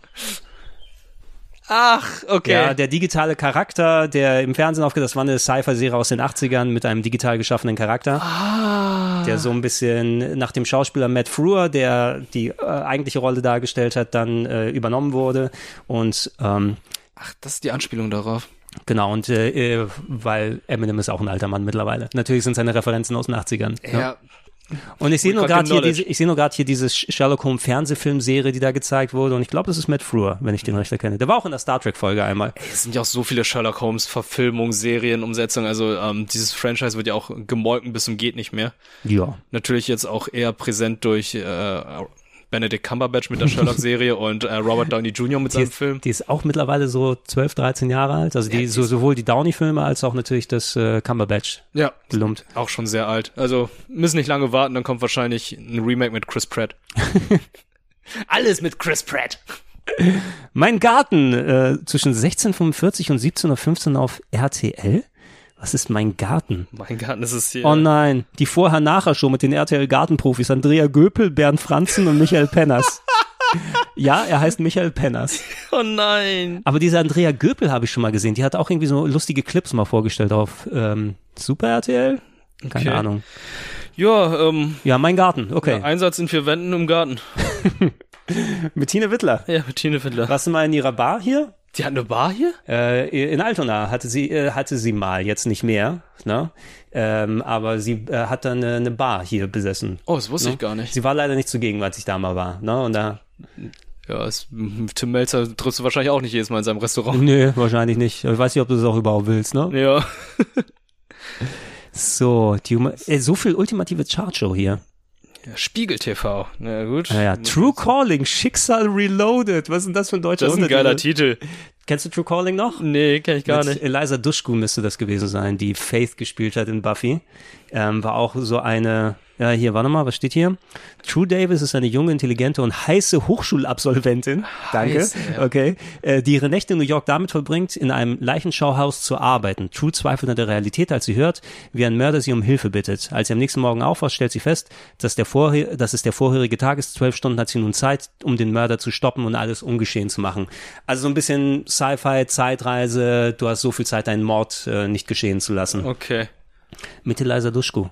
Ach, okay. Ja, der digitale Charakter, der im Fernsehen aufgeht, das war eine Sci-Fi-Serie aus den 80ern mit einem digital geschaffenen Charakter. Ah. Der so ein bisschen nach dem Schauspieler Matt Frewer, der die äh, eigentliche Rolle dargestellt hat, dann äh, übernommen wurde. Und ähm, Ach, das ist die Anspielung darauf. Genau, und äh, äh, weil Eminem ist auch ein alter Mann mittlerweile. Natürlich sind seine Referenzen aus den 80ern. ne? Ja. Und ich sehe We nur got gerade the hier, knowledge. diese, ich sehe nur gerade hier diese Sch- Sherlock Holmes Fernsehfilmserie, die da gezeigt wurde. Und ich glaube, das ist Matt Frewer, wenn ich den recht erkenne. Der war auch in der Star Trek Folge einmal. Es sind ja auch so viele Sherlock Holmes Verfilmungen, Serien, Umsetzungen. Also ähm, dieses Franchise wird ja auch gemolken bis zum geht nicht mehr. Ja. Natürlich jetzt auch eher präsent durch äh, Benedict Cumberbatch mit der Sherlock-Serie und äh, Robert Downey Jr. mit Die seinem ist, Film. die ist auch mittlerweile so 12, 13 Jahre alt. Also die, so, sowohl die Downey-Filme als auch natürlich das äh, Cumberbatch. Ja. Gelumpt. Auch schon sehr alt. Also müssen nicht lange warten, dann kommt wahrscheinlich ein Remake mit Chris Pratt. Alles mit Chris Pratt. Mein Garten äh, zwischen 16.45 und 17.15 Uhr auf RTL? Was ist mein Garten? Mein Garten, das ist hier. Oh nein, die Vorher-Nachher-Show mit den RTL-Gartenprofis Andrea Göpel, Bernd Franzen und Michael Penners. ja, er heißt Michael Penners. oh nein. Aber diese Andrea Göpel habe ich schon mal gesehen. Die hat auch irgendwie so lustige Clips mal vorgestellt auf ähm, Super RTL? Keine Okay. Ahnung. Ja, ähm, Ja, mein Garten, okay. Einsatz in vier Wänden im Garten. Mit Tine Wittler. Ja, mit Tine Wittler. Warst du mal in ihrer Bar hier? Die hat eine Bar hier? Äh, in Altona hatte sie, äh, hatte sie mal, jetzt nicht mehr. Ne? Ähm, aber sie äh, hat dann eine, eine Bar hier besessen. Oh, das wusste ne? ich gar nicht. Sie war leider nicht zugegen, als ich da mal war. Ne? Und da Ja, es, hm, Tim Melzer triffst du wahrscheinlich auch nicht jedes Mal in seinem Restaurant. Nö, wahrscheinlich nicht. Ich weiß nicht, ob du das auch überhaupt willst, ne? Ja. So, die, Huma- äh, so viel ultimative Chartshow hier. ja Spiegel TV. Na gut. Naja, True Calling, Schicksal Reloaded. Was ist denn das für ein deutscher Das ist ein Untertitel? geiler Titel. Kennst du True Calling noch? Nee, kenn ich gar Mit nicht. Eliza Dushku müsste das gewesen sein, die Faith gespielt hat in Buffy. Ähm, war auch so eine, ja, hier, warte mal, was steht hier? True Davis ist eine junge, intelligente und heiße Hochschulabsolventin. Danke. Heiß, ja. Okay. Äh, die ihre Nächte in New York damit verbringt, in einem Leichenschauhaus zu arbeiten. True zweifelt an der Realität, als sie hört, wie ein Mörder sie um Hilfe bittet. Als sie am nächsten Morgen aufwacht, stellt sie fest, dass, der vorher, dass es der vorherige Tag ist. Zwölf Stunden hat sie nun Zeit, um den Mörder zu stoppen und alles ungeschehen zu machen. Also so ein bisschen Sci-Fi, Zeitreise. Du hast so viel Zeit, deinen Mord äh, nicht geschehen zu lassen. Okay. Mit Eliza Duschku.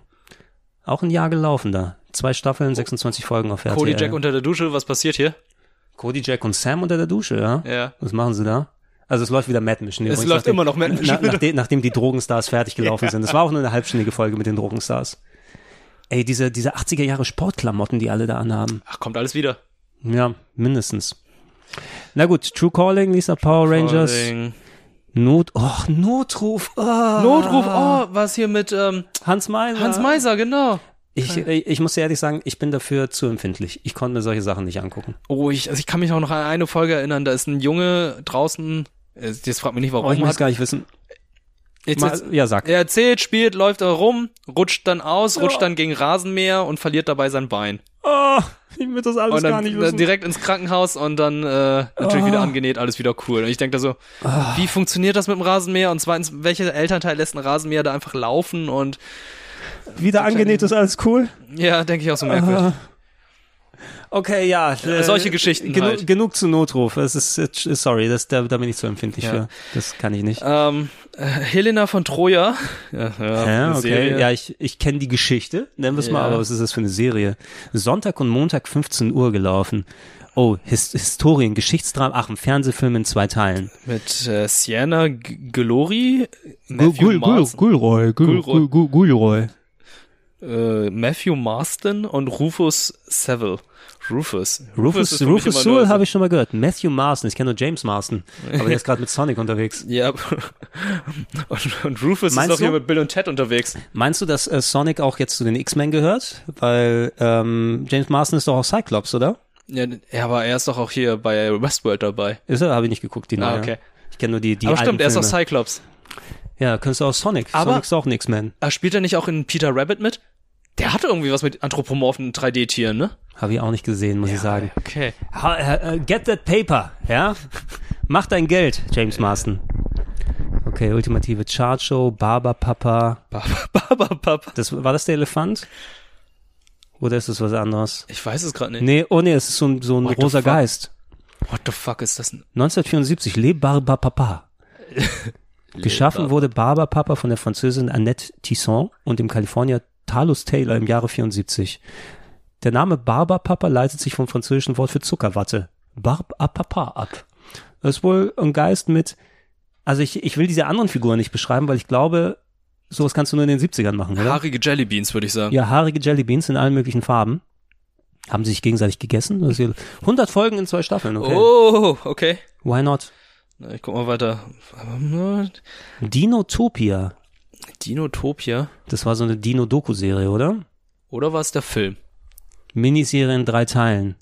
Auch ein Jahr gelaufen da. Zwei Staffeln, 26 Folgen auf RTL. Cody Jack unter der Dusche, was passiert hier? Cody Jack und Sam unter der Dusche, ja? Ja. Was machen sie da? Also es läuft wieder Mad Mission. Es läuft immer noch Mad Mission. Na, nachdem, nachdem die Drogenstars fertig gelaufen Ja. sind. Es war auch nur eine halbstündige Folge mit den Drogenstars. Ey, diese, diese 80er Jahre Sportklamotten, die alle da anhaben. Ach, kommt alles wieder. Ja, mindestens. Na gut, True Calling, Lisa Power Rangers. Calling. Not, och, Notruf. ah. Notruf, oh, was hier mit ähm, Hans Meiser. Hans Meiser, genau. Ich, ich, ich muss dir ehrlich sagen, ich bin dafür zu empfindlich. Ich konnte mir solche Sachen nicht angucken. Oh, ich, also ich kann mich auch noch an eine Folge erinnern, da ist ein Junge draußen, äh, jetzt fragt mich nicht warum, Oh, ich muss hat, gar nicht wissen. Mal- ja, sag. Er erzählt, spielt, läuft herum, rutscht dann aus, Ja. rutscht dann gegen Rasenmäher und verliert dabei sein Bein. Oh, ich will das alles und dann gar nicht äh, wissen. direkt ins Krankenhaus und dann äh, natürlich Ah. wieder angenäht, alles wieder cool. Und ich denke da so, Ah. wie funktioniert das mit dem Rasenmäher? Und zweitens, welcher Elternteil lässt einen Rasenmäher da einfach laufen? Und Wieder angenäht ist alles cool. ja, denke ich auch so merkwürdig. Ah. Okay, ja. äh, solche Geschichten genu halt. Genug zu Notruf. Es ist, äh, sorry, das, da, da bin ich zu empfindlich Ja. für. Das kann ich nicht. Ähm, äh, Helena von Troja. Ja, Ja, eine okay. Serie. Ja, ich, ich kenne die Geschichte, nennen wir es mal, Ja. aber was ist das für eine Serie? Sonntag und Montag 15 Uhr gelaufen. Oh, His Historien, Geschichtsdrama, ach, ein Fernsehfilm in zwei Teilen. Mit äh, Sienna G Glory, Gul- Matthew Gul- Gul- Marsden, Gulroy, Gul- Gulroy. Gul- Gul- Gulroy. äh, Matthew Marston und Rufus Seville. Rufus. Rufus, ist für mich Rufus immer nur- Sewell habe ich schon mal gehört. Matthew Marston, ich kenne nur James Marston, aber der ist gerade mit Sonic unterwegs. Ja. Und, und Rufus Meinst ist auch hier du? mit Bill und Ted unterwegs. Meinst du, dass äh, Sonic auch jetzt zu den X-Men gehört? Weil ähm, James Marston ist doch auch Cyclops, oder? Ja, ja, aber er ist doch auch hier bei Westworld dabei. Ist er? Habe ich nicht geguckt, die neue. Ah, okay. Ich kenne nur die, die aber alten stimmt, er ist auch Filme. Cyclops. Ja, könntest du auch Sonic. Aber- Sonic ist auch ein X-Men. Ah, spielt er nicht auch in Peter Rabbit mit? Der hatte irgendwie was mit anthropomorphen 3D-Tieren, ne? Habe ich auch nicht gesehen, muss ich sagen. Okay. Ha, äh, äh, get that paper, ja? Mach dein Geld, James Marston. Okay, ultimative Chart Show, Barber Papa. Barber Papa. Das, war das der Elefant? Oder ist das was anderes? Ich weiß es gerade nicht. Nee, oh nee, es ist so ein, so ein What the rosa fuck? Geist. What the fuck ist das denn? 1974, Le Barber Papa. Geschaffen wurde Barber Papa von der Französin Annette Tisson und dem Kalifornier Talus Taylor im Jahre 74. Der Name Barber Papa leitet sich vom französischen Wort für Zuckerwatte, Barb a Papa ab. Das ist wohl ein Geist mit, also ich, ich will diese anderen Figuren nicht beschreiben, weil ich glaube, sowas kannst du nur in den 70ern machen, oder? Haarige Jellybeans, würde ich sagen. Ja, haarige Jellybeans in allen möglichen Farben. Haben sich gegenseitig gegessen? Das ist hier- 100 Folgen in zwei Staffeln, okay. Oh, okay. Why not? Na, Ich guck mal weiter. Dinotopia. Dinotopia. Das war so eine Dino-Doku-Serie, oder? Oder war es der Film? Miniserie in drei Teilen.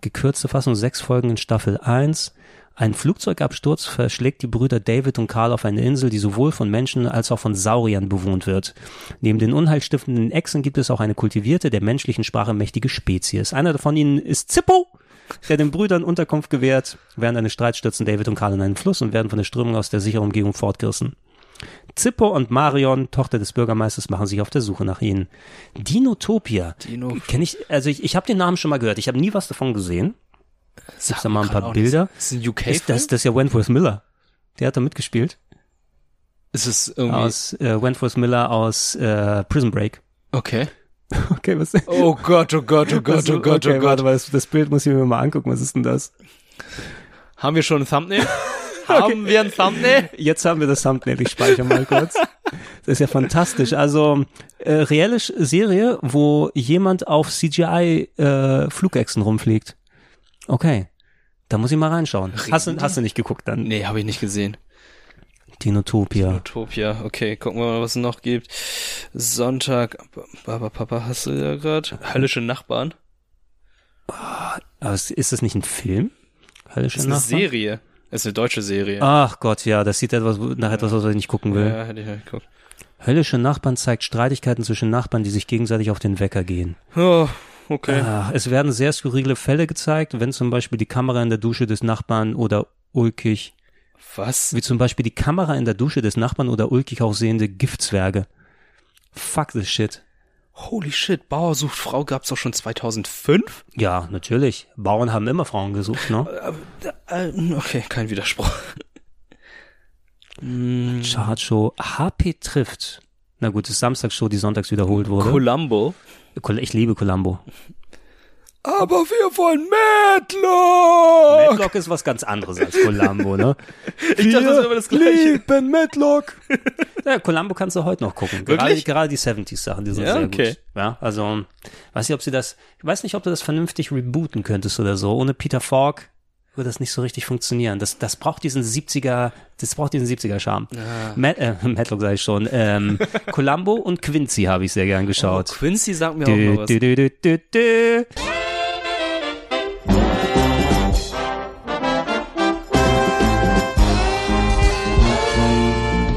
Gekürzte Fassung, sechs Folgen in Staffel 1. Ein Flugzeugabsturz verschlägt die Brüder David und Karl auf eine Insel, die sowohl von Menschen als auch von Sauriern bewohnt wird. Neben den unheilstiftenden Echsen gibt es auch eine kultivierte, der menschlichen Sprache mächtige Spezies. Einer von ihnen ist Zippo, der den Brüdern Unterkunft gewährt. Während eines Streits stürzen David und Karl in einen Fluss und werden von der Strömung aus der sicheren Umgebung fortgerissen. Zippo und Marion, Tochter des Bürgermeisters, machen sich auf der Suche nach ihnen. Dinotopia. Dino- Kenne ich, also ich, ich habe den Namen schon mal gehört. Ich habe nie was davon gesehen. Gibt's da mal ein mir gerade paar auch Bilder? nichts. Ist ein UK-Film? Ist das, das ist ja Wentworth Miller. Der hat da mitgespielt. Ist es irgendwie. Aus äh, Wentworth Miller aus äh, Prison Break. Okay. Okay, was? Oh Gott, oh Gott, oh Gott, oh Gott, okay, oh Warte, Gott. mal, das, das Bild muss ich mir mal angucken. Was ist denn das? Haben wir schon ein Thumbnail? Haben wir ein Thumbnail? Jetzt haben wir das Thumbnail, ich speichere mal kurz. Das ist ja fantastisch. Also, äh, reelle Sch- Serie, wo jemand auf CGI-Flugechsen äh, rumfliegt. Okay, da muss ich mal reinschauen. Hast du, hast du nicht geguckt dann? Nee, habe ich nicht gesehen. Dinotopia. Utopia. Okay, gucken wir mal, was es noch gibt. Sonntag. Baba Papa hast du ja gerade. Höllische Nachbarn. Aber ist ist das nicht ein Film? Höllische Das ist eine Nachbarn? Ah. Serie. Das ist eine deutsche Serie. Ach Gott, ja, das sieht etwas, nach etwas aus, was ich nicht gucken will. Ja, hätte ich nicht geguckt. Höllische Nachbarn zeigt Streitigkeiten zwischen Nachbarn, die sich gegenseitig auf den Wecker gehen. Oh, okay. Ah, es werden sehr skurrile Fälle gezeigt, wenn zum Beispiel die Kamera in der Dusche des Nachbarn oder ulkig, Was? wie zum Beispiel die Kamera in der Dusche des Nachbarn oder ulkig aussehende Giftzwerge. Fuck this shit. Holy shit, Bauer sucht Frau gab's doch schon 2005? Ja, natürlich. Bauern haben immer Frauen gesucht, ne? Äh, okay, kein Widerspruch. Mm, Chartshow HP trifft. Na gut, das ist Samstagshow, die sonntags wiederholt wurde. Columbo. Col- ich liebe Columbo. Aber wir wollen Madlock! Matlock ist was ganz anderes als Columbo, ne? Ich dachte, das wäre immer das Gleiche. Lieben Matlock. Ja, Columbo kannst du heute noch gucken. Wirklich? Gerade, gerade die 70s-Sachen, die sind Ja, sehr okay. gut. Ja, also, weiß nicht, ob sie das, ich weiß nicht, ob du das vernünftig rebooten könntest oder so. Ohne Peter Falk würde das nicht so richtig funktionieren. Das, das braucht diesen 70er, das braucht diesen 70er-Charme. Matt, äh, Matlock sage ich schon. Ähm, Columbo und Quincy habe ich sehr gern Oh, geschaut. Quincy sagt mir auch Dü, mal was. dü, dü, dü, dü, dü.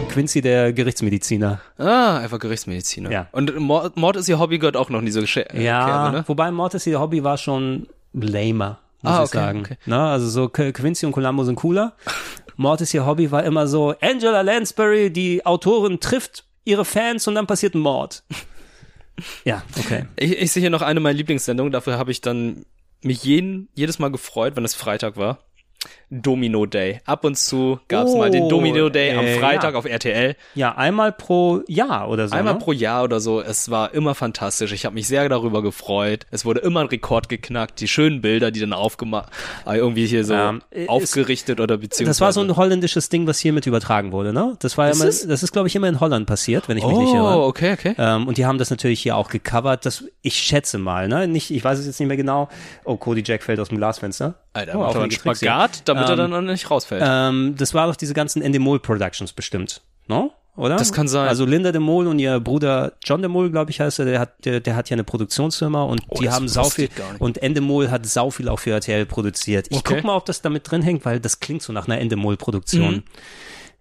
Quincy der Gerichtsmediziner. Ah, einfach Gerichtsmediziner. Ja. Und Mord, Mord ist ihr Hobby, gehört auch noch in diese Geschichte. Ja, Kerbe, ne? wobei Mortis ihr Hobby war schon lamer, muss Ah, ich okay, sagen. okay. Na, also so Qu- Quincy und Columbo sind cooler. Mortis ihr Hobby war immer so, Angela Lansbury, die Autorin trifft ihre Fans und dann passiert ein Mord. Ja, okay. Ich, ich sehe hier noch eine meiner Lieblingssendungen, dafür habe ich dann mich jeden, jedes Mal gefreut, wenn es Freitag war. Domino Day. Ab und zu gab es Oh, mal den Domino Day am äh, Freitag ja. auf RTL. Ja, einmal pro Jahr oder so. Einmal ne? pro Jahr oder so. Es war immer fantastisch. Ich habe mich sehr darüber gefreut. Es wurde immer ein Rekord geknackt. Die schönen Bilder, die dann aufgemacht, irgendwie hier so Ähm, äh, aufgerichtet oder beziehungsweise. Das war so ein holländisches Ding, was hier mit übertragen wurde, ne? Das war ja Ist immer, es? das ist, glaube ich, immer in Holland passiert, wenn ich mich Oh, nicht irre. okay, okay. Ähm, und die haben das natürlich hier auch gecovert. Das, ich schätze mal, ne? Nicht, ich weiß es jetzt nicht mehr genau. Oh, Cody Jack fällt aus dem Glasfenster. Alter, oh, macht er auch einen Tricks hier. Spagat, damit er Ähm, dann nicht rausfällt. Ähm, das war doch diese ganzen Endemol Productions bestimmt, ne? Oder? Das kann sein. Also Linda de Mol und ihr Bruder John de Mol, glaube ich, heißt er, der hat, der, der hat ja eine Produktionsfirma und die Oh, das haben wusste sau viel, ich gar nicht. und Endemol hat sau viel auch für RTL produziert. Ich Okay. guck mal, ob das damit drin hängt, weil das klingt so nach einer Endemol-Produktion. Mhm.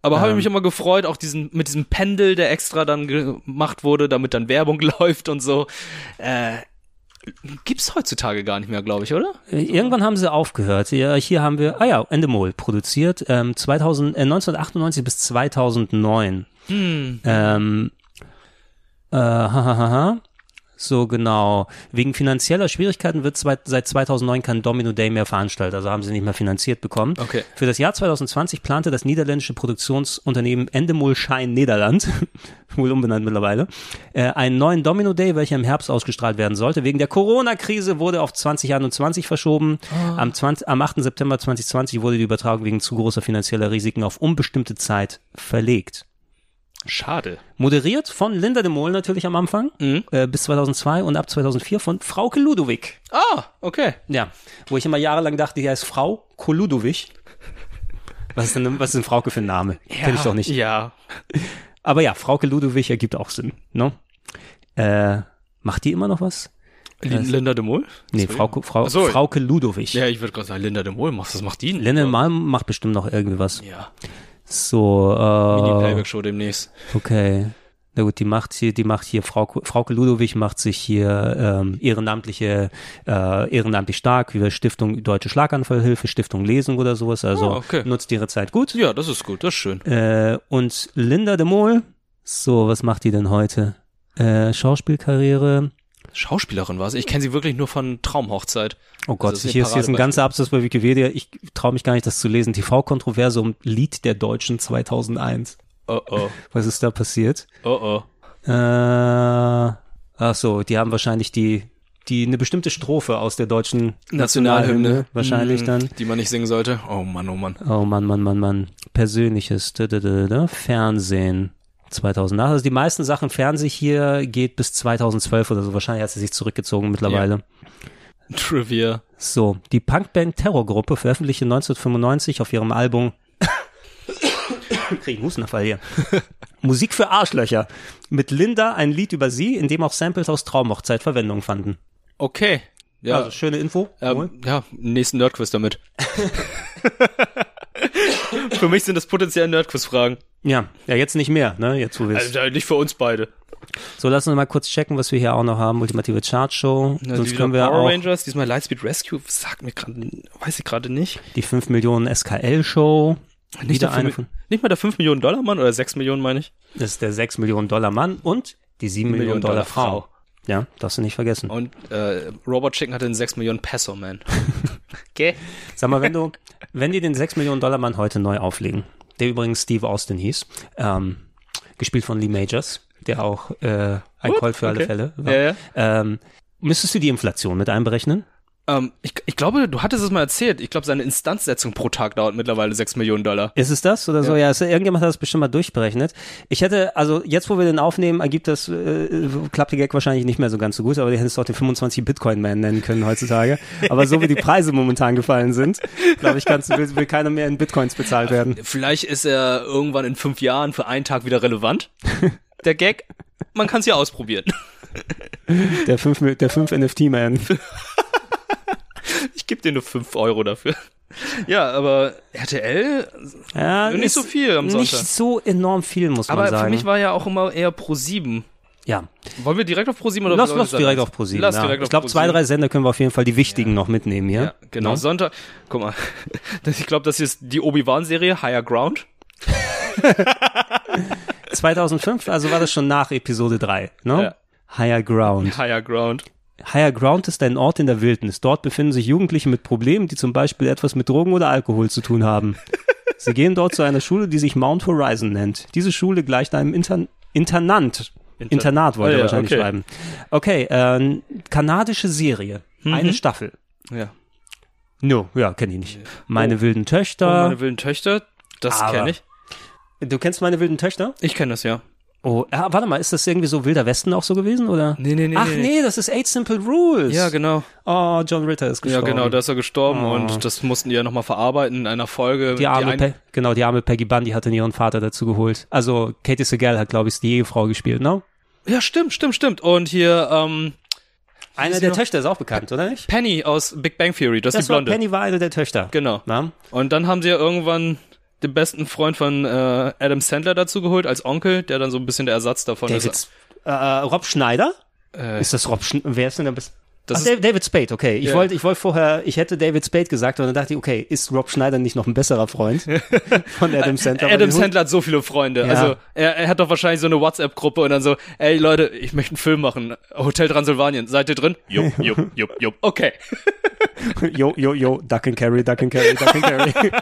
Aber habe ich Ähm, mich immer gefreut, auch diesen, mit diesem Pendel, der extra dann gemacht wurde, damit dann Werbung läuft und so. Äh, gibt's heutzutage gar nicht mehr, glaube ich, oder? Äh, Irgendwann haben sie aufgehört. Ja, hier haben wir, ah ja, Endemol produziert, ähm, 2000, äh, 1998 bis 2009. Hm. Ähm, äh, ha, ha, ha, ha. So genau. Wegen finanzieller Schwierigkeiten wird zwei, seit 2009 kein Domino Day mehr veranstaltet, also haben sie nicht mehr finanziert bekommen. Okay. Für das Jahr 2020 plante das niederländische Produktionsunternehmen Endemol Schein Niederland, wohl umbenannt mittlerweile, äh, einen neuen Domino Day, welcher im Herbst ausgestrahlt werden sollte. Wegen der Corona-Krise wurde auf 2021 verschoben. Am, 20, am 8. September 2020 wurde die Übertragung wegen zu großer finanzieller Risiken auf unbestimmte Zeit verlegt. Schade. Moderiert von Linda de Mol natürlich am Anfang, äh, bis 2002 und ab 2004 von Frauke Ludowig. Ah, okay. Ja, wo ich immer jahrelang dachte, die heißt Frau Koludowig. Was ist denn, was ist denn Frauke für ein Name? Kenn ich doch nicht. Ja. Aber ja, Frauke Ludowig ergibt auch Sinn, ne? Äh, macht die immer noch was? Lin- Äh, Linda de Mol? Nee, Sorry. Frauke, Frau, Ach so. Frauke Ludowig. Ja, ich würde gerade sagen, Linda de Mol, macht- was macht die denn? Linda Malm macht bestimmt noch irgendwie was. Ja. So, äh. Mini-Playback-Show demnächst. Okay. Na gut, die macht hier, die macht hier, Frau, Frauke Ludowig macht sich hier ähm, ehrenamtliche, äh, ehrenamtlich stark, wie wir Stiftung Deutsche Schlaganfallhilfe, Stiftung Lesung oder sowas. Also Ah, okay. nutzt ihre Zeit gut. Ja, das ist gut, das ist schön. Äh, und Linda de Mol, so, was macht die denn heute? Äh, Schauspielkarriere. Schauspielerin war sie. Ich kenne sie wirklich nur von Traumhochzeit. Oh Gott, Also, das ist hier ist jetzt ein Paradebeispiel. ganzer Absatz bei Wikipedia. Ich traue mich gar nicht, das zu lesen. TV-Kontroverse um Lied der Deutschen 2001. Oh oh. Was ist da passiert? Oh oh. Äh, ach so, die haben wahrscheinlich die, die eine bestimmte Strophe aus der deutschen Nationalhymne wahrscheinlich Mhm, dann. Die man nicht singen sollte. Oh Mann, oh Mann. Oh Mann, Mann, Mann, Mann. Persönliches. Da, da, da, da. Fernsehen. 2008. Also die meisten Sachen Fernseh hier geht bis 2012 oder so. Wahrscheinlich hat sie sich zurückgezogen mittlerweile. Trivia. So, die Punkband Terrorgruppe veröffentlichte 1995 auf ihrem Album Krieg ich Hustenfall hier. Musik für Arschlöcher. Mit Linda ein Lied über sie, in dem auch Samples aus Traumhochzeit Verwendung fanden. Okay. Ja, Also, schöne Info. Wohl. Ähm, ja, nächsten Nerdquiz damit. für mich sind das potenziell Nerdquiz-Fragen. Ja, ja, jetzt nicht mehr, ne? Jetzt wo wir's. Also, nicht für uns beide. So, lass uns mal kurz checken, was wir hier auch noch haben. Ultimative Chart Show. Na, Sonst die können wir Power auch Rangers, diesmal Lightspeed Rescue, sagt mir gerade, weiß ich gerade nicht. die 5 Millionen SKL Show. Nicht, Wieder der eine fünf- von. nicht mal der 5 Millionen Dollar Mann oder 6 Millionen, meine ich. Das ist der 6 Millionen Dollar Mann und die 7 Millionen, Millionen Dollar, Dollar Frau. Ja, darfst du nicht vergessen. Und äh, Robot Chicken hatte einen 6 Millionen Peso Man. okay. Sag mal, wenn du, wenn die den 6 Millionen Dollar Mann heute neu auflegen, der übrigens Steve Austin hieß, ähm, gespielt von Lee Majors, der auch äh, ein Gut, Colt für alle okay. Fälle war, Ja, ja. Ähm, müsstest du die Inflation mit einberechnen? Ähm, ich, ich glaube, du hattest es mal erzählt. Ich glaube, seine Instanzsetzung pro Tag dauert mittlerweile 6 Millionen Dollar. Ist es das oder so? Ja, ist, irgendjemand hat das bestimmt mal durchberechnet. Ich hätte, also jetzt, wo wir den aufnehmen, ergibt das, äh, klappt die Gag wahrscheinlich nicht mehr so ganz so gut, aber die hättest du auch den 25 Bitcoin-Man nennen können heutzutage. aber so wie die Preise momentan gefallen sind, glaube ich, kannst, will, will keiner mehr in Bitcoins bezahlt werden. Vielleicht ist er irgendwann in fünf Jahren für einen Tag wieder relevant. Der Gag, man kann es ja ausprobieren. Der 5 der fünf NFT-Man. Ich gebe dir nur fünf Euro dafür. Ja, aber RTL Ja, Also nicht ist so viel am Sonntag. Nicht so enorm viel, muss aber man sagen. für mich war ja auch immer eher Pro 7. ja. Wollen wir direkt auf Pro 7 oder Lass, wollen lass wir direkt das- auf ProSieben. Lass ja. direkt auf ich glaube, zwei, ProSieben. drei Sender können wir auf jeden Fall die wichtigen noch mitnehmen hier. Ja, Genau, Sonntag. Guck mal, das, ich glaube, das hier ist die Obi-Wan-Serie, Higher Ground. 2005, also war das schon nach Episode 3, ne? Higher Ground. Higher Ground. Äh. Higher Ground ist ein Ort in der Wildnis. Dort befinden sich Jugendliche mit Problemen, die zum Beispiel etwas mit Drogen oder Alkohol zu tun haben. Sie gehen dort zu einer Schule, die sich Mount Horizon nennt. Diese Schule gleicht einem Intern Internant. Inter- Internat Ah, wollte er ja, wahrscheinlich okay. schreiben. Okay, ähm, kanadische Serie. Eine Mhm. Staffel. Ja. No, ja, kenne ich nicht. Meine wilden Töchter. Oh, meine wilden Töchter, das Aber- kenne ich. Du kennst meine wilden Töchter? Ich kenne das, ja. Oh, ah, warte mal, ist das irgendwie so Wilder Westen auch so gewesen, oder? Nee, nee, nee. Ach nee, das ist Eight Simple Rules. Ja, genau. Oh, John Ritter ist Ja, gestorben. genau, da ist er gestorben Oh. und das mussten die ja nochmal verarbeiten in einer Folge. Die arme, ein- Pe genau, die arme Peggy Bundy hat dann ihren Vater dazu geholt. Also, Katie Segal hat, glaube ich, die Ehefrau gespielt, ne? ja, stimmt, stimmt, stimmt. Und hier, ähm. Eine der Töchter ist auch bekannt, oder nicht? Penny aus Big Bang Theory, das, ist die war, Blonde. Penny war eine der Töchter. Genau. Na? Und dann haben sie ja irgendwann den besten Freund von äh, Adam Sandler dazu geholt, als Onkel, der dann so ein bisschen der Ersatz davon David, ist. äh, Rob Schneider? Äh, Ist das Rob Schneider? Wer ist denn da? bis- Das Ach, ist- Da- David Spade, okay. Ich Ja. wollte, ich wollte vorher, ich hätte David Spade gesagt und dann dachte ich, okay, ist Rob Schneider nicht noch ein besserer Freund von Adam Sandler? Weil Adam den Hund- Sandler hat so viele Freunde. Ja. Also er, er hat doch wahrscheinlich so eine WhatsApp-Gruppe und dann so, ey Leute, ich möchte einen Film machen. Hotel Transylvanien, seid ihr drin? Jupp, jupp, jupp, jupp. Okay. Jo, jo, jo, Duck and Carry, Duck and Carry, Duck and Carry.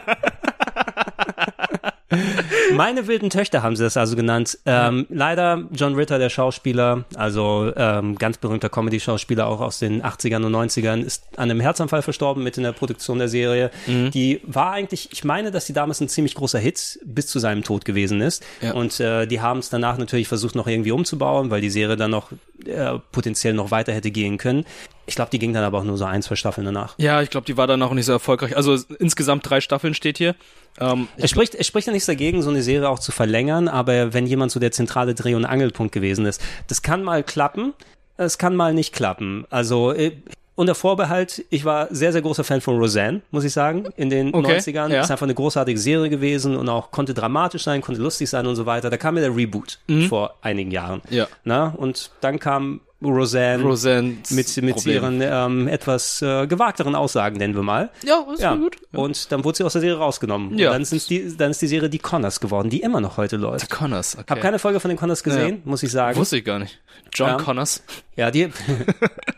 Meine wilden Töchter haben sie das also genannt. Ähm, leider John Ritter, der Schauspieler, also ähm, ganz berühmter Comedy-Schauspieler auch aus den 80ern und 90ern, ist an einem Herzanfall verstorben mit in der Produktion der Serie. Die war eigentlich, ich meine, dass die damals ein ziemlich großer Hit bis zu seinem Tod gewesen ist. Ja. Und äh, die haben es danach natürlich versucht, noch irgendwie umzubauen, weil die Serie dann noch äh, potenziell noch weiter hätte gehen können. Ich glaube, die ging dann aber auch nur so ein, zwei Staffeln danach. Ja, ich glaube, die war dann auch nicht so erfolgreich. Also es- insgesamt drei Staffeln steht hier. Ähm, Es spricht, es spricht ja nichts dagegen, so eine Serie auch zu verlängern, aber wenn jemand so der zentrale Dreh- und Angelpunkt gewesen ist, das kann mal klappen, es kann mal nicht klappen. Also äh, unter Vorbehalt, ich war sehr, sehr großer Fan von Roseanne, muss ich sagen, in den Okay, 90ern. ja. Ist einfach eine großartige Serie gewesen und auch konnte dramatisch sein, konnte lustig sein und so weiter. Da kam ja der Reboot vor einigen Jahren. Mhm. Ja. Na, und dann kam Roseanne, Roseannes mit, mit Problem. ihren ähm, etwas äh, gewagteren Aussagen, nennen wir mal. Ja, ist gut. Und dann wurde sie aus der Serie rausgenommen. Ja. Und dann, sind's die, dann ist die Serie Die Connors geworden, die immer noch heute läuft. Die Connors, okay. Hab keine Folge von den Connors gesehen, Ja. muss ich sagen. Wusste ich gar nicht. John Ja. Connors. Ja, die.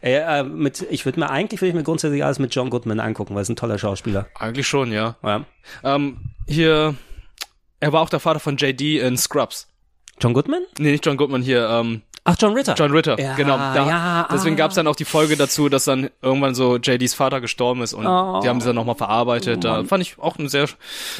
Ey, äh, mit, ich würde mir eigentlich würde ich mir grundsätzlich alles mit John Goodman angucken, weil er ist ein toller Schauspieler. Eigentlich schon, ja. Ja. Ähm, hier, er war auch der Vater von JD in Scrubs. John Goodman? Nee, nicht John Goodman, hier, ähm, Ach, John Ritter. John Ritter, Ja, genau. Da, ja, deswegen ah. gab's dann auch die Folge dazu, dass dann irgendwann so JDs Vater gestorben ist und Oh. die haben sie dann nochmal verarbeitet. da fand ich auch eine sehr,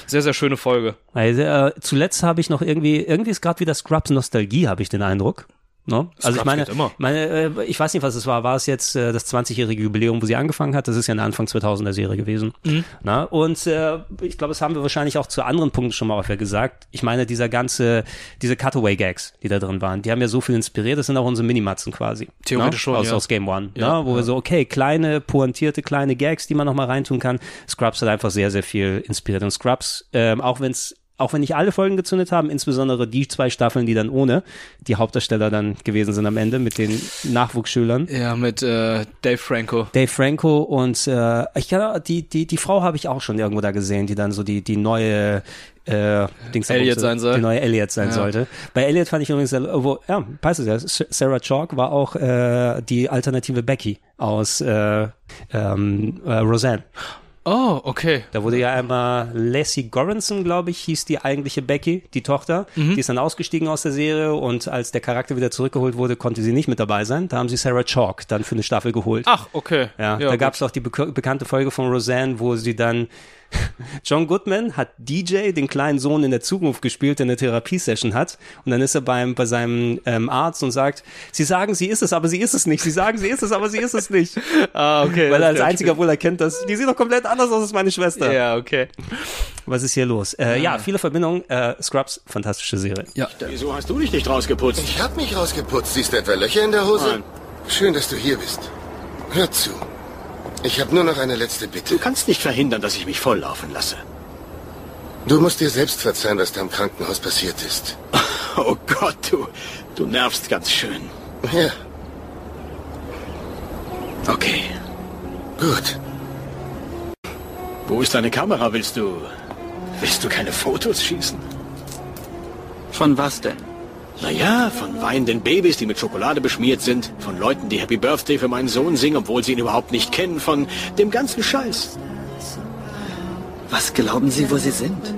sehr, sehr schöne Folge. Weil, äh, zuletzt habe ich noch irgendwie, irgendwie ist gerade wieder Scrubs Nostalgie, habe ich den Eindruck. Ne? Scrubs Also ich meine, geht immer. meine äh, ich weiß nicht, was es war. War es jetzt äh, das 20-jährige Jubiläum, wo sie angefangen hat? Das ist ja eine Anfang 2000er Serie gewesen. Mhm. Na? Und äh, ich glaube, das haben wir wahrscheinlich auch zu anderen Punkten schon mal häufiger gesagt. Ich meine, dieser ganze, diese Cutaway-Gags, die da drin waren, die haben ja so viel inspiriert. Das sind auch unsere Minimatzen quasi. Theoretisch ne? schon, Aus, ja. aus Game One. Ja, ne? Wo wir so, okay, kleine, pointierte, kleine Gags, die man noch mal reintun kann. Scrubs hat einfach sehr, sehr viel inspiriert. Und Scrubs, ähm, auch wenn es auch wenn nicht alle Folgen gezündet haben, insbesondere die zwei Staffeln, die dann ohne die Hauptdarsteller dann gewesen sind am Ende mit den Nachwuchsschülern. Ja, mit äh, Dave Franco. Dave Franco und äh, ich kann, die, die, die Frau habe ich auch schon irgendwo da gesehen, die dann so die, die neue äh, Dings Elliot sein soll. Die neue Elliot sein Ja. sollte. Bei Elliot fand ich übrigens, äh, wo, ja, weißt du ja, Sarah Chalk war auch äh, die alternative Becky aus äh, ähm, äh, Roseanne. Oh, okay. Da wurde ja einmal Lassie Goranson, glaube ich, hieß die eigentliche Becky, die Tochter. Mhm. Die ist dann ausgestiegen aus der Serie und als der Charakter wieder zurückgeholt wurde, konnte sie nicht mit dabei sein. Da haben sie Sarah Chalk dann für eine Staffel geholt. Ach, okay. Ja, da gut. gab es auch die bek bekannte Folge von Roseanne, wo sie dann John Goodman hat DJ, den kleinen Sohn in der Zukunft gespielt, der eine Therapiesession hat. Und dann ist er beim, bei seinem ähm, Arzt und sagt, sie sagen, sie ist es, aber sie ist es nicht. Sie sagen, sie ist es, aber sie ist es nicht. Ah, okay. Weil er als das- einziger wohl erkennt, dass die sieht doch komplett anders aus als meine Schwester. Ja, okay. Was ist hier los? Äh, ja, viele Verbindungen. Äh, Scrubs, fantastische Serie. Ja. Wieso hast du dich nicht rausgeputzt? Ich hab mich rausgeputzt. Siehst du etwa Löcher in der Hose? Nein. Schön, dass du hier bist. Hör zu. Ich habe nur noch eine letzte Bitte. Du kannst nicht verhindern, dass ich mich volllaufen lasse. Du musst dir selbst verzeihen, was da im Krankenhaus passiert ist. Oh Gott, du, du nervst ganz schön. Ja, Okay. Gut. Wo ist deine Kamera? Willst du... Willst du keine Fotos schießen? Von was denn? Naja, von weinenden Babys, die mit Schokolade beschmiert sind, von Leuten, die Happy Birthday für meinen Sohn singen, obwohl sie ihn überhaupt nicht kennen, von dem ganzen Scheiß. Was glauben Sie, wo Sie sind?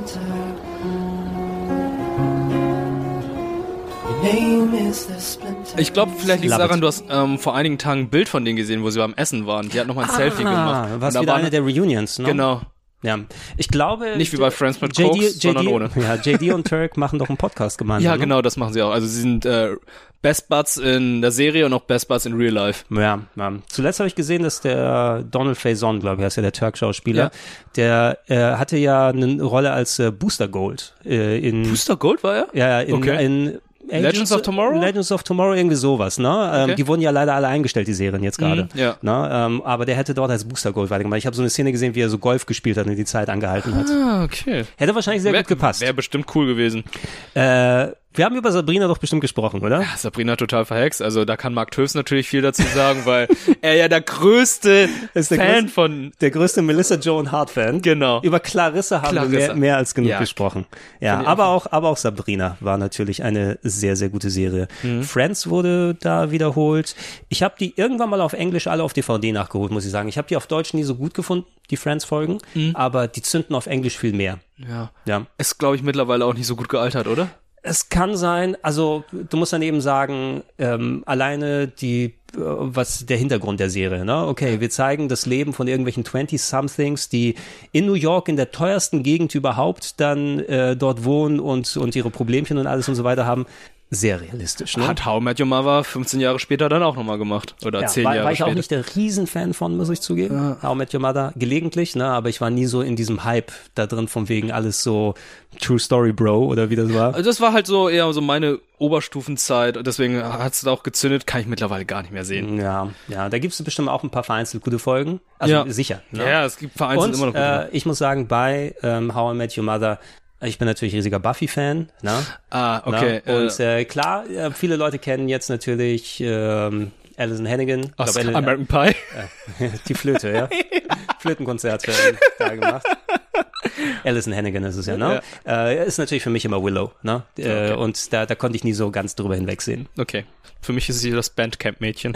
Ich glaube, vielleicht liegt es Love daran, it. du hast ähm, vor einigen Tagen ein Bild von denen gesehen, wo sie beim Essen waren. Die hat Ah. nochmal ein Selfie gemacht. Und Was da wieder waren- eine der Reunions, ne? Ah, Genau. Ja, ich glaube. Nicht wie bei Friends mit JD, Koks, JD, sondern ohne. Ja, JD und Turk machen doch einen Podcast gemeinsam. Ja, ne? genau, das machen sie auch. Also sie sind äh, Best Buds in der Serie und auch Best Buds in Real Life. Ja, ja. Zuletzt habe ich gesehen, dass der Donald Faison, glaube ich, heißt ja der Turk-Schauspieler, der äh, hatte ja eine Rolle als äh, Booster Gold äh, in. Booster Gold war er? Ja, in, Okay. in Legends of Tomorrow? Legends of Tomorrow, irgendwie sowas, ne? Ähm, Okay. Die wurden ja leider alle eingestellt, die Serien jetzt gerade. Mhm, ja. Ne? Ähm, aber der hätte dort als Booster Gold weitergemacht. Ich habe so eine Szene gesehen, wie er so Golf gespielt hat und die Zeit angehalten hat. Ah, okay. Hätte wahrscheinlich sehr Wär- gut gepasst. Wäre bestimmt cool gewesen. Äh, wir haben über Sabrina doch bestimmt gesprochen, oder? Ja, Sabrina total verhext. Also da kann Mark Tövs natürlich viel dazu sagen, weil er ja der größte Ist der Fan größte- von Der größte Melissa Joan Hart Fan. Genau. Über Clarissa haben wir Clarissa. mehr, mehr als genug Ja. gesprochen. Ja, Finde ich aber auch, aber auch Sabrina war natürlich eine sehr, sehr gute Serie. Mhm. Friends wurde da wiederholt. Ich habe die irgendwann mal auf Englisch alle auf DVD nachgeholt, muss ich sagen. Ich habe die auf Deutsch nie so gut gefunden, die Friends-Folgen, Mhm. aber die zünden auf Englisch viel mehr. Ja. Ja. Ist, glaube ich, mittlerweile auch nicht so gut gealtert, oder? Es kann sein, also du musst dann eben sagen, ähm, alleine die, äh, was der Hintergrund der Serie, ne? Okay, wir zeigen das Leben von irgendwelchen 20-somethings, die in New York in der teuersten Gegend überhaupt dann äh, dort wohnen und, und ihre Problemchen und alles und so weiter haben. Sehr realistisch, ne? Hat How I Met Your Mother 15 Jahre später dann auch nochmal gemacht. Oder Ja, 10 war, Jahre war ich auch später. nicht der Riesenfan von, muss ich zugeben. How I Met Your Mother gelegentlich, ne? aber ich war nie so in diesem Hype da drin, von wegen alles so True Story Bro oder wie das war. Also das war halt so eher so meine Oberstufenzeit. Deswegen hat es da auch gezündet. Kann ich mittlerweile gar nicht mehr sehen. Ja, ja, da gibt's bestimmt auch ein paar vereinzelt gute Folgen. Also Ja. sicher. Ne? Ja, es gibt vereinzelt Und, immer noch gute Äh, ich muss sagen, bei ähm, How I Met Your Mother, ich bin natürlich riesiger Buffy-Fan. Ne? Ah, okay. Ne? Und äh, klar, äh, viele Leute kennen jetzt natürlich ähm, Alison Hannigan. Aus Glaub, Alan- American Pie. die Flöte, ja. Flötenkonzert für da gemacht. Alison Hannigan ist es ja, ne? Äh, ist natürlich für mich immer Willow, ne? Äh, und da, da konnte ich nie so ganz drüber hinwegsehen. Okay. Für mich ist sie das Bandcamp-Mädchen.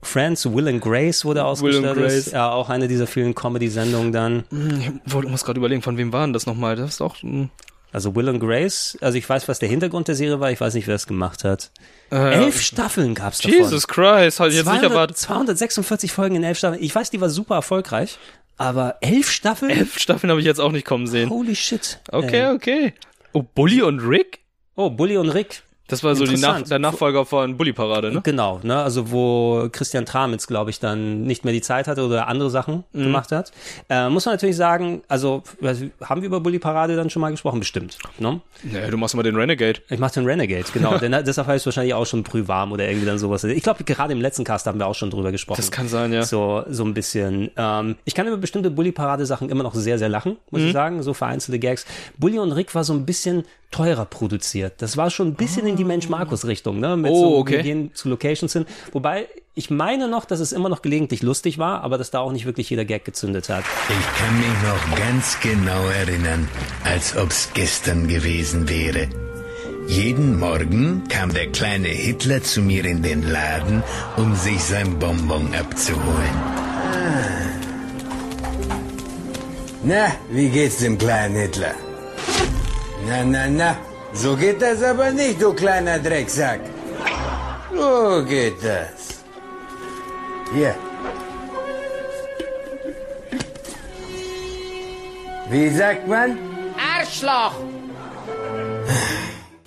Friends, Will and Grace wurde ausgestattet. Grace. Ja, auch eine dieser vielen Comedy-Sendungen dann. ich wollte- muss gerade überlegen, von wem war denn das nochmal? Das ist auch... ein- Also Will and Grace, also ich weiß, was der Hintergrund der Serie war, ich weiß nicht, wer es gemacht hat. elf Staffeln gab es davon. Äh, Jesus Christ, hatte ich jetzt nicht 200 erwartet. 246 Folgen in elf Staffeln. Ich weiß, die war super erfolgreich, aber elf Staffeln? Elf Staffeln habe ich jetzt auch nicht kommen sehen. Holy shit. Okay, Ey. okay. Oh, Bully und Rick? Oh, Bully und Rick. Das war so die Nach Interessant. der Nachfolger von Bully Parade, ne? Genau, ne? also wo Christian Tramitz, glaube ich, dann nicht mehr die Zeit hatte oder andere Sachen Mhm. gemacht hat. Äh, muss man natürlich sagen, also was- haben wir über Bully Parade dann schon mal gesprochen? Bestimmt. Ne? Nee, du machst mal den Renegade. Ich mache den Renegade, genau. denn, deshalb heißt es wahrscheinlich auch schon Prüvarm oder irgendwie dann sowas. Ich glaube, gerade im letzten Cast haben wir auch schon drüber gesprochen. Das kann sein, ja. So, so ein bisschen. Ähm, ich kann über bestimmte Bully-Parade-Sachen immer noch sehr, sehr lachen, Mhm. muss ich sagen. So vereinzelte Gags. Bully und Rick war so ein bisschen teurer produziert. Das war schon ein bisschen in die Mensch-Markus-Richtung, ne? Mit Ah. Oh, so, okay. wir gehen zu Locations hin. Wobei, ich meine noch, dass es immer noch gelegentlich lustig war, aber dass da auch nicht wirklich jeder Gag gezündet hat. Ich kann mich noch ganz genau erinnern, als ob's gestern gewesen wäre. Jeden Morgen kam der kleine Hitler zu mir in den Laden, um sich sein Bonbon abzuholen. Na, wie geht's dem kleinen Hitler? Na, na, na, so geht das aber nicht, du kleiner Drecksack. So geht das. Hier. Wie sagt man? Arschloch!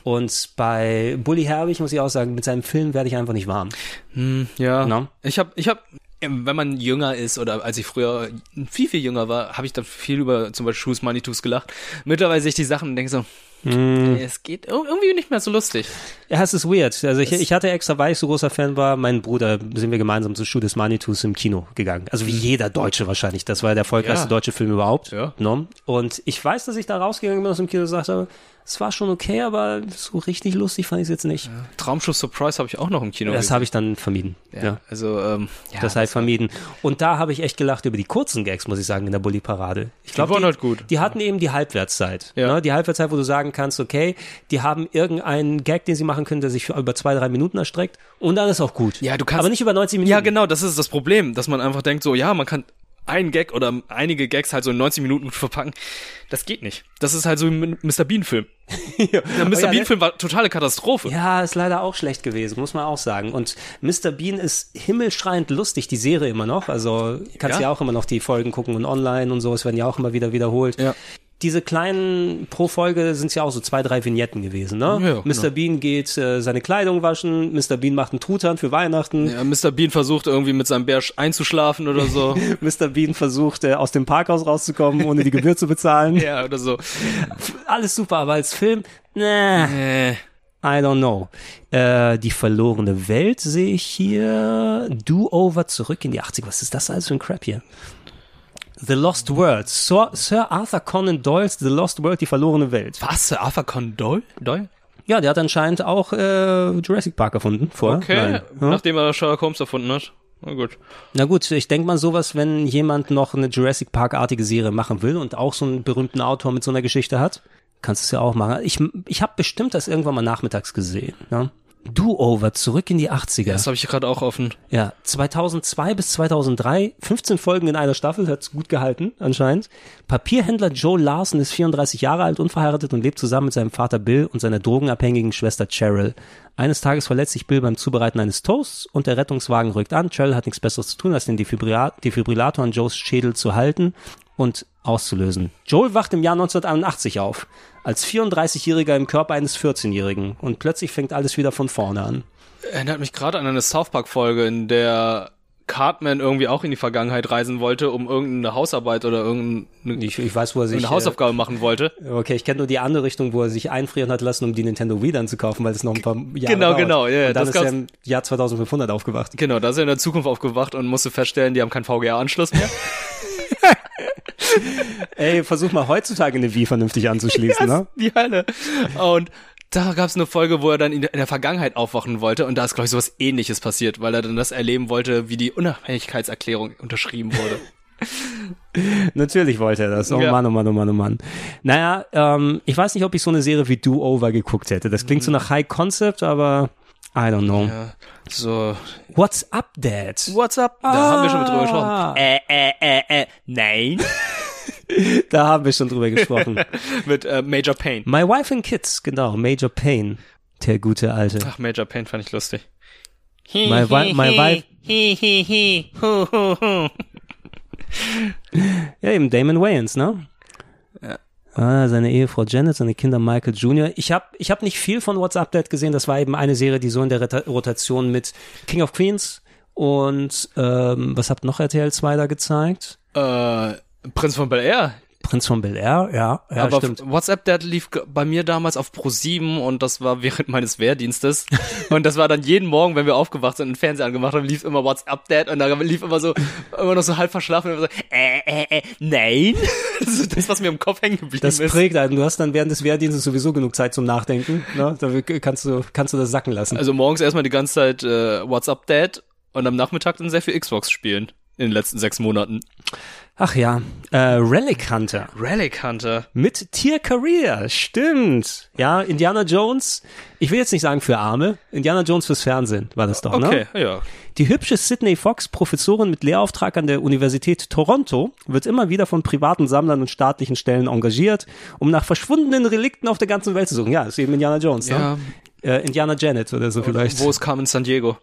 Und bei Bully Herbig muss ich auch sagen, mit seinem Film werde ich einfach nicht warm. Hm, ja. Na? Ich habe, ich habe, wenn man jünger ist oder als ich früher viel viel jünger war, habe ich dann viel über zum Beispiel Shoes Money Tools gelacht. Mittlerweile sehe ich die Sachen und denke so, Mm. Es geht ir- irgendwie nicht mehr so lustig. Ja, es ist weird. Also ich, ich hatte extra, weil ich so großer Fan war, mein Bruder, sind wir gemeinsam zu Schuh des Manitus im Kino gegangen. Also wie jeder Deutsche wahrscheinlich. Das war der erfolgreichste Ja. deutsche Film überhaupt. Ja. Ne? Und ich weiß, dass ich da rausgegangen bin aus dem Kino und sagte, es war schon okay, aber so richtig lustig fand ich es jetzt nicht. Traumschiff Surprise habe ich auch noch im Kino. Das habe ich dann vermieden. Ja, Ja. Also, ähm, ja, das habe ich vermieden. Und da habe ich echt gelacht über die kurzen Gags, muss ich sagen, in der Bulli-Parade. Ich glaube, waren die, halt gut. die hatten eben die Halbwertszeit. Ne? Die Halbwertszeit, wo du sagen kannst, okay, die haben irgendeinen Gag, den sie machen können, der sich für über zwei, drei Minuten erstreckt. Und dann ist auch gut. Ja, du kannst. Aber nicht über 90 Minuten. Ja, genau, das ist das Problem, dass man einfach denkt, so, ja, man kann einen Gag oder einige Gags halt so in 90 Minuten gut verpacken. Das geht nicht. Das ist halt so ein Mr. Bean-Film. Der Oh Mr. ja, ne? Bean-Film war totale Katastrophe. Ja, ist leider auch schlecht gewesen, muss man auch sagen. Und Mr. Bean ist himmelschreiend lustig, die Serie immer noch. Also kannst Ja. ja, auch immer noch die Folgen gucken und online und so. Es werden ja auch immer wieder wiederholt. Diese kleinen pro Folge sind ja auch so zwei, drei Vignetten gewesen. Ne? Ja, Mr. genau. Bean geht äh, seine Kleidung waschen, Mr. Bean macht einen Truthahn für Weihnachten. Ja, Mr. Bean versucht irgendwie mit seinem Bär einzuschlafen oder so. Mr. Bean versucht, äh, aus dem Parkhaus rauszukommen, ohne die Gebühr zu bezahlen. ja, oder so. Alles super, aber als Film, nee. I don't know. Äh, die verlorene Welt sehe ich hier. Do-Over zurück in die 80er. Was ist das alles für ein Crap hier? The Lost World. Sir, Sir Arthur Conan Doyles The Lost World, die verlorene Welt. Was? Sir Arthur Conan Doyle? Doyle? Ja, der hat anscheinend auch äh, Jurassic Park erfunden vorher. Okay, Hm? Nein. Ja? nachdem er Sherlock Holmes erfunden hat. Na gut. Na gut, ich denke mal sowas, wenn jemand noch eine Jurassic Park-artige Serie machen will und auch so einen berühmten Autor mit so einer Geschichte hat, kannst du es ja auch machen. Ich, ich habe bestimmt das irgendwann mal nachmittags gesehen. Ne? Do-Over, zurück in die 80er. Das habe ich gerade auch offen. Ja, 2002 bis 2003, 15 Folgen in einer Staffel, hat's gut gehalten anscheinend. Papierhändler Joe Larson ist 34 Jahre alt, unverheiratet und lebt zusammen mit seinem Vater Bill und seiner drogenabhängigen Schwester Cheryl. Eines Tages verletzt sich Bill beim Zubereiten eines Toasts und der Rettungswagen rückt an. Cheryl hat nichts Besseres zu tun, als den Defibrilla- Defibrillator an Joes Schädel zu halten und auszulösen. Joel wacht im Jahr 1981 auf, als 34-Jähriger im Körper eines 14-Jährigen und plötzlich fängt alles wieder von vorne an. Erinnert mich gerade an eine South Park-Folge, in der Cartman irgendwie auch in die Vergangenheit reisen wollte, um irgendeine Hausarbeit oder irgendeine Ich, ich weiß, wo er sich... eine äh, Hausaufgabe machen wollte. Okay, ich kenne nur die andere Richtung, wo er sich einfrieren hat lassen, um die Nintendo Wii dann zu kaufen, weil es noch ein paar Jahre Genau, dauert. genau, ja, ja, Und dann das ist er gab's- im Jahr 2500 aufgewacht. Genau, da ist er in der Zukunft aufgewacht und musste feststellen, die haben keinen VGA-Anschluss mehr. Ey, versuch mal heutzutage eine Wii vernünftig anzuschließen, ne? die Hölle. Und da gab es eine Folge, wo er dann in der in der Vergangenheit aufwachen wollte und da ist, glaube ich, sowas ähnliches passiert, weil er dann das erleben wollte, wie die Unabhängigkeitserklärung unterschrieben wurde. Natürlich wollte er das. Oh Ja. Mann, oh Mann, oh Mann, oh Mann. Naja, ähm, ich weiß nicht, ob ich so eine Serie wie Do-Over geguckt hätte. Das klingt so nach High Concept, aber I don't know. Mhm. Ja, so. What's up, Dad? What's up? Ah. Da haben wir schon mit drüber gesprochen. Äh, äh, äh, äh, nein. da haben wir schon drüber gesprochen. Mit äh, Major Payne. My Wife and Kids, genau, Major Payne. Der gute Alte. Ach, Major Payne fand ich lustig. My, wi my wife. Ja, eben Damon Wayans, ne? Ah, seine Ehefrau Janet, seine Kinder Michael Jr. Ich habe ich hab nicht viel von What's Up Dad gesehen. Das war eben eine Serie, die so in der Reta Rotation mit King of Queens und ähm, was habt noch RTL 2 da gezeigt? Äh, Prinz von Bel Air. Prinz von Bel Air, ja, ja Aber stimmt. WhatsApp, der lief g- bei mir damals auf Pro7 und das war während meines Wehrdienstes. und das war dann jeden Morgen, wenn wir aufgewacht sind und den Fernseher angemacht haben, lief immer WhatsApp Dad und da lief immer so, immer noch so halb verschlafen und immer so, äh, äh, äh, nein. das ist das, was mir im Kopf hängen geblieben Das ist. prägt einen. Du hast dann während des Wehrdienstes sowieso genug Zeit zum Nachdenken. Ne? Da kannst du, kannst du das sacken lassen. Also morgens erstmal die ganze Zeit äh, WhatsApp Dad und am Nachmittag dann sehr viel Xbox spielen. In den letzten sechs Monaten. Ach ja, äh, Relic Hunter. Relic Hunter. Mit Tier Career, stimmt. Ja, Indiana Jones, ich will jetzt nicht sagen für Arme, Indiana Jones fürs Fernsehen war das doch, Okay, ne? ja. Die hübsche Sydney Fox, Professorin mit Lehrauftrag an der Universität Toronto, wird immer wieder von privaten Sammlern und staatlichen Stellen engagiert, um nach verschwundenen Relikten auf der ganzen Welt zu suchen. Ja, ist eben Indiana Jones, Ja. ne? Äh, Indiana Janet oder so vielleicht. Wo es kam in San Diego.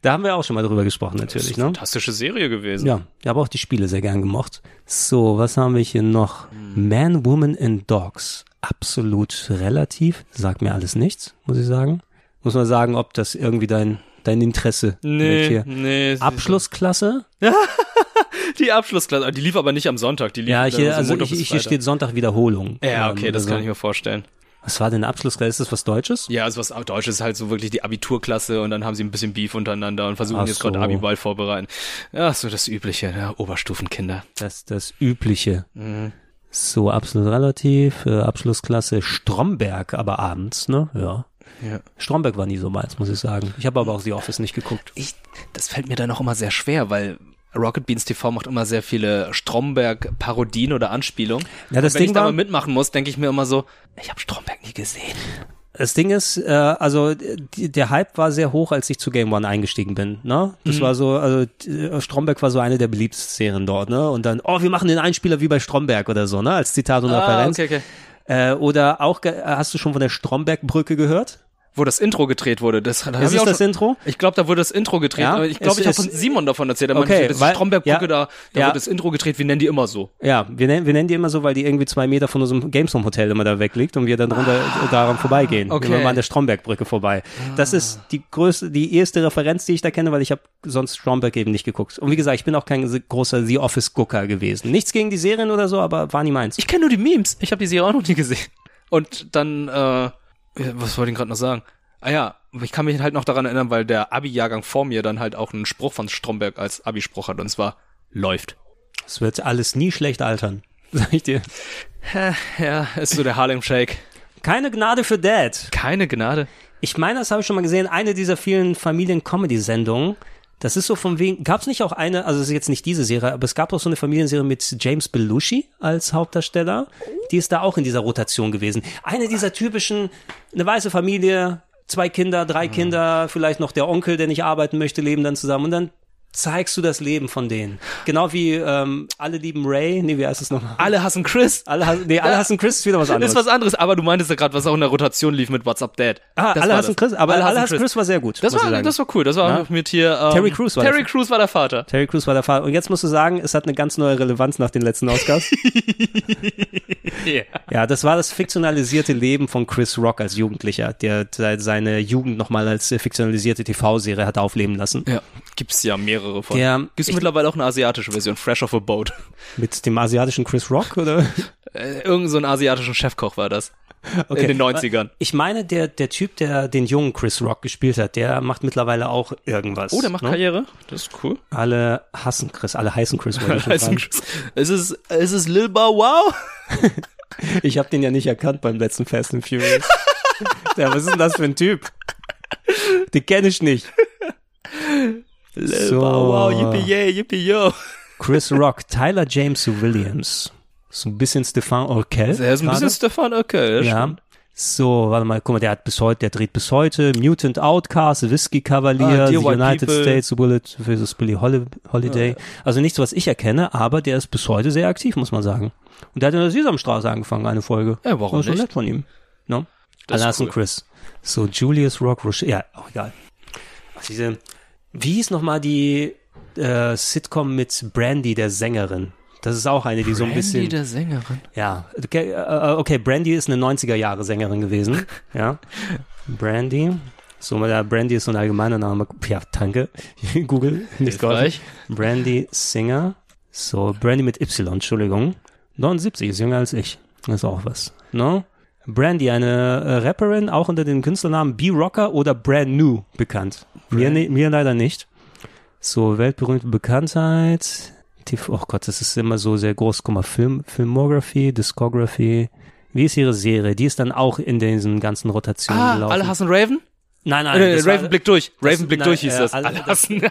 Da haben wir auch schon mal drüber gesprochen, natürlich, ne? Fantastische Serie gewesen. Ja, ich habe auch die Spiele sehr gern gemocht. So, was haben wir hier noch? Hm. Man, Woman and Dogs. Absolut relativ. Sagt mir alles nichts, muss ich sagen. Muss man sagen, ob das irgendwie dein, dein Interesse Nee, mit hier. nee. Abschlussklasse? Die Abschlussklasse. Die lief aber nicht am Sonntag. Die lief Ja, ich, dann so hier, also Montag ich, bis ich, hier Freitag. steht Sonntag Wiederholung. Ja, Ähm, okay, das also- kann ich mir vorstellen. Was war denn eine Abschlussklasse? Ist das was Deutsches? Ja, also was Deutsches ist halt so wirklich die Abiturklasse und dann haben sie ein bisschen Beef untereinander und versuchen Ach jetzt so. gerade Abiball vorbereiten. Ja, so das Übliche, ne? Oberstufenkinder. Das, das Übliche. So, absolut relativ. Äh, Abschlussklasse Stromberg, aber abends, ne? Ja. Ja. Stromberg war nie so meins, muss ich sagen. Ich habe aber auch The Office nicht geguckt. Ich, das fällt mir dann auch immer sehr schwer, weil Rocket Beans TV macht immer sehr viele Stromberg-Parodien oder Anspielungen. Ja, das und wenn Ding ich da war- mal mitmachen muss, denke ich mir immer so, ich habe Stromberg nie gesehen. Das Ding ist, äh, also äh, die, der Hype war sehr hoch, als ich zu Game One eingestiegen bin. Ne? Das Mhm. war so, also äh, Stromberg war so eine der beliebtesten Serien dort. Ne? Und dann, oh, wir machen den Einspieler wie bei Stromberg oder so, ne? als Zitat und Ah, Referenz. okay, okay. Äh, oder auch, ge- hast du schon von der Stromberg-Brücke gehört? Wo das Intro gedreht wurde. Das, da hab Ist ich es auch das schon, Intro? Ich glaube, da wurde das Intro gedreht. Ja? aber Ich glaube, Es ich habe von ist- Simon davon erzählt. Er meinte, Okay, das ist weil- Stromberg-Brücke, ja. da, da Ja. wurde das Intro gedreht. Wir nennen die immer so. Ja, wir nennen, wir nennen die immer so, weil die irgendwie zwei Meter von unserem Gamescom-Hotel immer da wegliegt und wir dann drunter daran vorbeigehen. okay. Wir waren an der Strombergbrücke vorbei. Das ist die größte, die erste Referenz, die ich da kenne, weil ich habe sonst Stromberg eben nicht geguckt. Und wie gesagt, ich bin auch kein großer The Office-Gucker gewesen. Nichts gegen die Serien oder so, aber war nie meins. Ich kenne nur die Memes. Ich habe die Serie auch noch nie gesehen. Und dann, äh, ja, was wollte ich gerade noch sagen? Ah ja, ich kann mich halt noch daran erinnern, weil der Abi-Jahrgang vor mir dann halt auch einen Spruch von Stromberg als Abi-Spruch hat. Und zwar, läuft. Es wird alles nie schlecht altern, sag ich dir. Ja, ist so der Harlem Shake. Keine Gnade für Dad. Keine Gnade. Ich meine, das habe ich schon mal gesehen, eine dieser vielen Familien-Comedy-Sendungen. Das ist so von wegen, gab es nicht auch eine, also es ist jetzt nicht diese Serie, aber es gab doch so eine Familienserie mit James Belushi als Hauptdarsteller. Die ist da auch in dieser Rotation gewesen. Eine dieser typischen, eine weiße Familie, zwei Kinder, Mhm. drei Kinder, vielleicht noch der Onkel, der nicht arbeiten möchte, leben dann zusammen und dann zeigst du das Leben von denen. Genau wie ähm, alle lieben Ray, nee, wie heißt es nochmal? Alle hassen Chris. Alle hassen, nee, alle hassen Chris ist wieder was anderes. Ist was anderes, aber du meintest ja gerade, was auch in der Rotation lief mit What's Up Dad. Ah, Das alle war das. hassen Chris, aber alle, hassen Chris war sehr gut. Das muss ich war, sagen. das war cool. Das war Ja. auch mit hier. Ähm, Terry Crews war Terry das. Crews war der Vater. Terry Crews war der Vater. Und jetzt musst du sagen, es hat eine ganz neue Relevanz nach den letzten Oscars. ja, das war das fiktionalisierte Leben von Chris Rock als Jugendlicher, der se- seine Jugend nochmal als äh, fiktionalisierte TV-Serie hat aufleben lassen. Ja, gibt's ja mehrere von. Der- gibt's mittlerweile auch eine asiatische Version, Fresh off a Boat. Mit dem asiatischen Chris Rock, oder? Äh, irgend so einen asiatischen Chefkoch war das. In den 90ern. Ich meine, der, der Typ, der den jungen Chris Rock gespielt hat, der macht mittlerweile auch irgendwas. Oh, der macht ne? Karriere. Das ist cool. Alle hassen Chris, alle heißen Chris. wollte ich schon Also, sagen. es ist, es ist Lil Bow Wow. Oh. Ich habe den ja nicht erkannt beim letzten Fast and Furious. ja, was ist denn das für ein Typ? Den kenne ich nicht. Lil So. Bow Wow, yippie yay, yippie yo. Chris Rock, Tyler James Williams. So ein bisschen Stefan Orkel. Der Also ist ein bisschen gerade. Stefan okay. das Ja. stimmt. So, warte mal, guck mal, der hat bis heute, der dreht bis heute Mutant Outcast, Whiskey Cavalier, Ah, Dear The White United People. States, The Bullet vs. Billy Holli- Holiday. Also nichts, was ich erkenne, aber der ist bis heute sehr aktiv, muss man sagen. Und der hat in der Sesamstraße angefangen, eine Folge. Ja, warum War schon nicht? nett von ihm. No? Das ist Alas cool. und Chris. So, Julius Rock, Roche, ja, auch egal. Ach, diese, wie hieß nochmal die äh, Sitcom mit Brandy, der Sängerin? Das ist auch eine, die so ein Brandy, bisschen. der Sängerin. Ja, okay, äh, okay, Brandy ist eine 90er-Jahre-Sängerin gewesen. Ja, Brandy. So, der Brandy ist so ein allgemeiner Name. Ja, danke. Google, nicht Hilfreich. gleich. Brandy Singer. So, Brandy mit Y, Entschuldigung. 79, ist jünger als ich. Das ist auch was. No? Brandy, eine äh, Rapperin, auch unter dem Künstlernamen B-Rocker oder Brand New bekannt. Mir, ne, mir leider nicht. So, weltberühmte Bekanntheit. TV, oh Gott, das ist immer so sehr groß. Guck mal, Film, Filmography, Discography. Wie ist ihre Serie? Die ist dann auch in diesen ganzen Rotationen Ah, gelaufen. alle hassen Raven? Nein, nein. Äh, das war- Raven blickt durch. das- Raven blickt nein, durch hieß äh, das. alle- Alle hassen.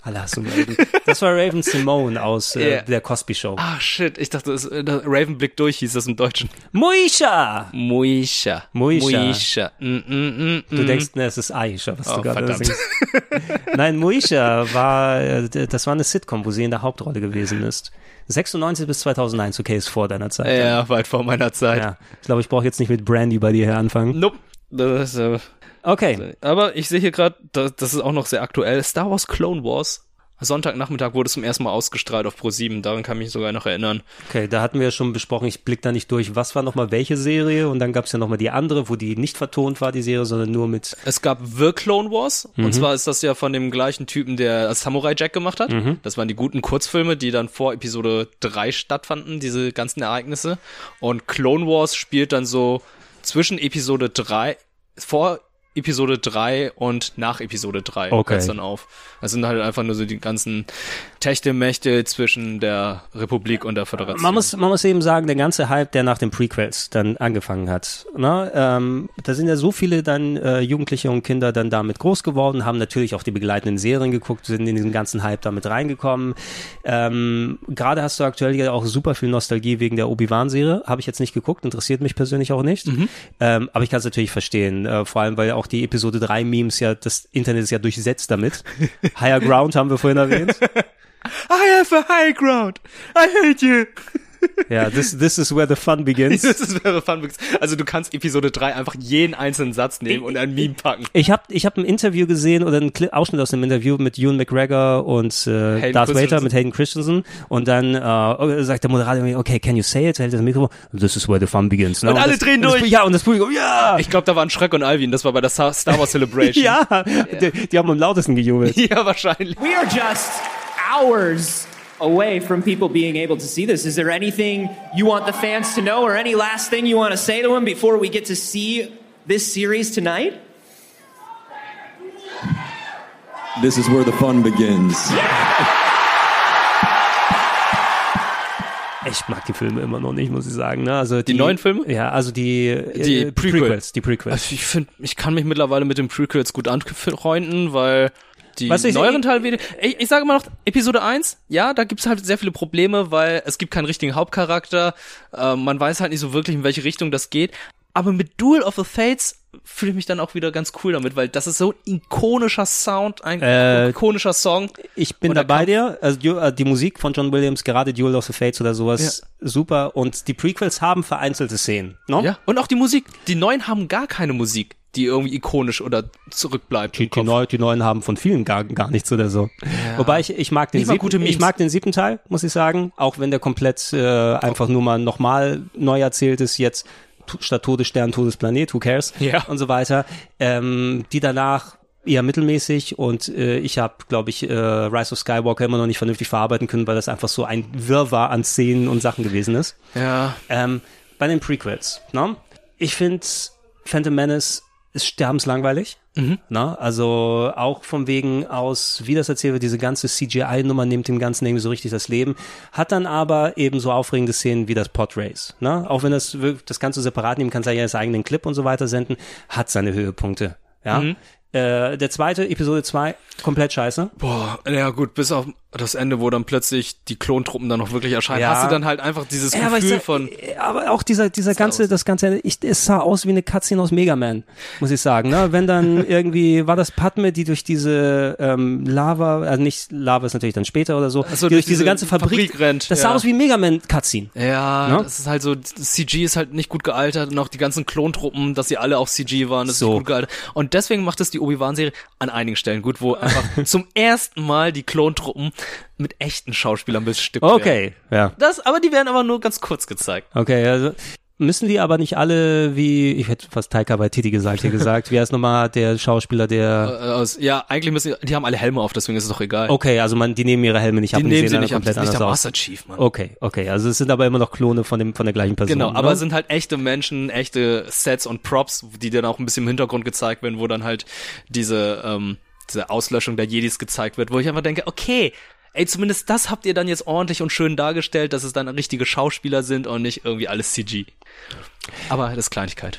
Alle hassen Raven. Das war Raven Simone aus äh, Yeah. der Cosby Show. Ah, shit. Ich dachte, das, äh, das Raven blickt durch hieß das im Deutschen. Moisha! Moisha. Moisha. Moisha. Mm, mm, mm, Du mm. denkst, ne, es ist Aisha, was Oh, du gerade verdammt. singst. Nein, Moisha war, äh, d- das war eine Sitcom, wo sie in der Hauptrolle gewesen ist. 96 bis 2001, okay, ist vor deiner Zeit. Ja, weit vor meiner Zeit. Ja, ich glaube, ich brauche jetzt nicht mit Brandy bei dir hier anfangen. Nope. Das ist, äh, Okay, aber ich sehe hier gerade, das, das ist auch noch sehr aktuell. Star Wars Clone Wars Sonntagnachmittag wurde es zum ersten Mal ausgestrahlt auf Pro7, daran kann ich mich sogar noch erinnern. Okay, da hatten wir ja schon besprochen, ich blick da nicht durch, was war nochmal welche Serie und dann gab es ja nochmal die andere, wo die nicht vertont war, die Serie, sondern nur mit. Es gab The Clone Wars Mhm. und zwar ist das ja von dem gleichen Typen, der Samurai Jack gemacht hat. Mhm. Das waren die guten Kurzfilme, die dann vor Episode 3 stattfanden, diese ganzen Ereignisse. Und Clone Wars spielt dann so zwischen Episode 3, vor Episode 3 und nach Episode 3 Okay. hört's dann auf. Das sind halt einfach nur so die ganzen Techtelmächte zwischen der Republik und der Föderation. Man muss, man muss eben sagen, der ganze Hype, der nach den Prequels dann angefangen hat, ne? ähm, da sind ja so viele dann äh, Jugendliche und Kinder dann damit groß geworden, haben natürlich auch die begleitenden Serien geguckt, sind in diesen ganzen Hype damit reingekommen. Ähm, Gerade hast du aktuell ja auch super viel Nostalgie wegen der Obi-Wan-Serie, habe ich jetzt nicht geguckt, interessiert mich persönlich auch nicht, ähm, aber ich kann es natürlich verstehen, äh, vor allem, weil auch die Episode 3-Memes ja, das Internet ist ja durchsetzt damit. Higher Ground haben wir vorhin erwähnt. I have a high ground. I hate you. Ja, this, this is where the fun begins. Das wäre fun. Also du kannst Episode 3 einfach jeden einzelnen Satz nehmen und ein Meme packen. Ich habe ich hab ein Interview gesehen oder einen Cli- Ausschnitt aus einem Interview mit Ewan McGregor und äh, Hayden Darth Vader Christensen. mit Hayden Christensen und dann äh, sagt der Moderator irgendwie, okay, can you say it? Hält das Mikro. This is where the fun begins. ne? Und alle das, drehen das- durch. ja, und das Publikum, ja! Ich glaube, da waren Shrek und Alvin. Das war bei der Star Star Wars Celebration. ja, Die, die haben am lautesten gejubelt. Ja, wahrscheinlich. We are just hours away from people being able to see this. Is there anything you want the fans to know or any last thing you want to say to them before we get to see this series tonight? This is where the fun begins. Ich mag die Filme immer noch nicht, muss ich sagen. Ne? Also die, neuen Filme? Ja, also die, äh, Die Prequel. Prequels. Die Prequels. Also ich finde, ich kann mich mittlerweile mit den Prequels gut anfreunden, weil die Was ich- neueren Teile wieder. Ich, ich sage immer noch, Episode 1, ja, da gibt's halt sehr viele Probleme, weil es gibt keinen richtigen Hauptcharakter. Äh, man weiß halt nicht so wirklich, in welche Richtung das geht. Aber mit Duel of the Fates fühle ich mich dann auch wieder ganz cool damit, weil das ist so ein ikonischer Sound, ein Äh, ikonischer Song. Ich bin da bei dir. Also die, äh, die Musik von John Williams, gerade Duel of the Fates oder sowas, super. Und die Prequels haben vereinzelte Szenen. ne? No? Ja. Und auch die Musik. Die neuen haben gar keine Musik, die irgendwie ikonisch oder zurückbleibt. Die, die, Neu, die neuen haben von vielen gar, gar nichts oder so. Wobei ich, ich mag den Nicht mal gute siebten, Memes. ich mag den siebten Teil, muss ich sagen, auch wenn der komplett äh, einfach nur mal nochmal neu erzählt ist jetzt tu- statt Todesstern Todesplanet, who cares Ja. und so weiter. Ähm, die danach eher mittelmäßig und äh, ich habe, glaube ich, äh, Rise of Skywalker immer noch nicht vernünftig verarbeiten können, weil das einfach so ein Wirrwarr an Szenen und Sachen gewesen ist. Ja. Ähm, bei den Prequels, ne? Ich finde Phantom Menace ist sterbenslangweilig. Mhm. Ne? Also auch von wegen aus, wie das erzählt wird, diese ganze CGI-Nummer nimmt dem Ganzen irgendwie so richtig das Leben, hat dann aber eben so aufregende Szenen wie das Podrace. Ne? Auch wenn das wirk- das Ganze separat nehmen kann, sei ja als eigenen Clip und so weiter senden, hat seine Höhepunkte. Ja? Mhm. Äh, der zweite, Episode 2, komplett scheiße. Boah, ja gut, bis auf das Ende, wo dann plötzlich die Klontruppen dann noch wirklich erscheinen, Ja. hast du dann halt einfach dieses Ja, aber ich Gefühl sag- äh, von. aber auch dieser, dieser ganze, das ganze, ich, es sah aus wie eine Cutscene aus Mega Man, muss ich sagen. Ne? Wenn dann irgendwie, war das Padme, die durch diese ähm, Lava, also nicht Lava ist natürlich dann später oder so, so, die durch durch diese diese ganze Fabrik, Fabrik rennt, das sah ja. aus wie Mega Man Cutscene. Ja, Ne? das ist halt so, das CG ist halt nicht gut gealtert und auch die ganzen Klontruppen, dass sie alle auch CG waren, das ist nicht gut gealtert. Und deswegen macht es die Obi-Wan-Serie an einigen Stellen gut, wo einfach zum ersten Mal die Klontruppen mit echten Schauspielern bestückt werden. Okay, ja. Das, aber die werden aber nur ganz kurz gezeigt. Okay, also müssen die aber nicht alle, wie, ich hätte fast Taika Waititi gesagt, hier gesagt, wie heißt nochmal der Schauspieler, Äh, der, aus, ja, eigentlich müssen, die haben alle Helme auf, deswegen ist es doch egal. okay, also man, die nehmen ihre Helme nicht ab Die und nehmen sehen sie dann nicht ab, komplett das ist nicht anders der aus. Master Chief, Mann. Okay, okay, also es sind aber immer noch Klone von dem, von der gleichen Person. Genau, ne? aber es sind halt echte Menschen, echte Sets und Props, die dann auch ein bisschen im Hintergrund gezeigt werden, wo dann halt diese, ähm, diese Auslöschung der Jedis gezeigt wird, wo ich einfach denke, okay, ey, zumindest das habt ihr dann jetzt ordentlich und schön dargestellt, dass es dann richtige Schauspieler sind und nicht irgendwie alles CG. Aber das ist Kleinigkeit.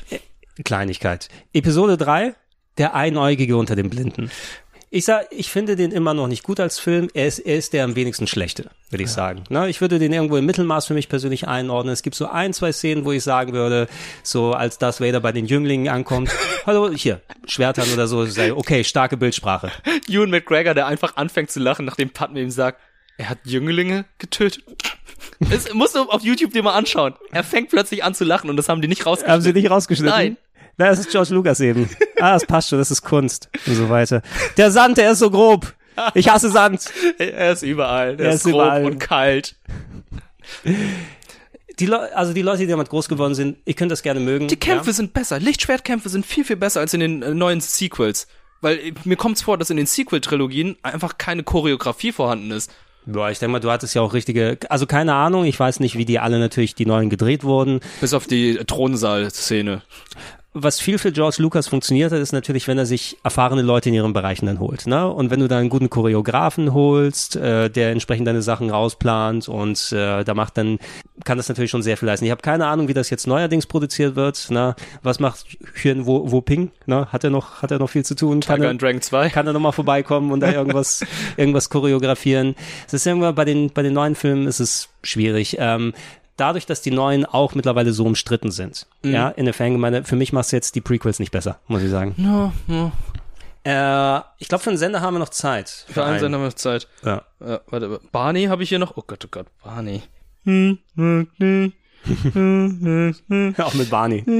Kleinigkeit. Episode 3, der Einäugige unter den Blinden. Ich sag, ich finde den immer noch nicht gut als Film. Er ist, er ist der am wenigsten schlechte, würde ich sagen. Na, ich würde den irgendwo im Mittelmaß für mich persönlich einordnen. Es gibt so ein, zwei Szenen, wo ich sagen würde, so als Darth Vader bei den Jünglingen ankommt, hallo, hier, Schwertern oder so, ich sage, okay, starke Bildsprache. Ewan McGregor, der einfach anfängt zu lachen, nachdem Padme ihm sagt, er hat Jünglinge getötet. Es musst du auf YouTube dir mal anschauen. Er fängt plötzlich an zu lachen und das haben die nicht rausgeschnitten. Haben sie nicht rausgeschnitten? Nein. Na, das ist George Lucas eben. Ah, das passt schon, das ist Kunst und so weiter. Der Sand, der ist so grob. Ich hasse Sand. Er ist überall. Er, Er ist, ist grob überall. und kalt. Die Le also die Leute, die damit groß geworden sind, ihr könnt das gerne mögen. Die Kämpfe ja? sind besser. Lichtschwertkämpfe sind viel, viel besser als in den äh, neuen Sequels. Weil äh, mir kommt's vor, dass in den Sequel-Trilogien einfach keine Choreografie vorhanden ist. Boah, ich denke mal, du hattest ja auch richtige, also keine Ahnung, ich weiß nicht, wie die alle natürlich, die neuen gedreht wurden. Bis auf die äh, Thronsaal-Szene. Was viel für George Lucas funktioniert hat, ist natürlich, wenn er sich erfahrene Leute in ihren Bereichen dann holt. Ne? Und wenn du da einen guten Choreografen holst, äh, der entsprechend deine Sachen rausplant und äh, da macht, dann kann das natürlich schon sehr viel leisten. Ich habe keine Ahnung, wie das jetzt neuerdings produziert wird. Ne? Was macht Hyun Wo, Wo Ping? Ne? Hat er noch, hat er noch viel zu tun? Kann Tiger er- and Dragon 2. Kann er nochmal vorbeikommen und da irgendwas, irgendwas choreografieren. Es ist irgendwann bei den, bei den neuen Filmen ist es schwierig. Ähm, dadurch, dass die neuen auch mittlerweile so umstritten sind, Mhm. ja, in der Fangemeinde, für mich machst du jetzt die Prequels nicht besser, muss ich sagen. No, no. Äh, ich glaube, für einen Sender haben wir noch Zeit. Für einen Sender haben wir noch Zeit. Ja. Äh, warte, Barney habe ich hier noch. Oh Gott, oh Gott, Barney. Hm, Auch mit Barney.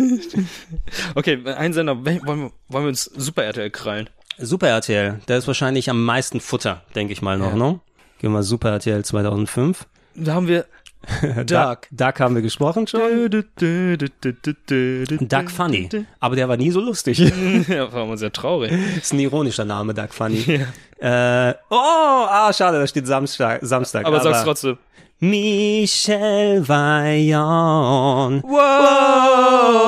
Okay, ein Sender. Wel- Wollen wir, wollen wir uns Super RTL krallen? Super RTL, da ist wahrscheinlich am meisten Futter, denke ich mal noch, ne? Gehen wir mal Super RTL 2005. Da haben wir Dark. Da, Dark haben wir gesprochen schon. Duck Funny. Aber der war nie so lustig. ja, war immer sehr traurig. Ist ein ironischer Name, Duck Funny. Äh, oh, ah, schade, da steht Samstag. Samstag Aber sag's trotzdem. Michel Vaillant. Wow!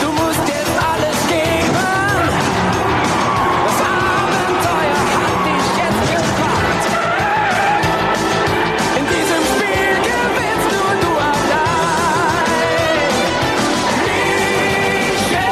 Du musst jetzt alles geben. Das Abenteuer hat dich jetzt gepackt. In diesem Spiel gewinnst nur du allein. Michel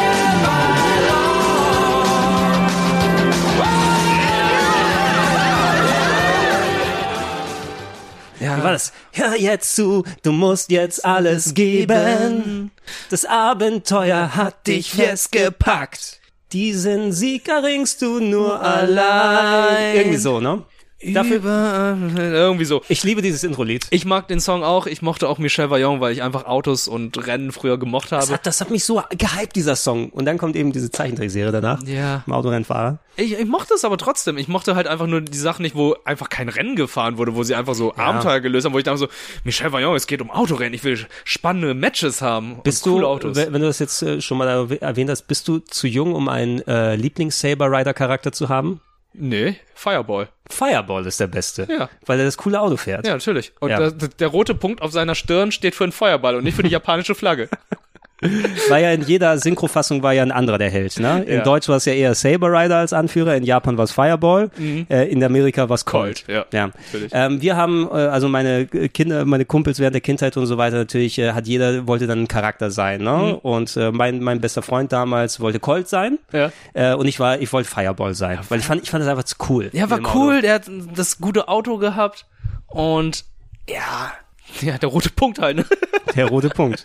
Ja. Wie war das? Hör jetzt zu, du musst jetzt alles geben. Das Abenteuer hat dich jetzt gepackt. Diesen Sieg erringst du nur allein. Irgendwie so, ne? Dafür irgendwie so. Ich liebe dieses Intro-Lied. Ich mag den Song auch. Ich mochte auch Michel Vaillant, weil ich einfach Autos und Rennen früher gemocht Das habe. hat, das hat mich so gehypt, dieser Song. Und dann kommt eben diese Zeichentrickserie danach. Ja. Im Autorennfahrer. Ich, ich mochte es aber trotzdem. Ich mochte halt einfach nur die Sachen nicht, wo einfach kein Rennen gefahren wurde, wo sie einfach so Abenteuer gelöst haben, wo ich dachte so, Michel Vaillant, es geht um Autorennen. Ich will spannende Matches haben Bist und coole du, Autos. wenn wenn du das jetzt äh, schon mal erwäh- erwähnt hast, bist du zu jung, um einen äh, Lieblings-Saber-Rider-Charakter zu haben? Nee, Fireball. Fireball ist der Beste. Ja. Weil er das coole Auto fährt. Ja, natürlich. Und Ja. da- der, der rote Punkt auf seiner Stirn steht für einen Feuerball und nicht für die japanische Flagge. War ja in jeder Synchrofassung war ja ein anderer der Held. Ne? In Ja. Deutsch war es ja eher Saber Rider als Anführer, in Japan war es Fireball, Mhm. äh, in Amerika war es Colt. Colt, ja. ja. Natürlich. Ähm, wir haben, äh, also meine Kinder, meine Kumpels während der Kindheit und so weiter, natürlich äh, hat jeder, wollte dann ein Charakter sein. Mhm. Ne? Und äh, mein, mein bester Freund damals wollte Colt sein Ja. äh, und ich war, ich wollte Fireball sein, weil ich fand, ich fand das einfach zu cool. Ja, war Mit dem Auto. cool. Der hat das gute Auto gehabt und ja, ja, der rote Punkt halt. Ne? Der rote Punkt.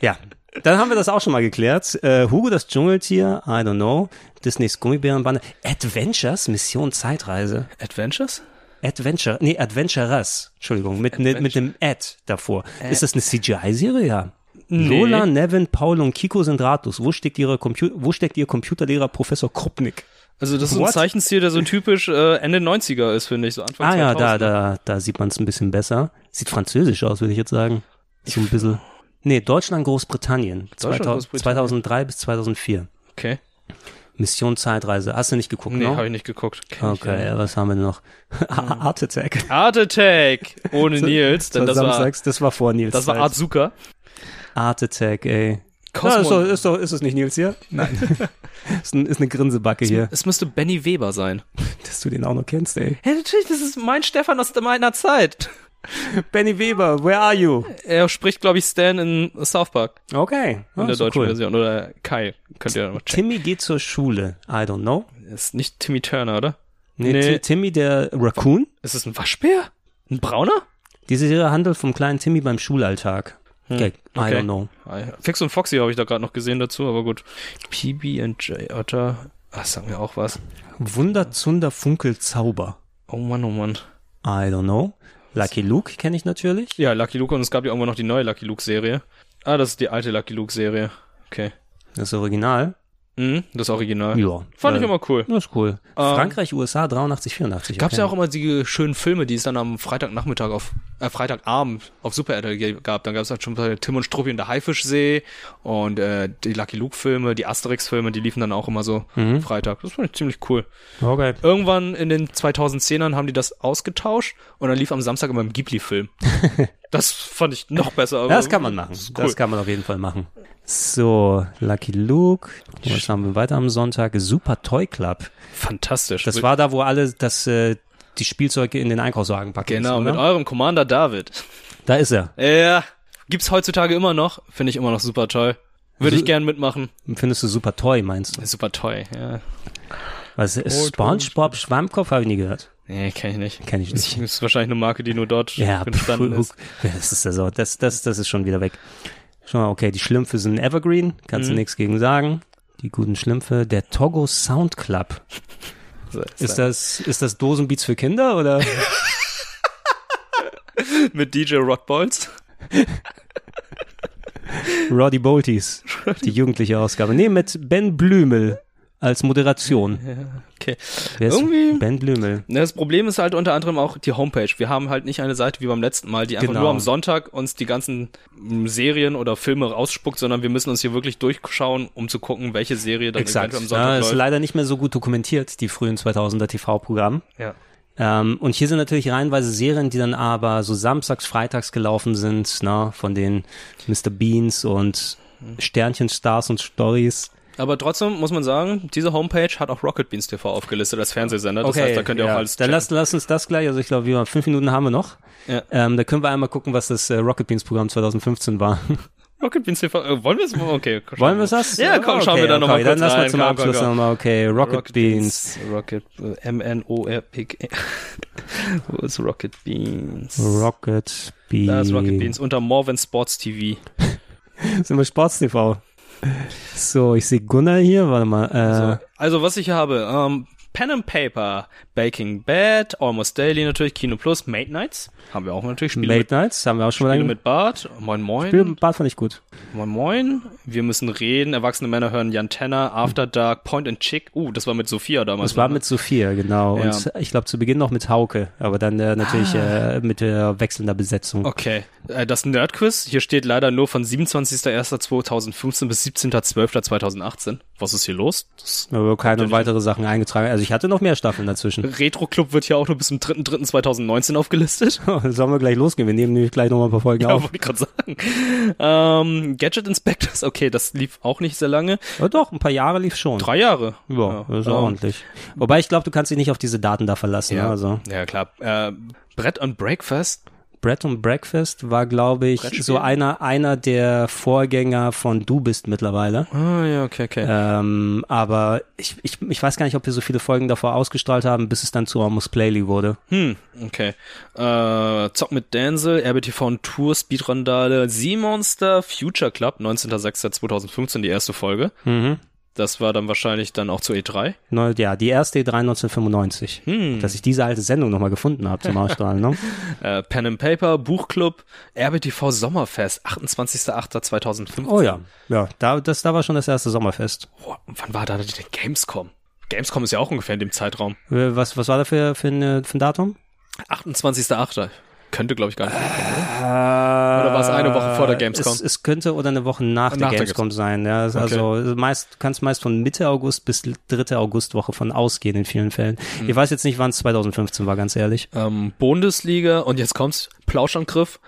Ja. Dann haben wir das auch schon mal geklärt. Äh, Hugo das Dschungeltier, I don't know. Disneys Gummibärenbande. Adventures, Mission Zeitreise. Adventures? Adventure, nee, Adventurers. Entschuldigung, mit, ne- mit dem Ad davor. Äh. Ist das eine CGI-Serie? Ja. Nee. Lola, Nevin, Paul und Kiko sind ratlos. Wo steckt, ihre Compu wo steckt ihr Computerlehrer Professor Krupnik? Also das ist What? ein Zeichenstil, der so typisch äh, Ende 90er ist, finde ich, so Anfang Ah ja, da, 2000. da, da sieht man es ein bisschen besser. Sieht französisch aus, würde ich jetzt sagen. So ein bisschen. Nee, Deutschland, Großbritannien. Deutschland, 2000, Großbritannien. 2003 bis 2004. Okay. Mission Zeitreise. Hast du nicht geguckt, Nee, ne? habe ich nicht geguckt. Kenn ich Okay, ja. Hm. ja, was haben wir denn noch? Art Attack. Art Attack ohne Nils, denn das war, Samstags, das war vor Nils. das war Zeit. Azuka. Art Attack, ey. Cosmo- Ja, ist, doch, ist, doch, ist es nicht Nils hier? Nein. ist, ein, ist eine Grinsebacke hier, Es müsste Benny Weber sein. dass du den auch noch kennst, ey. Ja, natürlich, das ist mein Stefan aus meiner Zeit. Benny Weber, where are you? Er spricht, glaube ich, Stan in South Park. Okay. In Ah, der ist doch deutschen cool. Version. Oder Kai. Könnt ihr mal checken. Timmy geht zur Schule. I don't know. Ist nicht Timmy Turner, oder? Nee, Nee. Ti- Timmy der Raccoon. Ist es ein Waschbär? Ein brauner? Diese Serie handelt vom kleinen Timmy beim Schulalltag. Hm, Okay, I don't know. Ah, Fix und Foxy habe ich da gerade noch gesehen dazu, aber gut. PB&J Otter. Ah, Ach, sagen wir auch was. Wunder, Zunder, Funkel, Zauber. Oh Mann, oh Mann. I don't know. Lucky Luke kenne ich natürlich. Ja, Lucky Luke und es gab ja irgendwo noch die neue Lucky Luke-Serie. Ah, das ist die alte Lucky Luke-Serie. Okay. Das Original. Mhm, das Original. Ja. Fand ich Äh, immer cool. Das ist cool. Frankreich, USA 83, 84. Gab es Ähm. ja okay. auch immer die schönen Filme, die es dann am Freitagnachmittag auf, äh, Freitagabend auf Super RTL ge- gab. Dann gab es halt schon bei Tim und Struppi und der Haifischsee und äh, die Lucky Luke-Filme, die Asterix-Filme, die liefen dann auch immer so Mhm. Freitag. Das fand ich ziemlich cool. Okay. Irgendwann in den 2010ern haben die das ausgetauscht und dann lief am Samstag immer ein Ghibli-Film. das fand ich noch besser. Ja, das kann man machen. Das ist cool. Das kann man auf jeden Fall machen. So, Lucky Luke. Was haben wir weiter am Sonntag? Super Toy Club. Fantastisch. Das war da, wo alle das, äh, die Spielzeuge in den Einkaufswagen packen. Genau, müssen, mit oder? eurem Commander David. Da ist er. Ja, gibt's heutzutage immer noch. Finde ich immer noch super toll. Würde Su- ich gern mitmachen. Findest du Super Toy, meinst du? Super Toy, ja. Was ist Toy, SpongeBob Schwammkopf? Habe ich nie gehört. Nee, kenne ich nicht. Kenn ich nicht. Das ist wahrscheinlich eine Marke, die nur dort Ja, entstanden pff, ist. ja, das ist ja so. Das, das, das ist schon wieder weg. Schon mal, okay, die Schlümpfe sind Evergreen. Kannst du Mhm. nichts gegen sagen. Die guten Schlümpfe. Der Togo Sound Club. Ist halt das, ist das Dosenbeats für Kinder oder? Mit DJ Rodballs. Roddy Bolties, die jugendliche Ausgabe. Nee, mit Ben Blümel als Moderation. Okay. Wer ist Irgendwie- Ben Blümel? Na, Das Problem ist halt unter anderem auch die Homepage. Wir haben halt nicht eine Seite wie beim letzten Mal, die einfach Genau. nur am Sonntag uns die ganzen m, Serien oder Filme rausspuckt, sondern wir müssen uns hier wirklich durchschauen, um zu gucken, welche Serie dann Exakt. eventuell am ja, Sonntag ist läuft. leider nicht mehr so gut dokumentiert, die frühen 2000er TV-Programme. Ja. Ähm, und hier sind natürlich reihenweise Serien, die dann aber so samstags, freitags gelaufen sind, ne, von den Mr. Beans und Sternchen, Stars und Stories. Aber trotzdem muss man sagen, diese Homepage hat auch Rocket Beans TV aufgelistet als Fernsehsender. Das Okay, heißt, da könnt ihr ja. auch alles Dann lass, lass uns das gleich, also ich glaube, wir haben fünf Minuten haben wir noch. Ja. Ähm, da können wir einmal gucken, was das äh, Rocket Beans Programm 2015 war. Rocket Beans TV. Äh, wollen wir es? Okay. komm, Wollen wir schauen das? Genau. Ja, komm, okay, schauen wir da nochmal okay, Dann kurz lassen wir rein. zum Komm, komm, Abschluss komm. nochmal, okay, Rocket, Rocket Beans. Rocket, äh, M-N-O-R-P-G. Wo ist Rocket Beans? Rocket Beans. Da ist Rocket Beans unter Morven Sports TV. Sind wir Sports TV? So, ich sehe Gunnar hier, warte mal. Äh, Also, was ich hier habe, ähm, Pen and Paper, Baking Bad, Almost Daily natürlich, Kino Plus, Mate Nights, haben wir auch natürlich, Spiele, Late Nights, haben wir auch schon mit, mal Spiele lange. mit Bart, Moin Moin. Spiel mit Bart fand ich gut. Moin Moin, wir müssen reden, erwachsene Männer hören Jan Tenner, After Dark, Point and Chick, uh, das war mit Sophia damals. Das war ne? mit Sophia, genau. Ja. Und ich glaube zu Beginn noch mit Hauke, aber dann äh, natürlich Ah. äh, mit äh, wechselnder Besetzung. Okay, äh, das Nerdquiz, hier steht leider nur von 27.01.2015 bis 17.12.2018. Was ist hier los? Das Aber keine weitere Sachen eingetragen. Also ich hatte noch mehr Staffeln dazwischen. Retro Club wird hier auch nur bis zum 3.3.2019 aufgelistet. Sollen wir gleich losgehen? Wir nehmen nämlich gleich nochmal ein paar Folgen Ja, auf. wollte ich gerade sagen. Ähm, Gadget Inspectors, okay, das lief auch nicht sehr lange. Ja, Oh, doch, ein paar Jahre lief schon. Drei Jahre. Ja, das ist ähm, ordentlich. Wobei ich glaube, du kannst dich nicht auf diese Daten da verlassen. ne? Ja, Also ja klar. Äh, Brett und Breakfast, Bread and Breakfast war, glaube ich, Brettspiel? so einer, einer der Vorgänger von Du bist mittlerweile. Ah, ja, okay, okay. Ähm, aber ich, ich, ich weiß gar nicht, ob wir so viele Folgen davor ausgestrahlt haben, bis es dann zu Almost Playly wurde. Hm, okay. Äh, Zock mit Denzel, RBTV und Tour, Speedrandale, Sea Monster, Future Club, 19.06.2015 die erste Folge. Mhm. Das war dann wahrscheinlich dann auch E zur E3. Neu, ja, die erste E3 1995. Hm. Dass ich diese alte Sendung nochmal gefunden habe zum Ausstrahlen. Ne? Äh, Pen and Paper, Buchclub, RBTV Sommerfest, 28.08.2015. Oh ja, ja, da, das, da war schon das erste Sommerfest. Boah, und wann war da die Gamescom? Gamescom ist ja auch ungefähr in dem Zeitraum. Äh, Was, was war da für, für, ein, für ein Datum? 28.08. Könnte, glaube ich, gar nicht. Oder war es eine Woche vor der Gamescom? Äh, Es, es könnte oder eine Woche nach, der Nach der Gamescom. Gamescom sein. Ja, Es- Okay. Also meist kannst meist von Mitte August bis dritte Augustwoche von ausgehen in vielen Fällen. Mhm. Ich weiß jetzt nicht, wann es 2015 war, ganz ehrlich. Ähm, Bundesliga und jetzt kommt's, Plauschangriff,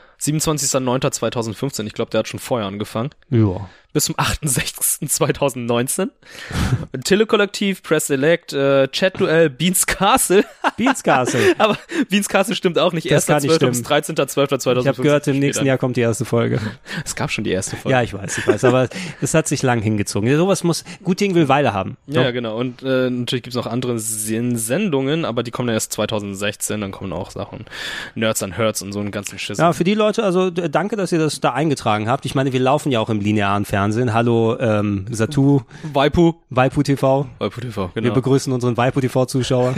27.09.2015. Ich glaube, der hat schon vorher angefangen. Ja. Bis zum 8.06.2019. Telekollektiv, Press Select, äh, Chat-Duell, Beans Castle. Beans Castle. Aber Beans Castle stimmt auch nicht. Das kann nicht 1.12. bis stimmen. 13.12.2015. Ich habe gehört, im steht nächsten an. Jahr kommt die erste Folge. Es gab schon die erste Folge. Ja, ich weiß, ich weiß, aber es hat sich lang hingezogen. Ja, Sowas muss, Guting will Weile haben. Ja, ja, genau. Und äh, natürlich gibt's noch andere Sen- Sendungen, aber die kommen dann erst 2016, dann kommen auch Sachen. Nerds and Hurts und so einen ganzen Schiss. Ja, für die Leute, also d- danke, dass ihr das da eingetragen habt. Ich meine, wir laufen ja auch im linearen Fernsehen. Hallo, ähm, Satu. Waipu. Waipu TV. Bei PTV, Wir genau. begrüßen unseren Waipu TV-Zuschauer.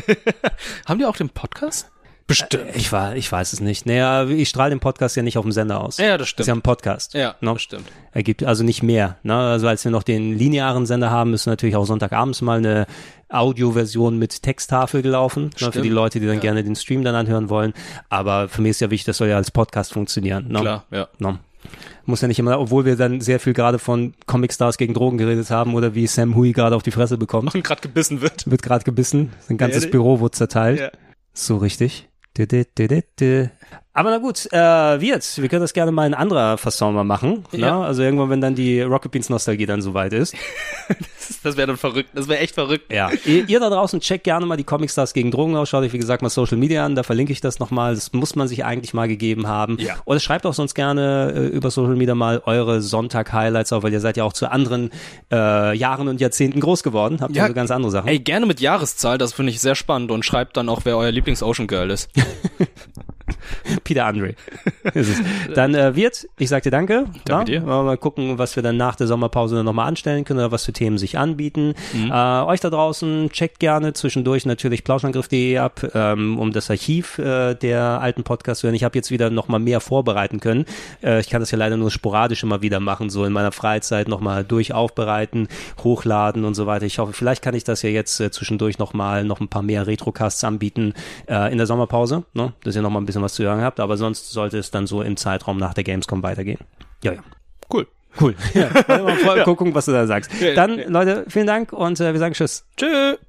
Haben die auch den Podcast? Bestimmt. Ich, war, ich weiß es nicht. Naja, ich strahle den Podcast ja nicht auf dem Sender aus. Ja, das stimmt. Ist ja ein Podcast. Ja, ne? das stimmt. Ergibt also nicht mehr. Ne? Also als wir noch den linearen Sender haben, ist natürlich auch Sonntagabends mal eine Audioversion mit Texttafel gelaufen. Ne? Für Stimmt. die Leute, die dann Ja. gerne den Stream dann anhören wollen. Aber für mich ist ja wichtig, das soll ja als Podcast funktionieren. Ne? Klar, ja. Ne? Muss ja nicht immer, obwohl wir dann sehr viel gerade von Comicstars gegen Drogen geredet haben oder wie Sam Hui gerade auf die Fresse bekommt. Und gerade gebissen wird. Wird gerade gebissen. Sein ganzes Ja, Büro wurde zerteilt. Ja. So richtig. Dü, dü, dü, dü, dü. Aber na gut, äh, Wirt, wir können das gerne mal in anderer Fasson mal machen. Ja. Ne? Also irgendwann, wenn dann die Rocket Beans Nostalgie dann soweit ist. Das wäre dann verrückt. Das wäre echt verrückt. Ja. ihr, ihr da draußen checkt gerne mal die Comicstars gegen Drogen aus. Schaut euch, wie gesagt, mal Social Media an. Da verlinke ich das nochmal. Das muss man sich eigentlich mal gegeben haben. Ja. Oder schreibt auch sonst gerne äh, über Social Media mal eure Sonntag-Highlights auf, weil ihr seid ja auch zu anderen äh, Jahren und Jahrzehnten groß geworden. Habt ja so ganz andere Sachen. Ey, gerne mit Jahreszahl, das finde ich sehr spannend und schreibt dann auch, wer euer Lieblings-Ocean Girl ist. Peter Andre. Ist es. Dann äh, wird, ich sag dir danke. Danke dir. Mal, mal gucken, was wir dann nach der Sommerpause dann nochmal anstellen können oder was für Themen sich anbieten. Äh, euch da draußen checkt gerne zwischendurch natürlich plauschangriff.de ab, ähm, um das Archiv äh, der alten Podcasts zu hören. Ich habe jetzt wieder nochmal mehr vorbereiten können. Äh, ich kann das ja leider nur sporadisch immer wieder machen, so in meiner Freizeit nochmal durch aufbereiten, hochladen und so weiter. Ich hoffe, vielleicht kann ich das ja jetzt äh, zwischendurch nochmal noch ein paar mehr Retrocasts anbieten äh, in der Sommerpause, ne? dass ihr nochmal ein bisschen was zu hören habt. Aber sonst sollte es dann so im Zeitraum nach der Gamescom weitergehen. Ja, ja. Cool. Cool. Ja, mal vor- gucken, was du da sagst. Ja, Dann, Leute, vielen Dank und äh, wir sagen Tschüss. Tschüss.